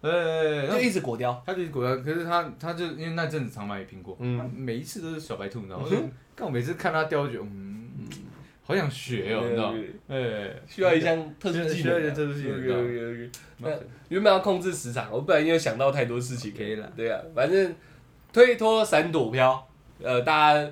Speaker 2: 呃，
Speaker 1: 就一直果雕，
Speaker 2: 他就是果雕，可是他他就因为那阵子常买苹果，
Speaker 1: 嗯
Speaker 2: 他每一次都是小白兔，你知道吗？哎但我每次看他雕，我觉得嗯，好想学哦，你知道吗？哎，
Speaker 1: 需要一项特殊技能，啊
Speaker 2: 需要一项特殊技能
Speaker 1: OK，OK，OK 那原本要控制时长，我不然因为想到太多事情。
Speaker 2: 可以了
Speaker 1: 对啊，反正推脱闪躲飘，呃，大家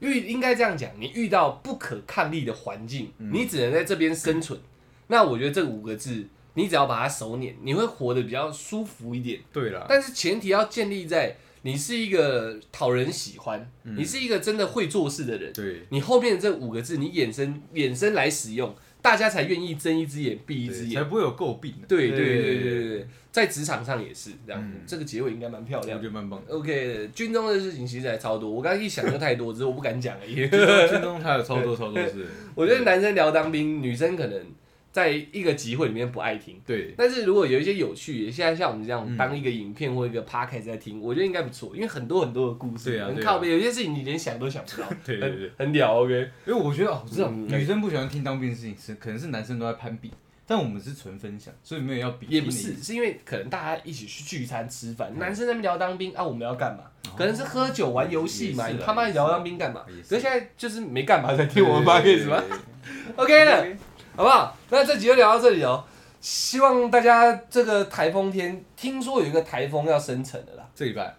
Speaker 1: 遇应该这样讲，你遇到不可抗力的环境，
Speaker 2: 嗯
Speaker 1: 你只能在这边生存。那我觉得这五个字，你只要把它熟稔，你会活得比较舒服一点。
Speaker 2: 对啦，
Speaker 1: 但是前提要建立在你是一个讨人喜欢，
Speaker 2: 嗯
Speaker 1: 你是一个真的会做事的人。
Speaker 2: 对，
Speaker 1: 你后面这五个字，你衍生衍生来使用，大家才愿意睁一只眼闭一只
Speaker 2: 对
Speaker 1: 眼
Speaker 2: 才。不会有诟病啊。
Speaker 1: 对对对对
Speaker 2: 对
Speaker 1: 对对，在职场上也是这样。
Speaker 2: 嗯
Speaker 1: 这个结尾应该蛮漂
Speaker 2: 我
Speaker 1: 亮
Speaker 2: 觉
Speaker 1: 的。
Speaker 2: 得
Speaker 1: (laughs)
Speaker 2: 蛮棒的。
Speaker 1: OK，军中的事情其实还超多，我刚刚一想就太多，只是我不敢讲而已。
Speaker 2: 军中他有超多超多事，
Speaker 1: (laughs) 我觉得男生聊当兵，女生可能在一个集会里面不爱听，
Speaker 2: 对
Speaker 1: 但是如果有一些有趣，的，现在像我们这样当一个影片或一个 podcast 在听，我觉得应该不错，因为很多很多的故事，
Speaker 2: 对啊
Speaker 1: 很
Speaker 2: 对啊
Speaker 1: 靠背，有些事情你连想都想不到，
Speaker 2: 对对对，
Speaker 1: 很屌。OK，
Speaker 2: 因为我觉得哦，我知道
Speaker 1: 嗯
Speaker 2: 女生不喜欢听当兵的事情，是可能是男生都在攀比，但我们是纯分享，所以没有要比，嗯
Speaker 1: 也不是，，是因为可能大家一起去聚餐吃饭，男生在那边聊当兵啊，我们要干嘛？可能是喝酒玩游戏嘛，
Speaker 2: 哦也是啊
Speaker 1: 你他妈
Speaker 2: 也是啊
Speaker 1: 聊当兵干嘛
Speaker 2: 也？是
Speaker 1: 可是现在就是没干嘛在 (laughs) 听我们 podcast 吗？OK 了，好不好？那这集就聊到这里哦。希望大家这个台风天，听说有一个台风要生成的啦。
Speaker 2: 这一半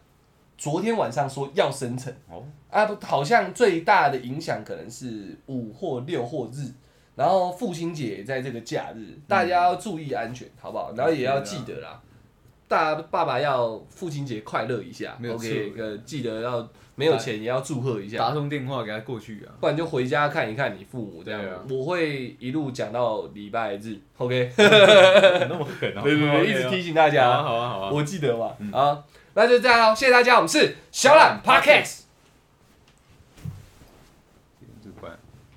Speaker 1: 昨天晚上说要生成
Speaker 2: 哦，
Speaker 1: 啊，不好像最大的影响可能是五或六或日，然后父亲节也在这个假
Speaker 2: 嗯
Speaker 1: 日，大家要注意安全，好不好？然后也要记得啦，大爸爸要父亲节快乐一下
Speaker 2: 没有
Speaker 1: ，OK，
Speaker 2: 错啊
Speaker 1: 呃，记得要没有钱也要祝贺一下，
Speaker 2: 打通电话给他过去啊。
Speaker 1: 不然就回家看一看你父母这样。
Speaker 2: 对啊
Speaker 1: 我会一路讲到礼拜日，OK？
Speaker 2: (laughs) (laughs) 那么
Speaker 1: (laughs)
Speaker 2: 狠啊！
Speaker 1: 对对对，一直提醒大
Speaker 2: 好啊
Speaker 1: 家，
Speaker 2: 好啊好啊。
Speaker 1: 哦我记得嘛。啊，那就这样喽，谢谢大家，我们是小懒 Podcast。